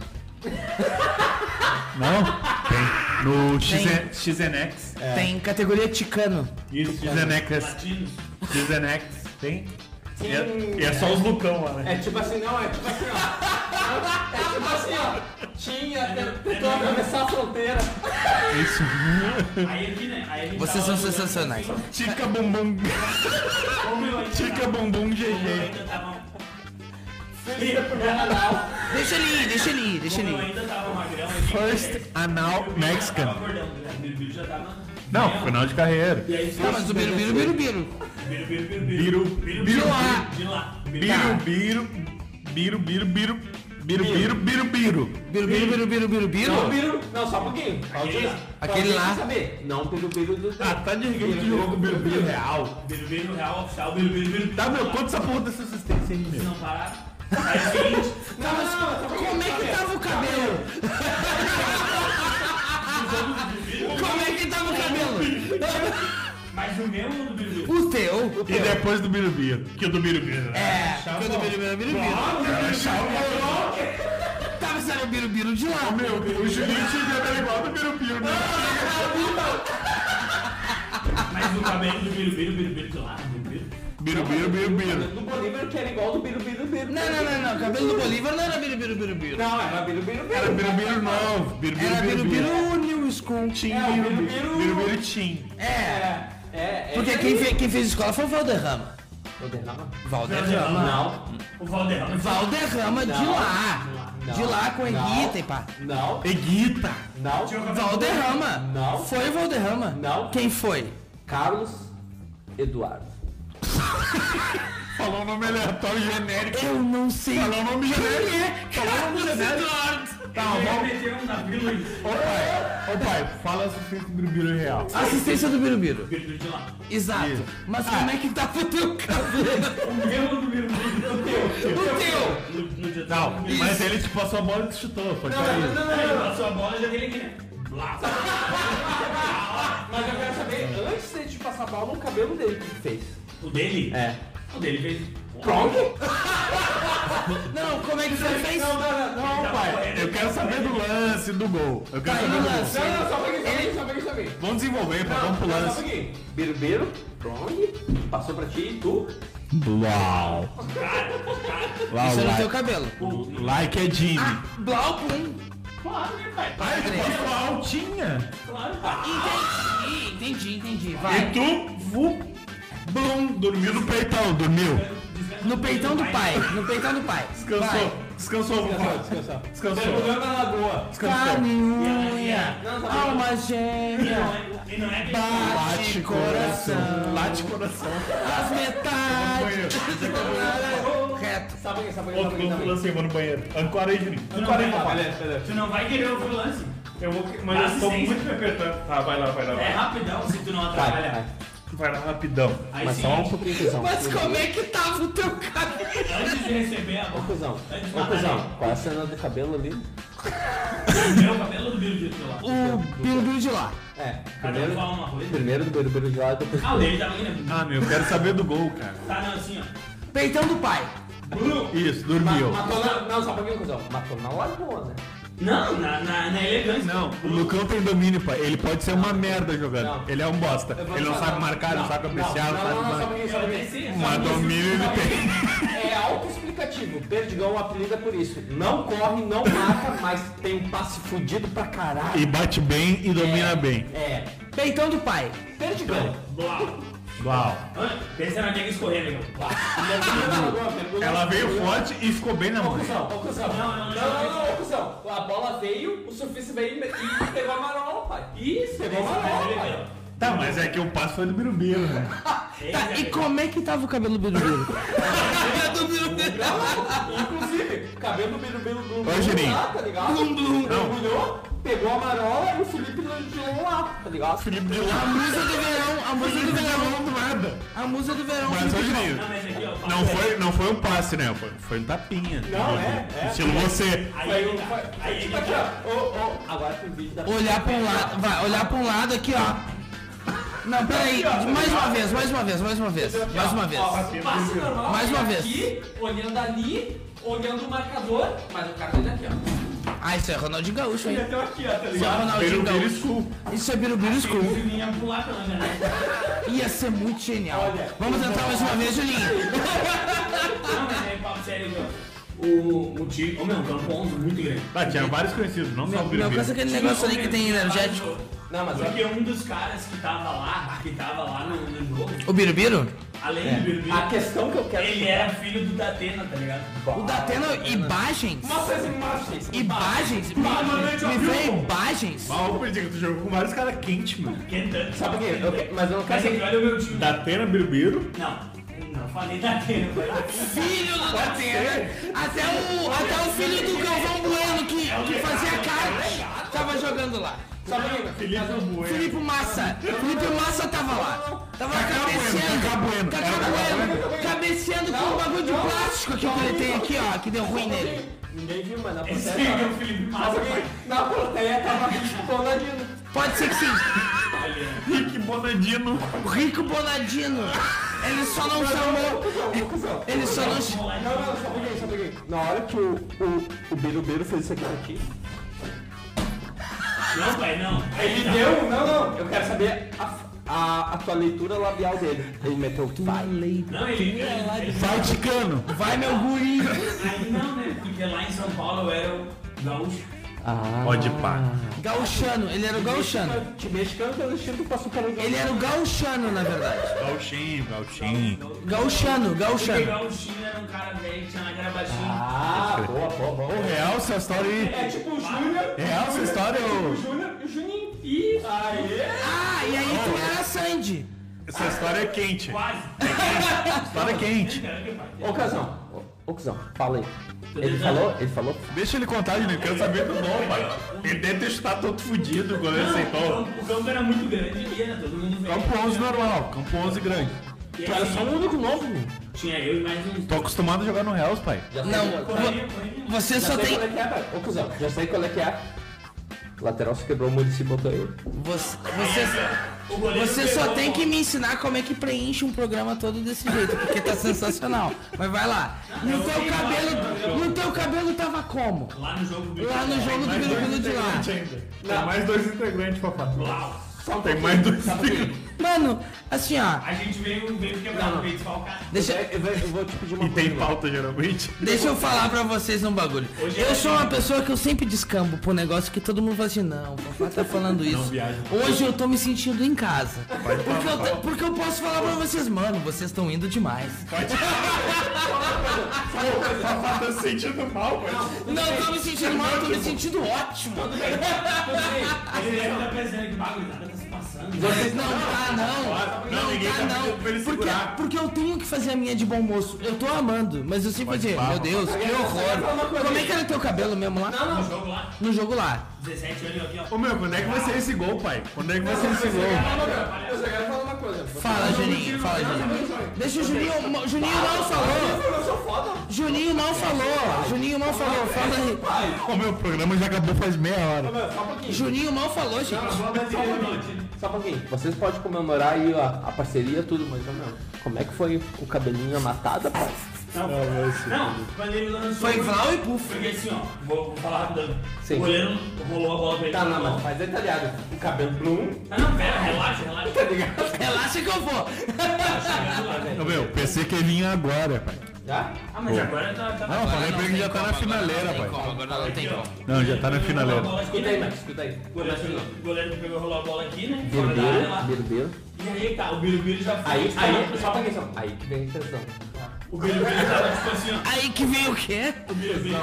A: Não? Tem. No
C: Tem.
A: XN XNX.
C: Tem categoria ticano.
A: é. Isso, XNX.
E: Latinos.
A: XNX. Tem? E é, e é só os Lucão lá, né?
B: É tipo assim, não, é tipo assim, ó. É
I: Tipo assim, ó. Tinha, tentou atravessar a fronteira.
A: Isso.
E: Aí aqui, né? Aí a gente
C: Vocês
E: tava
C: são
E: olhando
C: sensacionais.
E: assim,
A: Tica bumbum.
E: Como eu ainda
A: Tica
E: tava-
A: bumbum
E: como eu
A: GG.
E: ainda tava. Feliz
C: Deixa ele ir, deixa ele ir, deixa
E: Como eu
C: ele ir.
E: ainda tava magrão aqui.
A: First anal
E: Meu bicho já tava
A: Mexican.
E: gordão, né? Meu bicho já tava-
A: Não, final de carreira.
E: E aí,
C: Não, Tá, mas o biru, biru, biru, biru.
E: Biru, biru, biru,
A: Biru.
E: Biru,
A: Biru
E: biru,
A: lá.
E: biru, De lá.
A: Biro, biro, biro, biro, biro, biro, biro, biro, biro.
C: Biru, biru, biru, biru, biru,
B: Não,
C: biru.
B: biru, não, só um pouquinho.
E: Aquele lá.
C: Aquele lá.
B: Saber. Não, biru, biru do...
A: Ah, tá de reggae de jogo, biro, biro real.
E: Biru, biru, real oficial. Biru, biru, biru.
A: Tá, meu, conta essa porra dessa assistência aí, meu.
E: Não parar. Aí é o seguinte,
C: Tá, mas como é que tava
B: *laughs*
C: o cabelo? Como é que tava o cabelo?
E: mas o meu ou do biru, biru?
C: O teu.
A: E depois do biro, biro. Que o do biro, biro, né?
C: É, quando o biru, biru, biru, biru.
A: é
C: Tava sendo o biru, biru de lá.
A: Meu, o Julinho tinha que igual do biro, biro, né?
E: Mas o cabelo do biru, biru, biru, biru, de lá. Biru, biru.
A: Biro, biro, biro, biro.
B: Do Bolívar que era igual do biru, biru, biru.
C: Não, não, não, não. O cabelo do Bolívar não era biru, biru, biru, biru.
B: Não, era biru, biru, biru.
A: Era biro, biro novo. Biro,
C: Era biru,
A: biro, biro.
C: biru, new school.
A: Tim,
B: É, o
A: biro,
B: biro,
A: biro. um.
B: biro.
A: Biro, biro, tim.
C: É,
B: É, é.
C: porque quem fez, quem fez escola foi o Valderrama.
B: Não,
C: Valderrama.
B: não,
E: O Valderrama.
C: Valderrama de
B: Não.
C: lá.
B: Não.
C: De lá com
B: Não.
C: Henrique e pá.
B: não,
A: Eguita.
B: não.
C: Valderrama.
B: Não.
C: Foi o Valderrama.
B: Não.
C: Quem foi?
B: Carlos Eduardo.
A: Falou um nome aleatório genérico.
C: Eu não sei.
A: Falou um nome genérico. Falou um nome genérico. Tá,
E: Eu ia
A: vamos.
E: meter um na vila e-
A: Ô pai, ô pai, fala assistência do biro, biro real.
C: Assistência do Birubiru.
E: Biru, biru, de lá.
C: Exato.
A: Isso.
C: Mas como é que tava o teu cabelo?
E: O meu ou do biru, biru? O teu.
C: o teu!
E: No- no dia do-
A: Não, mas ele te passou a bola e te chutou, foi só isso.
E: Aí passou a bola e já dele aqui, né? Blá.
B: Mas eu quero saber, antes de te passar a bola, o cabelo dele que fez.
E: O dele?
B: É.
E: O dele fez.
C: Não, como é que você fez?
B: Não, não, não, não.
E: Tá,
A: Pai, eu quero saber do lance, do gol. Eu quero saber
C: no
A: do gol.
C: Tá, lance.
B: Não, não, só pra quem saber, só um pra quem saber.
A: Vamos desenvolver, pai, vamos pro
B: Só
A: lance.
C: um
B: pra quem. Berbeiro, Prong, passou pra ti e tu.
A: Blau. Blau,
C: Isso era o teu
A: like.
C: cabelo. Ah,
A: Like é Jimmy.
C: Blau, um. pum.
E: Claro, né, pai?
A: Pai, ele pode falar altinha.
E: Claro, pai.
C: Entendi, entendi, entendi.
A: E
C: Vai.
A: tu, vu, blum, dormiu no peitão, dormiu.
C: No peitão do pai. No peitão do pai.
A: Descansou, descansou, vovó. Descansou. Descansou.
B: Jogando na lagoa.
C: Caminha, alma gêmea,
E: E não é que
C: bate coração,
A: Bate coração.
C: as metades. Reto.
B: Sabe quem, sabe quem,
A: Outro
B: sabe
A: gol do
B: quem também.
A: lance, eu vou no banheiro. Ancora aí, Juninho.
E: Tu não,
A: Ancora aí,
E: vai,
A: papai.
E: tu não vai querer ouvir o lance.
A: Eu vou, mas eu tô
E: Assistência.
A: muito me apertando. Tá, vai lá, vai lá,
E: É
A: vai lá.
E: rapidão se tu não
B: Vai,
E: atrapalhar.
B: vai.
A: Vai lá rapidão.
E: Aí
B: Mas
E: sim,
B: só um pouquinho, cuzão.
D: Mas como é que tava o teu cabelo?
E: antes de receber a
B: Ô,
E: boca,
B: cuzão.
E: Antes de
B: Ô,
E: matar
B: cuzão. Qual é a cena do cabelo ali?
E: meu o cabelo do Birubiru de lá.
D: O birubiru de lá.
B: É.
E: Cada
B: Primeiro,
E: um fala uma coisa.
B: primeiro do berubeiro de lado, depois
E: Ah, o dele tava aqui, né?
A: Ah, meu, eu quero saber do gol, cara.
E: Tá, não, assim, ó.
D: Peitão do pai.
E: Blu.
A: Isso, dormiu.
B: Matou na... Não, só um pouquinho, cuzão. Matou na lagoa, né?
E: Não, na, na, na elegância.
A: Não, o Lucão tem domínio, pai. Ele pode ser uma merda jogando.
B: Não.
A: Ele é um bosta.
B: Eu vou
A: Ele não
B: falar,
A: sabe marcar, não, sabe cabecear, não,
B: não, não, não, só um
A: sabe.
B: pouquinho, só um pouquinho.
A: Mas domínio ele tem.
B: É autoexplicativo. Perdigão apelida por isso. Não corre, não mata, mas tem um passe fudido pra
A: *laughs*
B: caralho.
A: E bate bem e domina bem.
B: É.
D: Peitão do pai.
B: Perdigão.
E: Blá.
A: Uau.
E: Hã? Pensa na que escorrer, meu.
A: Ela veio forte e ficou bem na
B: Ô,
A: mão.
B: cuzão, ô, cuzão. Não,
E: não,
B: não,
E: não,
B: não, ô, cuzão. A bola veio, o surfista veio e e pegou a marola, pai. Isso, pegou a marola, pai.
A: Tá, mas é que o passo foi do Birubiru, né?
D: Tá, e como é que tava o cabelo do birubiru? do birubiru.
B: Inclusive, o cabelo do Birubiru do
A: Ô, Juninho.
B: lá, tá ligado?
D: Blum, blum.
B: Mergulhou, pegou a marola e o Felipe lanchou lá, tá ligado?
C: É,
A: Felipe de lá,
D: A musa do verão, a musa do verão,
A: não do nada.
D: a musa do verão.
A: Mas hoje
E: Não,
A: nem.
E: mas aqui, ó.
A: Não foi, não foi um passe, né? Foi, foi um tapinha.
B: Não, é, é.
A: Estilo você.
E: Aí,
B: Foi,
E: aí,
B: foi,
E: aí, tá.
B: tipo aqui, ó. Ô, ô, agora tem vídeo da.
D: Olhar pra um lado, vai, olhar pra um lado aqui, ó. Não, peraí, mais uma vez, mais uma vez, mais uma vez, mais uma vez.
C: Ó, passe normal,
D: Mais uma vez.
C: aqui, olhando ali, olhando o marcador, mas o cara tá aqui, ó.
D: Ah, isso é Ronaldinho Gaúcho, hein?
E: Então aqui, ó, tá
D: Isso é
E: ligado?
D: Ronaldinho
A: Birubiru
D: Gaúcho.
A: School.
D: Isso é Birubiru
E: O
D: School.
E: Juninho ia pular né? pela janela.
D: Ia ser muito genial. Vamos tentar mais uma vez, Julinho.
E: Não, mas aí, papo sério, meu. O, o time. Ô, meu, campo 11 muito grande.
A: Ah, tinha vários conhecidos, não só o
D: Não,
A: Birubiru.
D: pensa aquele negócio ali que tem energético.
B: Não, mas é-
E: Porque um dos caras que tava lá, que tava lá no, no jogo,
D: O Birubiru?
E: além do Birubiru,
B: a questão que eu quero. é
E: ele era filho do Datena, tá ligado?
D: O Datena, imagens?
B: Nossas imagens.
D: Imagens? Me veio imagens?
A: Mal, eu perdi que tu jogou com vários caras quentes, mano.
E: Quentando.
B: Sabe por quê? Eu que- mas eu não quero
E: Mas aqui,
B: saber.
E: olha o meu time.
A: Da Atena Birubiru.
E: Não, não falei Datena, falei Datena.
D: Filho do Datena. Até o, até o filho do Galvão Bueno que, que fazia kart tava jogando lá.
B: Sabe por quê?
A: Felipe Bueno.
D: Felipe Massa. Felipe Massa tava lá. Tava lá
A: Cacá Bueno, Cacá Bueno.
D: cabeceando. Cacá Bueno. Tá Cabeceando com um bagulho de plástico aqui que ele tem aqui, ó. Que deu ruim nele.
B: Ninguém viu, mas na
E: Esse
B: plateia.
E: aí é o Felipe
B: Mas
E: Massa.
B: alguém- Na plateia tava *laughs* Ronaldinho.
D: Pode ser que sim.
A: Rick Bonadino.
D: O Rico Bonadino. Ele só não chamou. Ele só não chamou.
B: Não, não, só peguei, só peguei. Na hora que o, o, o Birubiru fez isso aqui pra ti,
E: Não, pai, não. Aí
B: ele deu. Não, não, eu quero saber a, a, a tua leitura labial dele. Ele meteu tu vai.
E: Não, ele. ele-
A: Vai, Ticano. Vai, meu guri.
E: Aí não, né? Porque lá em São Paulo eu era o gaúcho.
A: Pode pá.
D: Gauchano. Ele era o gauchano.
B: Te mexicano pelo estilo que passou pelo
D: Ele era o gauchano, na verdade.
A: Gauchinho, gauchinho.
D: Gauchano,
E: Porque
D: gauchano.
E: gaúchinho era um cara velho que tinha na cara baixinha.
B: Ah, boa, boa, boa.
A: Ô, real essa história aí.
C: Tipo o Júnior,
A: Real essa história, ô.
C: Júnior e o Juninho. E
D: Ah, e aí tu era Sandy.
A: Essa história é quente.
E: Quase.
A: História é quente.
B: Ô, Cazão, ô, ô, Cazão, fala aí. Ele falou, ele falou.
A: Deixa ele contar, Juninho. Quero saber do gol, pai. Ele deve ter chutado todo fudido quando ele
E: Não, o
A: aceitou.
E: campo- o campo era muito grande e era todo mundo velho.
A: Campo 11 normal. Campo 11 grande.
E: E
B: Era só
E: assim,
B: um único novo, meu.
E: Tinha eu e mais um.
A: Tô acostumado a jogar no Reals, pai.
B: Já sei
D: Não,
B: qual é.
D: vo- você
B: Já
D: só
B: sei
D: tem.
B: qual é que é, velho. Ô, Cazão, já sei qual é que é. Lateral se quebrou o município, botou ele.
D: Você, você,
E: O goleiro
D: você só
E: pegou,
D: tem que me ensinar como é que preenche um programa todo desse jeito, porque tá sensacional. Mas vai lá. No teu cabelo. No teu cabelo tava como?
E: Lá no jogo do
D: Lá no jogo do Birubiru de lá.
A: ainda. Tem mais dois integrantes, papai.
E: Uau.
A: Tem mais dois integrantes.
D: Mano, assim ó.
E: A gente veio, veio quebrar, veio desfalcar.
D: Deixa,
B: Eu vou, eu vou te pedir uma
A: E tem
B: coisa, velho.
A: pauta, geralmente.
D: Deixa eu falar pra vocês um bagulho.
E: Hoje é
D: Eu sou uma pessoa que eu sempre descambo pro negócio que todo mundo fala assim, não, o papai tá falando isso.
A: viaja.
D: Hoje eu tô me sentindo em casa.
A: Pode falar,
D: Porque eu,
A: fala.
D: te- porque eu posso falar pra vocês, mano, vocês estão indo demais.
A: Papai tá sentindo mal, pai.
D: Não, eu tô
C: *laughs*
D: me sentindo mal, eu tô me sentindo ótimo.
E: Ele deve estar pensando que bagulho nada tá se passando. passando.
C: Vocês não tá, não. Não,
A: ninguém
C: tá,
A: tá pedindo pra ele
C: não. Porque,
A: segurar.
C: porque eu tenho que fazer a minha de bom moço. Eu tô amando, mas eu sei fazer.
A: pá,
C: Meu
A: papai.
C: Deus, que horror. Como é que era teu cabelo mesmo lá?
E: Não, não, jogo lá.
C: No jogo lá.
E: 17 olhos aqui, ó.
A: Ô meu, quando é que vai ser esse gol, pai? Quando é que vai ser esse gol?
B: Eu só quero falar uma coisa.
C: Fala, Juninho. Fala, Juninho. Deixa o Juninho. mo- Juninho não falou.
B: Ah, Eu sou foda.
C: Juninho não falou. Juninho não falou.
B: é.
C: Fala aí.
A: Ô meu, o programa já acabou faz meia hora.
B: Só um pouquinho.
C: Juninho mal falou, gente.
B: Só um pouquinho. Vocês podem comemorar aí ó, a parceria, tudo, mas ô, meu, como é que foi o cabelinho a matada, pai?
E: Não, quando ele lançou.
C: Foi Vlau e Puff.
E: Porque assim, ó, vou, vou falar rapidão.
B: Sim.
E: O goleiro rolou a bola pra ele.
B: Tá, não, mas faz detalhado. O cabelo blum,
E: Ah, não, pera, relaxa, relaxa.
B: tá ligado?
C: Relaxa que eu vou.
E: Tá chegando lá, velho.
A: Ô meu, pensei que ele vinha agora, pai.
B: Já?
E: Ah, mas agora tá. tá
A: Não, falei pra ele que já tá na finaleira,
C: Tem como,
A: pai.
C: agora não tem como.
A: Não, já tá na finaleira.
B: Escuta aí, Max, escuta aí.
E: O né? goleiro, o goleiro pegou rolou a bola aqui, né? Fora da área lá.
B: Birubiru, birubiru.
E: E aí tá, o Birubiru já foi. Tá,
B: Aí, aí, só um pouquinho, só. Aí que vem a intenção.
E: o Birubiru tava tipo assim, ó.
C: Aí que veio o quê?
E: O Birubiru.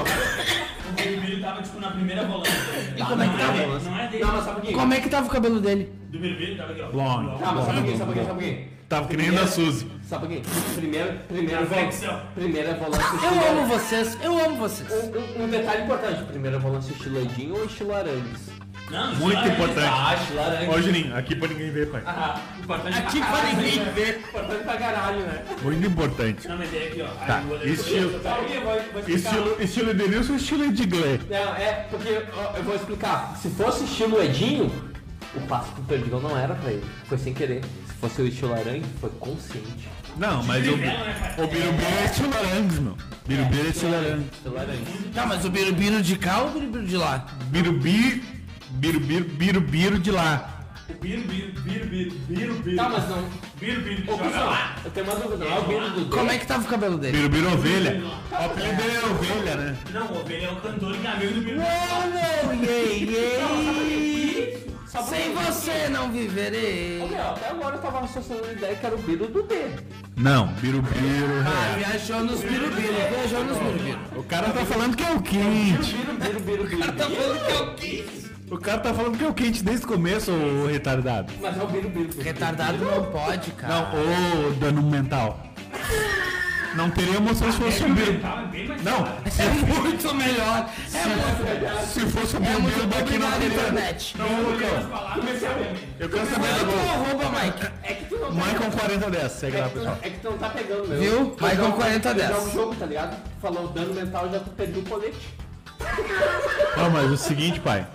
E: O Birubiru tava tipo na primeira volante. E
C: como é que tá a
B: balança?
E: Não é dele.
B: Não, mas só um pouquinho.
C: Como é que tava o cabelo dele?
E: Do Birubiru tava aqui, ó.
A: Long.
B: Tá, mas só um pouquinho, só um pouquinho, só um pouquinho.
A: Tava que nem da Suzy.
B: Só um pouquinho. Primeiro, primeiro, é
E: Reflexão.
B: primeiro é volante.
C: Eu amo vocês, eu amo vocês.
B: Um, um- um detalhe importante, primeiro volante estilo Edinho ou estilo Arangues?
E: Não, isso
A: Muito
E: lá é-
A: importante.
B: Ah, estilo Arangues.
A: Ô Juninho, aqui pra ninguém ver, pai.
E: Ah, importante.
C: Aqui pra ninguém ver.
B: Importante pra caralho, né?
A: Muito importante.
E: Não, mas é aqui, ó.
A: Tá,
E: Aí o goleiro
A: estilo-
E: foi-
B: Só um pouquinho, eu vou, vou explicar.
A: Estilo, estilo Edenilson ou estilo Edgley?
B: Não, é, porque ó, eu vou explicar. Se fosse estilo Edinho, o passo pro Perdigão não era pra ele. Foi sem querer. Se fosse o estilo Arangue, foi consciente.
A: Não, mas o, o Birubiru é estilo Arangues, meu. Birubiru é estilo Arangues.
B: Estilo Arangue.
C: Tá, mas o birubiru de cá ou o birubiru de lá?
A: Birubi, birubiru, birubiru de lá.
E: Birubiru, Birubiru, Birubiru.
B: Tá, mas não.
E: Birubiru,
B: Ô,
E: joga
B: Cusão,
E: lá.
B: eu tenho uma dúvida. Não é o Bino do
C: Como é que tava o cabelo dele?
A: Birubiru ovelha. O apelido dele é ovelha, né?
E: Não, o Ovelha é o cantor que é amigo do Birubiru.
C: Oh, não, yay, yay. Sem você não viverei.
B: Ô, meu, até agora eu tava associando a ideia que era o Bino do D.
A: Não, birubiru.
C: Ah, viajou nos birubiru, viajou nos birubiru.
A: O cara tá falando que é o quente.
B: Bino, Bino, Bino, Bino.
C: Tá falando que é o quê?
A: O cara tá falando que é o quente desde o começo, ô retardado.
B: Mas é o Bino, Bino, Bino.
C: Retardado não pode, cara.
A: Não, ô dano mental. Não teria
E: Ah,
A: emoção se fosse um birubiru.
E: Tava bem mais
A: Não,
C: É muito melhor. É muito,
A: se fosse um
C: é
A: birubiru
C: muito
A: daqui não
C: obrigado,
A: teria.
C: internet.
E: Não, Então, eu olhei as palavras.
A: Eu quero saber
C: Olha
A: agora.
C: tua arroba, Mike.
B: É que tu não tá
A: Michael 4010, segue lá,
B: É que, tu,
A: pessoal.
B: é que tu não tá pegando, meu.
C: Viu?
B: Tu
C: Vai com
B: joga-
C: 40
B: tu
C: dessa.
B: joga um jogo, tá ligado? Tu Falou dano mental, já tu perdeu o colete.
A: Não, mas o seguinte, pai.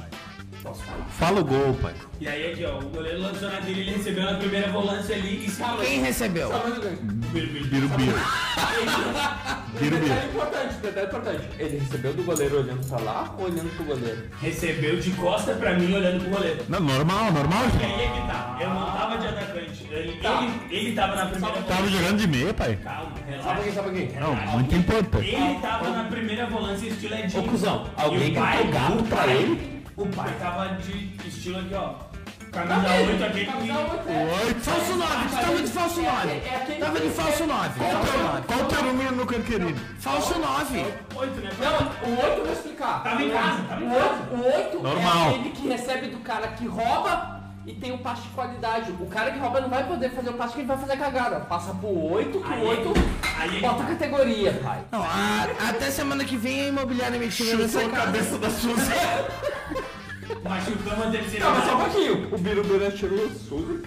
A: Fala o gol, pai.
E: E aí aqui, ó, o goleiro lançou na dele, ele recebeu na primeira volância ali e se calou.
C: Quem recebeu?
B: Tá, mas eu ganho.
E: Birubiru.
A: Birubiru. Birubiru.
B: Detalhe importante, detalhe importante. Ele recebeu do goleiro olhando pra lá ou olhando pro goleiro?
E: Recebeu de costa pra mim olhando pro goleiro.
A: Não, normal, normal.
E: E aí é que tá, eu não tava de atacante. Ele,
B: Tá.
E: ele, ele tava na primeira
A: Tava
E: volância.
A: jogando de meia, pai.
E: Calma,
B: Só pra
E: relaxa.
B: quem, só pra quem.
A: Não, muito importante.
E: Ele tava na primeira volância estilo Edinho.
B: Ô, cuzão,
E: E
B: alguém
E: o
B: gritou
E: pai,
B: gato
E: o
B: pra
E: pai-
B: ele? Tá
E: O pai tava de estilo aqui, ó. Camisa 8 aqui.
B: é
C: Falso 9, tu tava de falso 9. Tava de falso 9.
B: um
A: Qual o teu número no canquerino?
C: Falso 9.
E: 8, né?
B: Não, o 8 eu vou explicar.
E: Tava Tá em casa, tava em
B: O 8, o oito
A: Normal.
B: é aquele que recebe do cara que rouba e tem o passe de qualidade. O cara que rouba não vai poder fazer o passe que ele vai fazer a cagada. Passa pro 8, que
E: Aí-
B: o 8
E: aí- é
B: bota a categoria, pai.
C: Não, a- até semana que vem a imobiliária me tira
A: Chutou
C: dessa
A: a
C: casa.
A: cabeça da Suzy.
E: Mas chutamos a terceira.
B: Não, mas só um pouquinho. O Birubiru atirou o Suzy.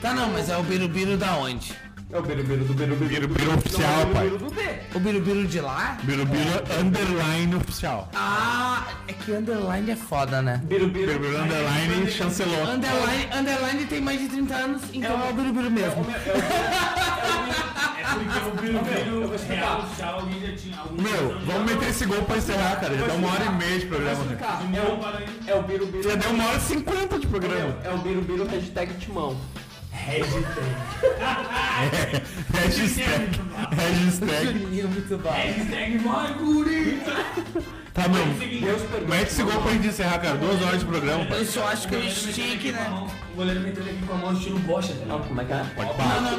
C: Tá não, mas é o birubiru da onde?
B: É o Birubiru do Birubiru.
A: Birubiru oficial, pai.
B: do D.
C: O birubiru de lá?
A: Birubiru underline oficial.
C: Ah, é que underline é foda, né?
B: Birubiru.
A: Birubiru underline chancelou.
C: Underline, underline tem mais de 30 anos, então é o birubiru mesmo.
E: É porque o Birubiru real, já é, alguém já tinha. algum
A: Meu,
E: já-
A: vamos meter esse gol pra encerrar, cara. Já deu uma hora e meia de programa. né?
B: Explicar.
E: De novo para ele.
B: É o Birubiru.
A: Já deu uma hora e cinquenta de programa.
B: É o Birubiru hashtag Timão.
E: Hashtag.
A: *laughs* Hashtag. Hashtag.
B: Juninho muito bom.
E: Hashtag Marcuri.
A: Tá, meu.
B: Deus perdoe.
A: Mete esse gol pra gente encerrar, cara. Duas horas de programa, pai.
C: Eu só acho que eu estique, né?
E: O goleiro meteu ele aqui com a mão estilo bocha, tá ligado?
B: Como é que é?
A: Pode
C: Não,
A: parar.
C: não, não,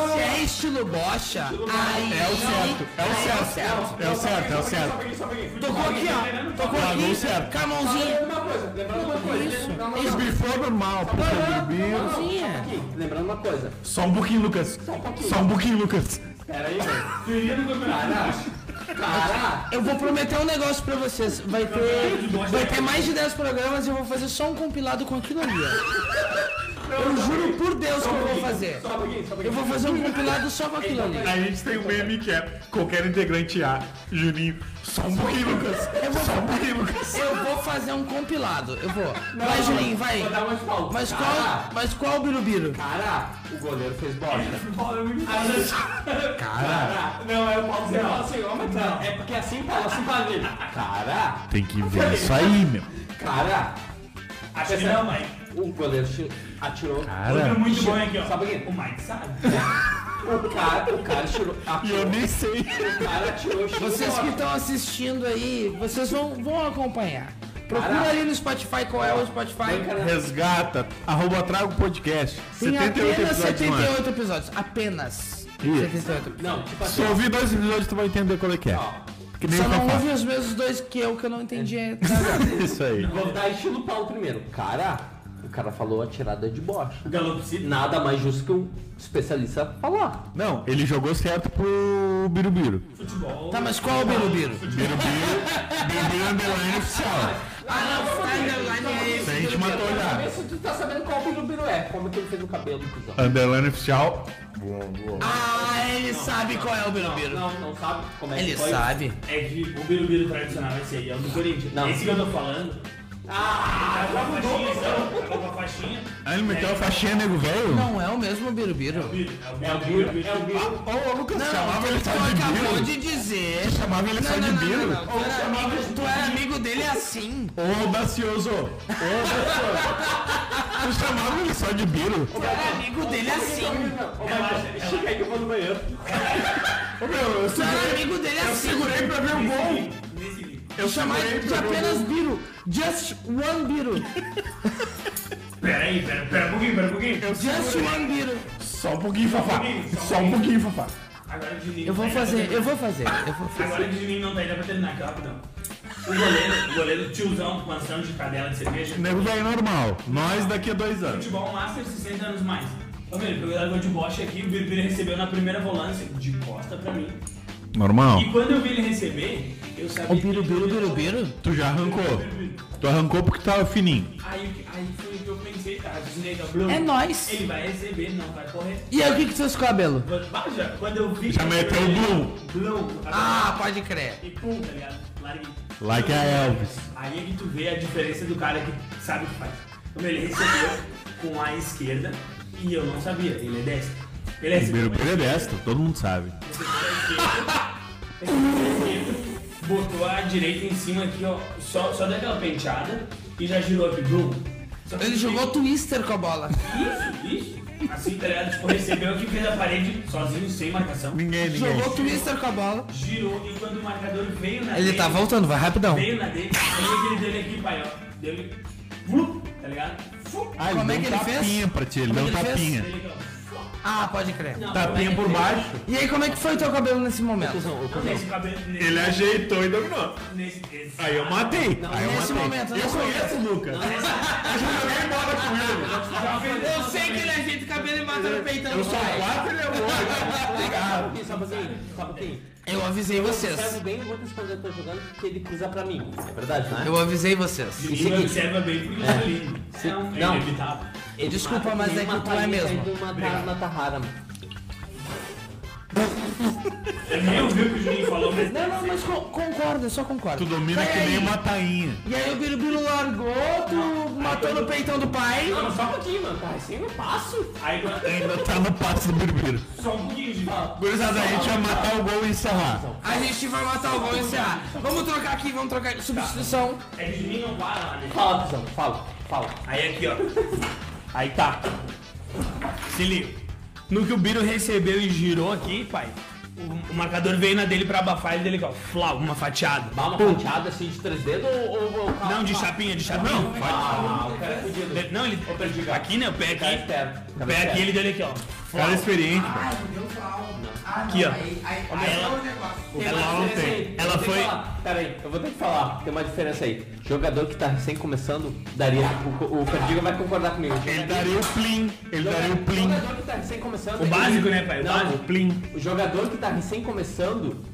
C: não, não. Se é
D: estilo bocha, aí...
A: É o certo, é o certo. É o certo, é o certo.
D: Tocou aqui, ó. Tocou
A: Largou o
D: aqui.
A: certo.
D: Com a mãozinha.
J: Uma coisa, lembrando uma coisa. Não, não, não.
A: Esbifou é normal, puxou o birubiru.
D: Mãozinha.
B: Lembrando uma coisa.
A: Só um pouquinho, Lucas. Só um pouquinho, Lucas.
B: Cara,
D: Eu vou prometer um negócio pra vocês. Vai ter, vai ter mais de 10 programas e eu vou fazer só um compilado com aquilo ali. ó. Eu juro por Deus que eu vou fazer. Eu vou fazer um compilado só com aquilo ali.
A: A gente tem um meme que é qualquer integrante A, Juninho. Só um pouquinho, Lucas.
D: É
A: Só um pouquinho, Lucas.
D: Eu vou fazer um compilado. Eu vou. Vai, Julinho, vai. Mas qual, mas qual o birubiru?
B: cara, o goleiro fez bosta. Cara,
E: Não, é o Paulo Zé.
B: é porque assim fala, assim fala dele. Cara,
A: Tem que ver isso aí, meu.
B: cara,
E: Acho que não, Mike.
B: o goleiro chi- atirou.
A: Cara.
E: Outro muito bom aqui, ó.
B: Sabe o quê?
E: O Mike sabe.
B: O cara, o cara tirou.
A: E eu nem sei.
B: O cara tirou o
D: Vocês que estão assistindo aí, vocês vão, vão acompanhar. Procura
B: Caraca.
D: ali no Spotify qual é o Spotify.
A: Resgata, arroba trago podcast.
D: Tem
A: 78
D: apenas
A: episódios no ar.
D: 78 episódios. Apenas.
A: Ih.
D: 78 episódios.
B: Não, tipo
A: Se
B: assim,
A: eu ouvir dois episódios, tu vai entender qual é que é. Que nem
D: Só
A: o
D: não
A: Fafá.
D: ouve os mesmos dois que eu, que eu não entendi.
A: Isso aí.
B: vou dar estilo Paulo primeiro. Cara, o cara falou atirada de bosta.
E: Galopsita.
B: Nada mais justo que um especialista falar.
A: Não, ele jogou certo pro Birubiru.
E: Futebol.
D: Tá, mas qual é o birubiru?
A: Birubiru, Birubiru underline oficial.
D: Ah, tá, Underline é
A: Se a gente matou já.
B: Se tu tá sabendo qual birubiru é, como que ele fez o cabelo, cuzão.
A: Underline oficial.
D: Ah, ele sabe qual é o birubiru.
B: Não, não sabe como é
D: Ele
B: que foi.
D: sabe.
E: É que o birubiru tradicional vai ser aí, é o do Corinthians.
B: Não.
E: Esse que eu tô falando. Ah, tá com a faixinha, então. Tá com a faixinha.
A: Ah, ele meteu a faixinha, nego velho?
D: Não é o mesmo birubiru.
E: É o birubiru. É o birubiru.
A: Ô, ô, Lucas,
D: Não,
A: chamava ele
D: tu
A: só de
D: acabou
A: Biru.
D: de dizer.
A: Chamava ele só de Biru.
D: não, Tu era amigo- tu era amigo dele assim.
A: Ô, audacioso. Ô, audacioso. Tu chamava ele só de Biru.
D: Tu era amigo dele assim.
B: Chega aí que eu vou no banheiro.
A: Ô, meu, eu
D: Tu era
A: segurei,
D: amigo dele
A: eu
D: assim.
A: segurei pra ver o gol.
E: Nesse livro.
A: Eu
D: Chamar
A: segurei
D: de
A: pra ver o
D: apenas
A: gol.
D: biru. Just one biru.
E: Pera aí, pera, pera um pouquinho, pera um pouquinho.
D: Just one biru.
A: Só um pouquinho, Fafá.
E: pouquinho, só
A: Só um pouquinho, Fafá.
E: Agora o Juninho
D: Eu vou
E: tá aí, dá pra
D: fazer, eu
E: terminar.
D: vou fazer, eu vou fazer.
E: Agora o Juninho não tá aí, dá pra terminar aqui rapidão. O goleiro, o goleiro tiozão com mansão de cadela de cerveja.
A: Nego velho normal. Nós daqui a dois anos.
E: Futebol Master 60 anos mais. Ô meu, ele pegou ele largou de bocha aqui, o Birubiru recebeu na primeira volância, de costa pra mim.
A: Normal.
E: E quando eu vi ele receber, eu sabia.
D: O
E: que-
D: birubiru, birubiru?
A: Tu já arrancou. Tu arrancou porque tava fininho.
E: Aí, aí foi o que eu pensei, tá? Desnega, Bruno.
D: É nóis.
E: Ele vai receber, não vai correr.
D: E aí, o que que seus cabelo?
E: Quando- bah, já- Quando eu vi.
A: Já meteu o Bloom.
E: Bloom.
D: *laughs* Ah, pode crer.
E: E pum, tá ligado? Larguei.
A: Like a Elvis.
E: Aí é que tu vê a diferença do cara que sabe o que faz. Como ele recebeu com a esquerda e eu não sabia, ele é destro. Ele
A: O
E: recebeu com a
A: Birubiru é destro, todo mundo sabe.
E: *laughs* Botou a direita em cima aqui, ó. Só, só deu aquela penteada e já girou aqui, Bruno. Só que
D: Ele jogou twister com a bola.
E: Isso, isso. Assim, tá ligado? Tipo, recebeu aqui, fez a parede sozinho, sem marcação.
A: Ninguém,
D: Jogou twister com a bola.
E: Girou e quando o marcador veio na
D: Ele
E: dele,
D: tá voltando, vai rapidão.
E: Veio na dele, aí ele deu ele aqui, pai, ó. Deu ele. Flu, tá ligado? Flu.
A: Ah,
D: Como é
A: deu
D: que
A: um
D: ele fez?
A: tapinha pra ti, ele deu
D: Como
A: um
D: é que ele fez?
A: tapinha.
E: Ele aqui, ó.
D: Ah, pode crer.
E: Não,
A: Tapinha por baixo.
D: E aí, como é que foi teu cabelo nesse momento?
E: Não, nesse cabelo. Nesse,
A: Ele ajeitou e dominou.
E: nesse, nesse-
A: Aí eu matei. Aí eu
D: Nesse
A: matei.
D: momento,
A: eu
D: nesse momento.
A: conheço o Lucas. *laughs* Eu já joguei bola com ele.
D: Eu sei que ele ajeita o cabelo e mata no peitão
A: Eu sou quatro, ele é
B: Tá
A: oito. Obrigado.
B: Sabe sabe assim, sabe assim.
D: Eu avisei vocês.
B: Observe bem o Lucas quando eu tô jogando, porque ele cruza pra mim. É verdade, né?
D: Eu avisei vocês.
E: E
B: seguinte.
E: observa bem porque ele é lindo.
B: Se-
E: É um-
B: não.
E: É inevitável.
B: Ele
D: Desculpa,
B: mata
D: mas
B: nem
D: é que
B: uma
D: tu é
B: palhinha
D: mesmo.
B: de uma ta- na Tahara. mano.
E: Eu nem ouvi o É que o Juninho falou, mas.
D: Não, não, mas co- concordo, eu só concordo.
A: Tu domina
D: Mas
A: que
D: aí-
A: nem uma tainha.
D: E aí o Birubiru largou, tu matou no peitão do pai.
B: Não, só um pouquinho, mano. Tá recém no passo.
E: Aí quando-
A: Ainda tá no passo do Birubiru.
E: Só um pouquinho, Juninho.
A: Gurizada, a gente vai matar o gol e encerrar.
D: A gente vai matar o gol e encerrar. Vamos trocar aqui, vamos trocar aqui. Substituição.
E: É que o Juninho não para lá, né?
B: Fala, cuzão. Fala, fala.
E: Aí aqui, ó.
C: Aí tá. Se liga. No que o Biro recebeu e girou aqui, pai, o, o marcador veio na dele pra abafar ele dele, ó. Flau, uma fatiada.
B: Dá uma fatiada assim de três dedos ou... ou, ou
C: Não, de chapinha, de chapinha. Não,
B: Ah, o cara é fudido.
C: ele- não ele. Aqui, né? O pé
B: Cara é
C: aqui.
D: Tá
B: esperto.
C: O
B: Cara
C: pé aqui,
B: esperto.
C: ele deu ele aqui, ó.
A: Cara experiente,
K: Ai, me deu pau.
C: Aqui, ó.
D: Aí, aí,
C: Aí
D: aí
C: ela-
D: é um negócio.
C: Ela,
B: uma diferença aí.
C: Ela
B: Eu vou ter
C: foi-
B: que falar. Peraí, eu vou ter que falar. Tem uma diferença aí. Jogador que tá recém começando, daria. O, o Perdiga vai concordar comigo.
A: Ele daria o plim. Ele daria o plim.
B: jogador que tá recém começando.
C: um O básico, né, pai? O
B: Não,
C: básico. Plim.
B: O jogador que tá recém começando,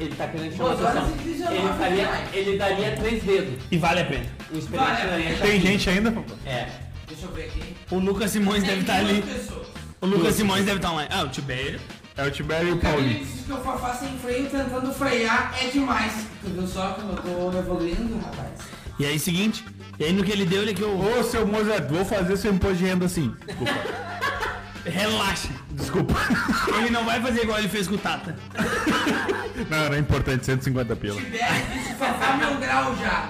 B: ele tá querendo chamar
D: Duas horas
B: atenção.
D: e dezenove
B: Ele daria, ele daria três dedos.
C: E vale a pena.
B: O experiente daria
A: Tem
B: chapinha.
A: gente ainda? pô?
B: É.
D: Deixa eu ver aqui.
C: O Lucas Simões deve estar ali.
D: Pessoas.
C: O Lucas Simões deve estar online. Ah, o Tibério.
A: É o Tibério e o
D: Ele
A: Paulinho.
D: disse que eu Fafá sem freio tentando frear é demais. Tu viu só como eu tô evoluindo, rapaz?
C: E aí, seguinte. E aí, no que ele deu, ele é que eu.
A: Ô, seu Mozart, vou fazer seu imposto de renda assim. Desculpa.
C: Relaxa. *laughs*
A: Desculpa.
C: Ele não vai fazer igual ele fez com o Tata.
A: Não, era importante, 150 pila.
D: Tibério disse Fafá meu grau já.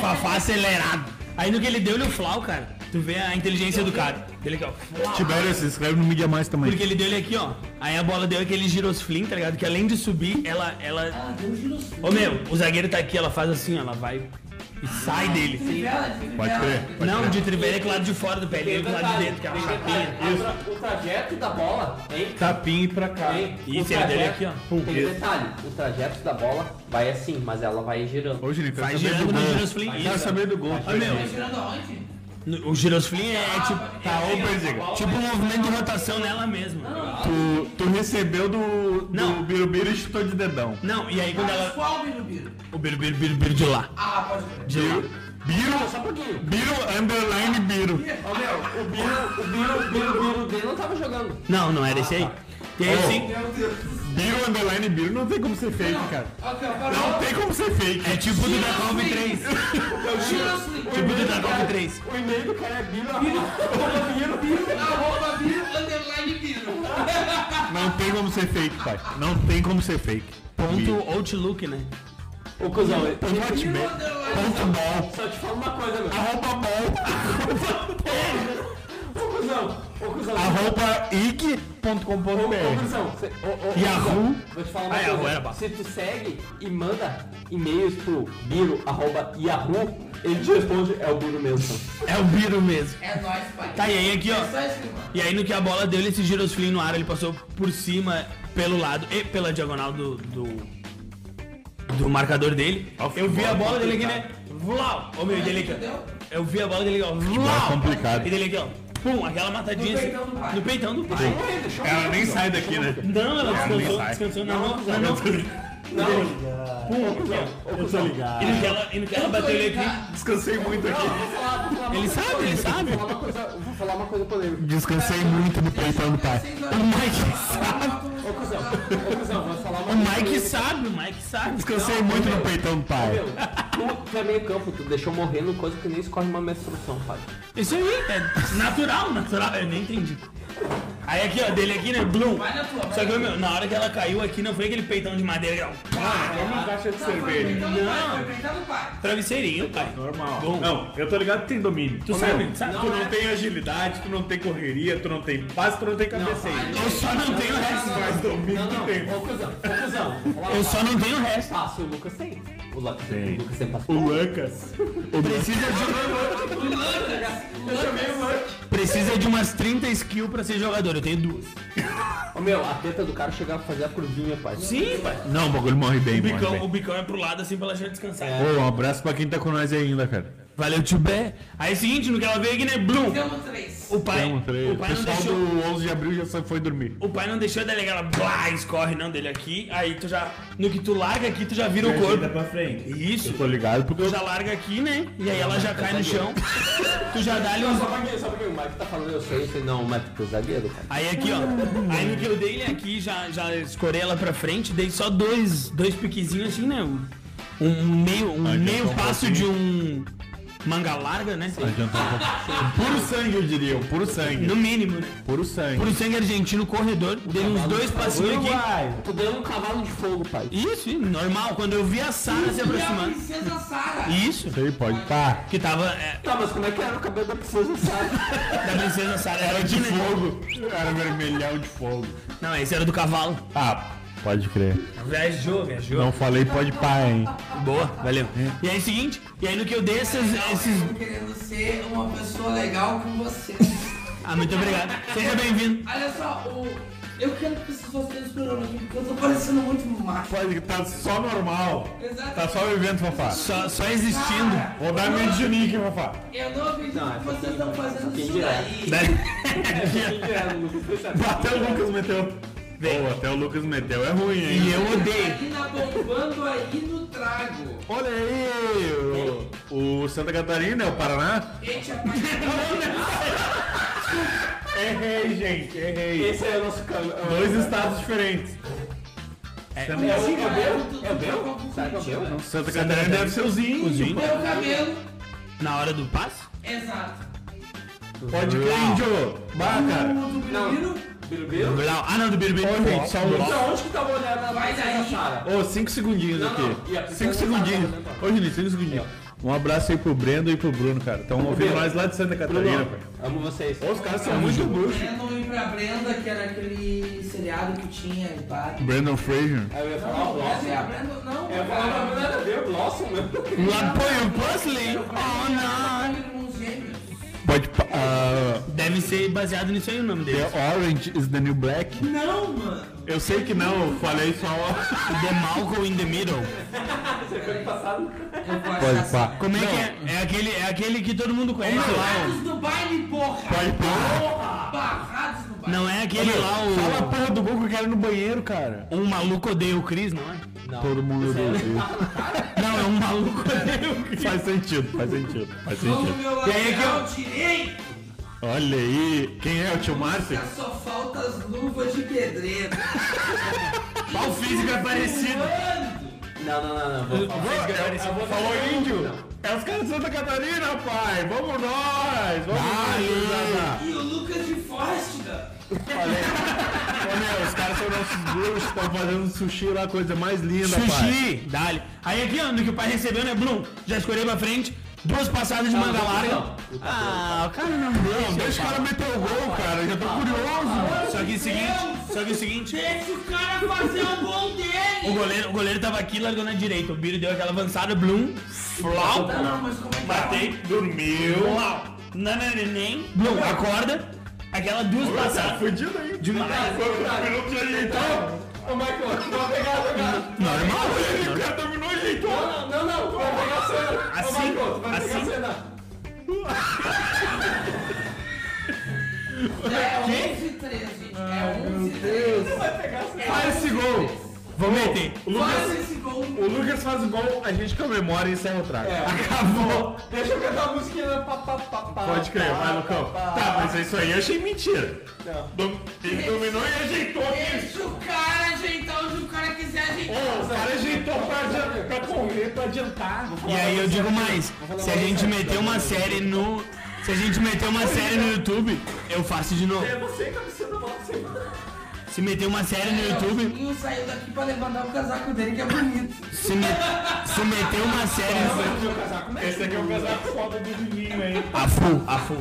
C: Fafá acelerado. Aí, no que ele deu, ele é o Flau, cara. Tu vê a inteligência do cara. Ele aqui, ó. Flau.
A: Tibério, se inscreve no Mídia Mais também.
C: Porque ele deu ele aqui, ó. Aí a bola deu aquele girosflim, tá ligado? Que além de subir, ela. ela...
D: Ah, deu um girosflip.
C: Ô meu, o zagueiro tá aqui, ela faz assim, ó, ela vai e sai dele.
D: Trivela, trivela.
A: Pode crer. Ah. Pode
C: Não,
A: crer.
C: de trivelha é que o lado de fora do pé, ele é do lado de dentro, que é uma chapinha.
B: Isso. O trajeto da bola, hein?
A: Tapinha e pra cá.
B: Hein?
C: Isso, ele
B: O trajeto-
C: daria aqui, ó. Pum,
B: Tem um
C: isso.
B: detalhe, o trajeto da bola vai assim, mas ela vai girando.
A: Ô, Juninho, quero
C: Vai
A: saber do
C: girando no
A: gol.
C: girosflim,
A: Quero
C: isso.
A: saber do gol.
C: Ô meu,
D: Tá girando aonde?
C: no- o girosflim é tipo.
A: Tá, ô, Perdiga.
C: Tipo um movimento de rotação nela mesma.
A: Tu, tu recebeu do, do
C: Não.
A: Birubiru e chutou de dedão.
C: Não, e aí quando
D: Ah,
C: ela.
D: Qual Birubiru?
C: O biru, biru, biru, biru de lá.
D: Ah, pode crer.
C: De lá.
A: Biro,
B: Só um pouquinho.
A: Biro, underline Biro.
B: Ô meu, o Biro, o Biro, o Biro, o Biro dele não tava jogando.
C: Não, não era esse aí. E aí assim.
D: Meu Deus.
A: Biro, underline Biro, não tem como ser fake, cara.
D: Ok,
A: Não tem como ser fake.
C: É tipo do da Calvin 3.
D: Girosflip.
C: Tipo do da Calvin 3.
B: O e-mail do cara é Biro,
D: Arroba Biru, underline Biru.
A: Não tem como ser fake, pai. Não tem como ser fake. Biro.
C: Ponto Outlook, né?
B: Ô cuzão, eu-
A: Ponto hotmail. Ponto bom.
B: só te falo uma coisa, meu.
A: Arroba bom.
B: Ô cuzão, ô cuzão.
A: Arroba
B: Ô, ô,
A: ig.com.br.
B: Cruzão, cê- ô, ô, ô,
A: Yahoo.
B: Cruzão, Vou te falar uma
C: Ah, Yahoo
B: coisa.
C: era bom.
B: Se tu segue e manda e-mails pro Biro, arroba Yahoo, ele te responde, é o Biro
C: *laughs*
B: mesmo.
C: É o Biro mesmo.
D: É nóis, pai.
C: Tá, e aí aqui, ó.
D: É só isso, mano.
C: E aí no que a bola deu, ele se girou os filhinhos no ar, ele passou por cima, pelo lado e pela diagonal do. do, do marcador dele. Eu vi a bola dele aqui, né? Vlau! Ô meu, e dele aqui, ó. Eu vi a bola dele aqui, ó. Vlau!
A: complicado.
C: E dele aqui, ó. Pum, aquela matadinha.
D: No
C: assim,
D: peitão do pai.
C: No peitão do pai.
A: Ela nem sai daqui, né?
C: Não, ela
A: Ah, nem
C: descansou,
A: sai.
C: descansou. Não, não, não. não. Pum, aqui, ó.
A: Eu tô ligado.
C: E no que ela, e no que ela bateu ele aqui.
A: Descansei muito aqui.
C: Ele sabe, ele sabe.
B: Vou falar uma coisa, vou falar uma coisa polêmica.
A: Descansei muito no peitão do pai.
C: O Mike sabe.
B: Ô cuzão, ô cuzão, vou falar uma
C: O
B: coisa.
C: Mike sabe, o Mike sabe.
A: Descansei muito no peitão do pai.
B: Meu,
C: *laughs*
B: tu, tu é meio campo, tu deixou morrendo coisa que nem escorre uma menstruação, pai.
C: Isso aí, é natural, natural. Eu nem entendi. Aí aqui, ó, dele aqui, né? Blum. Só que, meu, na hora que ela caiu aqui, não foi aquele peitão de madeira, ó. Pá,
A: caixa de
D: Então não vai, foi peitado pai.
C: travesseirinho, pai.
A: Normal. Não, eu tô ligado que tem domínio.
C: Tu
A: Ô,
C: sabe,
A: meu,
C: sabe?
A: tu não tem agilidade, tu não tem correria, tu não tem passe, tu não tem cabeceio.
C: Eu só não tenho o resto.
A: Mas domínio tu tem.
B: Ô cuzão, ô cuzão. Vamos lá.
C: Eu só não tenho o resto.
B: Passe o Lucas tem. O Lucas
A: Tem.
B: tem. O Lucas tem passe.
A: O Lucas.
C: Precisa de,
B: Eu chamei o Lucas.
C: precisa de umas 30 skills pra ser jogador. Eu tenho duas.
B: Ô meu, a teta do cara chegava a fazer a curvinha, pai.
C: Sim, pai.
A: Não, o bagulho morre bem,
C: O bicão, o
A: morre
C: bicão é pro lado assim pra ela já descansar.
A: bem. Ô, um abraço pra quem tá com nós aí ainda, cara.
C: Valeu, Tibé. Aí seguinte, no que ela veio aqui, né? Blum.
D: Temos três.
C: O pai,
A: Tamo, três.
C: o
A: o
C: pai não
A: pessoal
C: deixou.
A: do 11 de abril já só foi dormir.
C: O pai não deixou a delegada, blá, escorre não dele aqui. Aí tu já, no que tu larga aqui, tu já vira o corpo.
L: pra frente.
C: Isso.
A: Tô ligado porque
C: Tu
A: eu
C: já larga aqui, né? E aí ela já cai no chão. Tu já dá ali uns.
B: Só pra quem, só pra quem. O Mike tá falando, eu sei, eu sei. Não, o Mike é zagueiro, cara.
C: Aí aqui, ó. Aí no que eu dei ele aqui, já, já escorei ela pra frente, dei só dois, dois piquezinhos assim, né? Um um meio, um
A: Adiantou
C: meio
A: um
C: passo de um manga larga, né?
A: adiantou um pouco. Puro sangue, eu diria. um Puro sangue.
C: No mínimo, né?
A: Puro sangue.
C: Por sangue argentino, corredor, dei uns dois passinhos aqui.
B: Tu deu um cavalo de fogo, pai.
C: Isso, isso, normal. Quando eu vi a Sara se
D: E a
C: aproximando.
D: princesa Sara.
C: Isso.
A: Isso aí pode. Tá.
C: Que tava. é,
B: Tá, mas como é que era o cabelo da princesa, sabe?
C: da princesa Sara era
A: Era
C: aqui,
A: de
C: né?
A: fogo. Era vermelhão de fogo.
C: Não, esse era do cavalo.
A: Ah, pode crer.
C: Viajou, viajou.
A: Não falei pode pá, hein.
C: Boa, valeu. E aí, seguinte, e aí no que eu dei esses. esses...
D: Eu querendo ser uma pessoa legal com você.
C: Ah, muito obrigado. Seja bem-vindo.
D: Olha só, o, Eu quero que vocês façam esse programa aqui, porque eu tô parecendo muito macho.
A: Pode- Tá só normal.
D: Exato.
A: Tá só vivendo, Fafá.
C: Só, só existindo.
A: Vou dar meio de Juninho aqui, Fafá.
D: Eu não acredito
G: Não, é
D: que vocês estão fazendo isso
G: direto.
D: daí.
A: Até o Lucas meteu. Pô, até o Lucas meteu é ruim, hein?
C: E eu odeio.
D: Aí Tá na bombando aí no trago.
A: Olha aí! O, o Santa Catarina é o Paraná?
D: Gente,
G: *laughs*
D: apaixonado.
A: Errei, gente,
G: *laughs*
A: errei.
G: Esse é o nosso canal.
A: Dois estados diferentes. Santa,
G: É o cabelo?
D: tudo
G: É o
D: pra
G: meu?
D: concluir.
G: Sabe qual é o meu?
A: Santa Catarina deve ser o Zinho.
D: Meu cabelo.
C: Na hora do passe?
D: Exato.
A: Pode crer, índio. Bah, cara.
D: Tudo menino.
G: Birubiru?
C: Ah, não, do Birubiru.
A: Ô, gente, só um...
G: Então, onde que tá olhando a
D: Vai daí.
G: Sara?
A: Ô, cinco segundinhos
G: Não, não.
A: aqui.
G: E a
A: Cinco
G: pessoa
A: segundinhos.
G: não tá
A: Ô, Juninho, cinco segundinhos. Um abraço aí pro Brendo e pro Bruno, cara. Estão ouvindo
G: Bruno.
A: nós lá de Santa Catarina,
G: Bruno,
A: pai.
G: amo vocês.
A: Ô, Os caras são muito bruxos.
D: Brandon ir pra Brenda, que era aquele seriado que tinha e pá.
A: Brandon Fraser.
G: Aí eu ia falar o É
D: Não, é assim.
G: Blossom.
D: Brandon, Brandon não.
G: Eu ia falar
D: cara.
G: uma coisa nada a ver, o Blossom, meu.
C: Lá põe o puzzling. Oh, não.
D: Irmãos gêmeos.
A: Pode. pa- ah,
C: Deve ser baseado nisso aí o nome dele.
A: the Orange is the New Black.
D: Não, mano.
A: Eu sei que não, eu falei só.
C: The Malcolm in the Middle.
D: Eu vou achar
A: Pode pá.
C: Como é que é? É aquele, é aquele que todo mundo conhece lá.
D: Barrados do baile, porra.
A: Pode pá.
D: Barrados do baile.
C: Não é aquele lá
A: Fala a
C: o...
A: porra do gol que eu quero ir no banheiro, cara.
C: Um maluco odeia o Chris, não é?
A: Todo mundo odeia.
C: Não, é um *laughs* maluco odeia o Chris.
A: Faz sentido, faz sentido, faz
D: Vamos *laughs*
A: sentido.
D: meu
C: E aí é que eu-
D: lateral direito.
A: Olha aí, quem é o tio Márcio?
D: Só falta as luvas de pedreiro.
C: Qual físico é parecido?
G: Não, não, não, não. Vou falar.
A: Falou índio? É os caras de Santa Catarina, pai! Vamos nós! Vamos nós!
D: E o Lucas de Fóstica.
A: Ô, meu, os caras são nossos bruxos, estão fazendo sushi lá, coisa mais linda, pai!
C: Sushi, dali. Aí aqui, ó, no que o pai recebeu, né, Blum? Já escolheu pra frente, duas passadas de manga larga. Ah, o cara não deu.
A: Deixa o cara meter o gol, cara, eu já tô curioso!
C: Só que o seguinte, só que o seguinte,
D: Deixa o cara fazer o gol
C: o
D: dele.
C: goleiro, o goleiro tava aqui, largou na direita. O Biro deu aquela avançada, Blum, flau,
D: Não, não, mas como é que
C: batei, dormiu, flau, nananenem, Blum, acorda, aquela duas passadas.
A: Fudido Tá, aí!
C: Demais.
A: Terminou de ajeitar!
G: Ô, Michael, vou pegar, vou pegar.
C: Normal,
A: O cara terminou de ajeitar!
G: Não, não, não, vou pegar a cena. Ô,
C: Assim,
G: Michael, tu vai pegar a
C: assim.
G: cena.
D: É 11 e 13, gente. É 11 e 13.
A: Faz esse gol!
C: vamos meter.
A: O
D: Faz
A: Lucas,
D: esse gol.
A: o Lucas faz o gol, a gente comemora e encerra o trago.
G: Acabou. Deixa eu cantar a musiquinha. né? Pá, pá, pá, pá,
A: Pode crer,
G: pá,
A: vai, Lucão.
G: pá,
A: Tá, mas isso aí eu achei mentira.
G: Não.
A: Dom- Ele dominou e ajeitou aqui.
D: Deixa o cara ajeitar onde o cara quiser ajeitar.
A: Ô, o cara ajeitou pra, adian- pra correr, pra adiantar.
C: E aí eu digo mais, se a gente meter uma série no. Se a gente meter uma série no YouTube, eu faço de novo.
G: É você que você não pode ser.
C: Se meter uma série no
D: O
C: YouTube,
D: Juninho saiu daqui pra levantar o casaco dele, que é bonito.
C: se, me- se meter uma série no.
A: Esse aqui é o casaco foda do Juninho, hein?
C: A full, a full.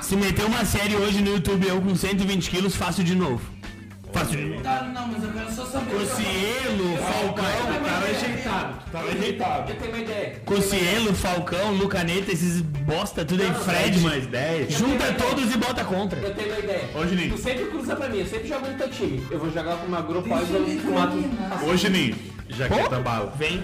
C: Se meter uma série hoje no YouTube, eu com 120 quilos, faço de novo. Faço de novo.
D: Tá, não, mas eu quero só saber. o que eu
C: Cocielo, Falcão,
A: Tava ajeitado, tava ajeitado.
G: Eu tenho uma ideia.
C: Cocielo, Falcão, Lucaneta, esses bosta, tudo aí, Fred, mas.
A: 10.
C: Junta todos e bota contra.
G: Eu tenho uma ideia.
A: Ô, Juninho.
G: Tu sempre cruza pra mim, eu sempre jogo no teu time. Eu vou jogar com uma grupo e
D: Deixa ele
G: vou fumar tudo.
D: terminar.
A: Ô, Juninho,
C: é
A: jaqueta bala.
C: Vem.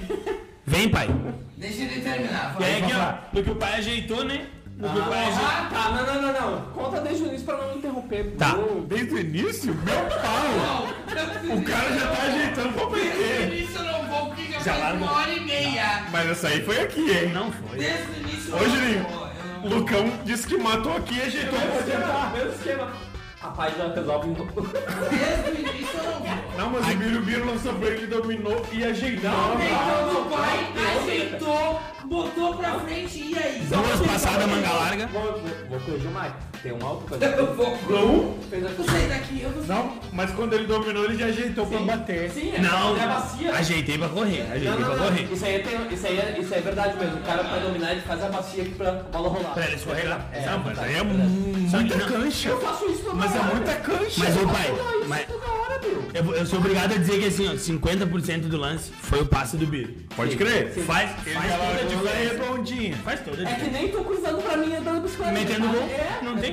C: Vem, pai.
D: Deixa ele terminar.
C: E
D: vai.
C: aí aqui, ó, no é que o pai ajeitou, né? No que o pai ajeitou.
G: Ah, tá, não, não, não, não. Conta desde o início pra não me interromper.
C: Tá.
G: Não.
A: Desde o início, meu pau. O cara já tá ajeitando pra
D: Desde o
A: perder.
D: início eu não vou, porque já,
C: Já
D: faz
C: largou.
D: uma hora e meia.
A: Mas essa aí foi aqui, hein?
C: Não foi.
D: Desde o início
A: Ô,
D: eu
A: Juninho,
D: não vou. Eu não-
A: Lucão disse que matou aqui e ajeitou pra
G: Mesmo esquema,
A: adiantar.
G: mesmo esquema. Rapaz, já resolve um *laughs*
D: Desde o início eu não vou.
A: Não, mas o Birubiru lançou pra ele, dominou e ajeitou.
D: Então o pai ajeitou, botou pra frente e aí?
C: Duas passadas, manga larga.
G: Vou, vou, vou corrigir o Mike. Tem um alto pra
D: *laughs* Eu vou.
G: Fez
D: Eu
G: aqui.
D: saí daqui, eu vou sair.
A: Não, mas quando ele dominou, ele já ajeitou pra bater.
G: Sim, é.
C: Não,
G: É bacia.
C: ajeitei pra correr.
G: Não,
C: Ajeitei
G: não,
C: pra
G: não.
C: correr.
G: Isso aí, tem, isso, aí é, isso aí é verdade mesmo. O cara pra dominar ele faz a bacia aqui pra bola rolar.
C: Pra ele escorregar.
G: É,
C: Não, mas
G: tá,
C: aí é
G: verdade.
C: muito cancha.
G: Eu faço isso toda
A: Mas é
G: hora.
A: muita cancha.
C: Mas o pai,
G: Eu faço
C: mas,
G: isso toda hora,
B: nada, meu.
C: Eu, vou- eu sou obrigado a dizer que assim, ó, 50% do lance foi o passe do Biro.
A: Pode crer.
C: Faz, faz toda a
A: Ela é
C: diferença.
A: redondinha.
C: Faz toda a
M: É que
C: diferença.
M: nem tô cruzando pra mim, eu dando bicicleta.
C: Metendo
G: Ah,
C: gol,
M: É,
C: não
M: é tua.
C: tem erro.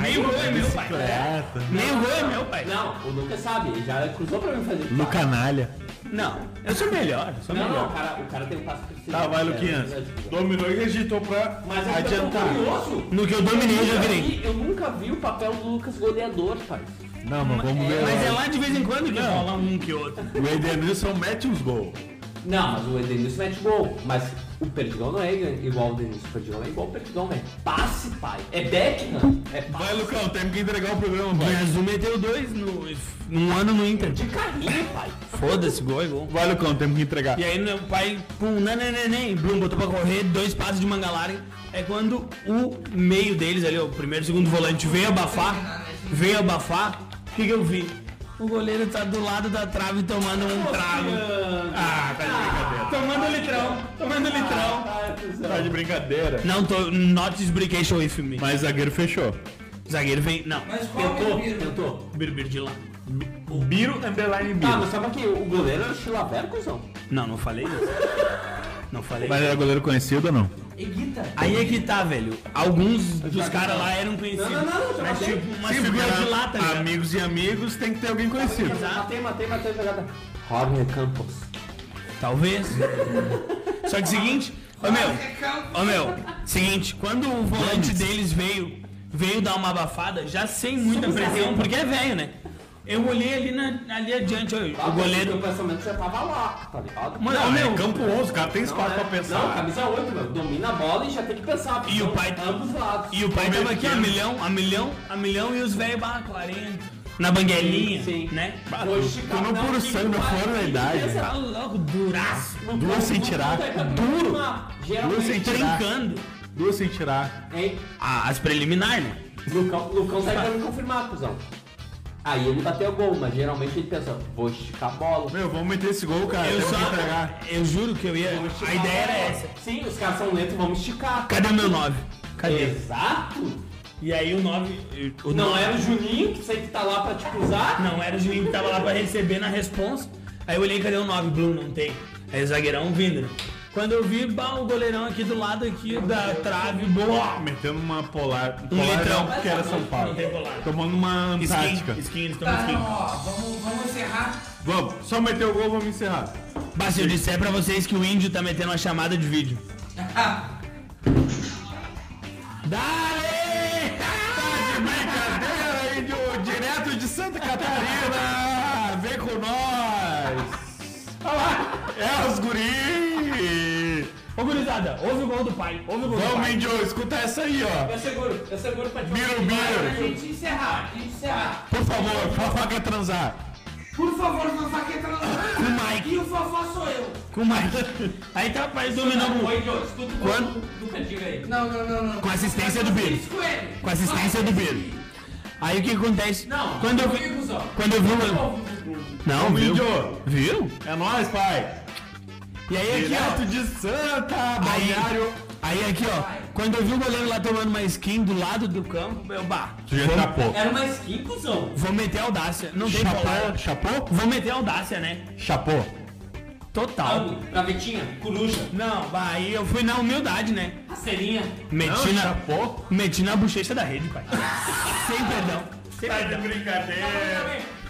C: Nem o gol é meu, pai.
A: Bicicleta.
C: Nem o gol é meu, pai.
B: Não, o Lucas sabe, ele já cruzou pra mim fazer.
A: No canalha.
C: Não, eu sou melhor, eu sou
B: Não, não,
C: melhor.
B: o cara, o cara tem um passo perfeito.
A: Tá, vai,
B: É,
A: Luquinhas.
B: é difícil.
A: Dominou e digitou pra
B: Mas é que eu tô
A: adiantar.
B: curioso.
C: No que eu dominei, eu já
B: Eu
C: virei.
B: vi- Eu nunca vi o papel do Lucas goleador, pai.
A: Não, mas vamos ver.
C: Mas é lá de vez em quando que rola um que outro.
A: O Edenilson mete uns gols.
B: Não, mas o Edenilson mete gol. Mas o Perdigão não é igual o Edenilson. O Perdigão é igual o Perdigão, é passe, pai. É Beckham. É passe.
A: Vai, Lucão, temos que entregar o programa, vai.
C: Mas o meteu dois no, num ano no Inter.
B: De carrinho, pai.
C: Foda-se, gol é gol.
A: Vai, Lucão, temos que entregar.
C: E aí meu pai, pum, nananeném, blum, botou pra correr, dois passos de mangalarga. É quando o meio deles ali, o primeiro e segundo volante, veio abafar, veio abafar, o que que eu vi? O goleiro tá do lado da trave tomando um trago. Ah, tá de brincadeira. Tomando litrão, tomando litrão.
A: Tá de brincadeira.
C: Não, tô, not explication with me.
A: Mas zagueiro fechou.
C: Zagueiro vem, não.
D: Mas qual que é o Biro?
B: Tentou.
C: Birbir de lá.
A: O Biro, underline Biro.
B: Tá, mas sabe que o goleiro era o Chilaver, cuzão.
C: Não, não falei isso. Não falei
A: Mas era goleiro conhecido ou não?
D: Eguita.
C: Aí é que tá, velho. Alguns dos caras lá eram conhecidos.
B: Não, Tá, não, não, já
C: mas
B: matei.
C: tipo, uma figura de lata, né?
A: Tá Amigos e amigos tem que ter alguém conhecido.
B: Matei, matei, matei a jogada. Jorge Campos.
C: Talvez. *laughs* Só que seguinte, ô meu,
D: tá?
C: ô meu, seguinte, quando o volante deles veio, veio dar uma abafada, já sem muita pressão, porque é velho, né? Eu olhei ali, na, ali adiante, ó, o
B: O
C: goleiro.
B: pensamento já tava lá, tá ligado?
C: Mano, ô
A: Ah, é
C: meu,
A: campo 11, o cara tem espaço pra
B: Não,
A: pensar.
B: camisa 8, meu. Domina a bola e já tem que pensar. porque
C: E o
B: são
C: pai-
B: Ambos lados.
C: E o pai tava aqui a milhão, a milhão, a milhão e os velhos barra 40. Na banguelinha,
B: Sim, sim.
C: né?
B: Hoje,
A: Tu não puro sangue, fora da
C: Pensa
A: idade.
C: lá, louco, duraço. é
A: Duas sem tirar.
B: Duro.
A: Duas sem
B: Geralmente,
A: tirar.
C: Trincando.
A: Duas sem tirar.
B: hein?
C: Ah, as preliminares, né?
B: Lucão, Lucão sai pra me confirmar, cuzão. Aí ele bateu o gol, mas geralmente ele pensa, vou esticar a bola.
A: Meu, vamos meter esse gol, cara.
C: Eu
A: temos
C: só.
A: que entregar.
C: Eu juro que eu ia.
B: Vou esticar
C: A ideia era
B: bola.
C: essa.
B: Sim, os caras são lentos, vamos esticar.
C: Cadê o meu É. 9? Cadê?
B: Exato!
C: E aí o 9.
B: Não
C: é-
B: era o Juninho, que sei que tá lá pra te cruzar.
C: Não, era o juiz que tava lá pra receber na responsa. Aí eu olhei, cadê o 9? Blue, não tem. Aí o zagueirão vindo, né? Quando eu vi, bah, o goleirão aqui do lado aqui da trave, boa!
A: Metendo uma polar.
C: Um
A: polar
C: litrão.
A: não, porque era São Paulo.
C: Não tem colar.
A: Tomando uma Antártica.
C: Skin, skin, eles estão
D: Tá, não,
C: skin.
D: ó, vamos, vamos encerrar.
A: Vamos, só meter o gol, vamos encerrar.
C: Bah, se eu disser pra vocês que o índio tá metendo uma chamada de vídeo. Dale!
A: Brincadeira, índio, direto de Santa Catarina! Vem com nós! Olha lá, é os guri!
C: Ô, gurizada, ouve o gol do pai, ouve o gol do
A: Vamos,
C: pai.
A: índio, escuta essa aí, ó.
B: Eu seguro, eu seguro pra te
A: Biro,
D: Pra
A: biro,
D: gente encerrar, pra gente encerrar.
A: por favor, fofoca transar.
D: Por favor, vovó que entra no
C: Com o Mike,
D: E o vovó sou eu.
C: com o Mike. *laughs* Aí tá, pai, dominou o
B: Oi, Jô, escuta o
C: Quando?
B: gol do Cantiga aí.
D: Não, não, não, não.
C: Com assistência do Biro.
D: Francisco ele.
C: Com assistência do Biro. Aí o que acontece?
D: Não,
C: quando eu vi.
D: comigo só.
C: Quando eu vi o. Não,
A: Vamos,
C: viu?
A: índio!
C: Viu?
A: É nóis, pai!
C: E aí aqui,
A: Direto
C: ó.
A: de Santa,
C: Aí,
A: balneário!
C: aí aqui, ó. Quando eu vi o goleiro lá tomando uma skin do lado do campo, eu bah.
A: Chapou.
B: Era uma skin, cuzão.
C: Vou meter a audácia. Não tem
A: Chapou?
C: problema.
A: Chapou?
C: Vou meter a audácia, né?
A: Chapou.
C: Total.
B: Algo, gavetinha, coruja,
C: Não, bah, aí eu fui na humildade, né?
B: rasteirinha.
C: Meti
A: Não,
C: na.
A: chapou?
C: Meti na bochecha da rede, pai. Sem perdão. Sem perdão.
A: Brincadeira!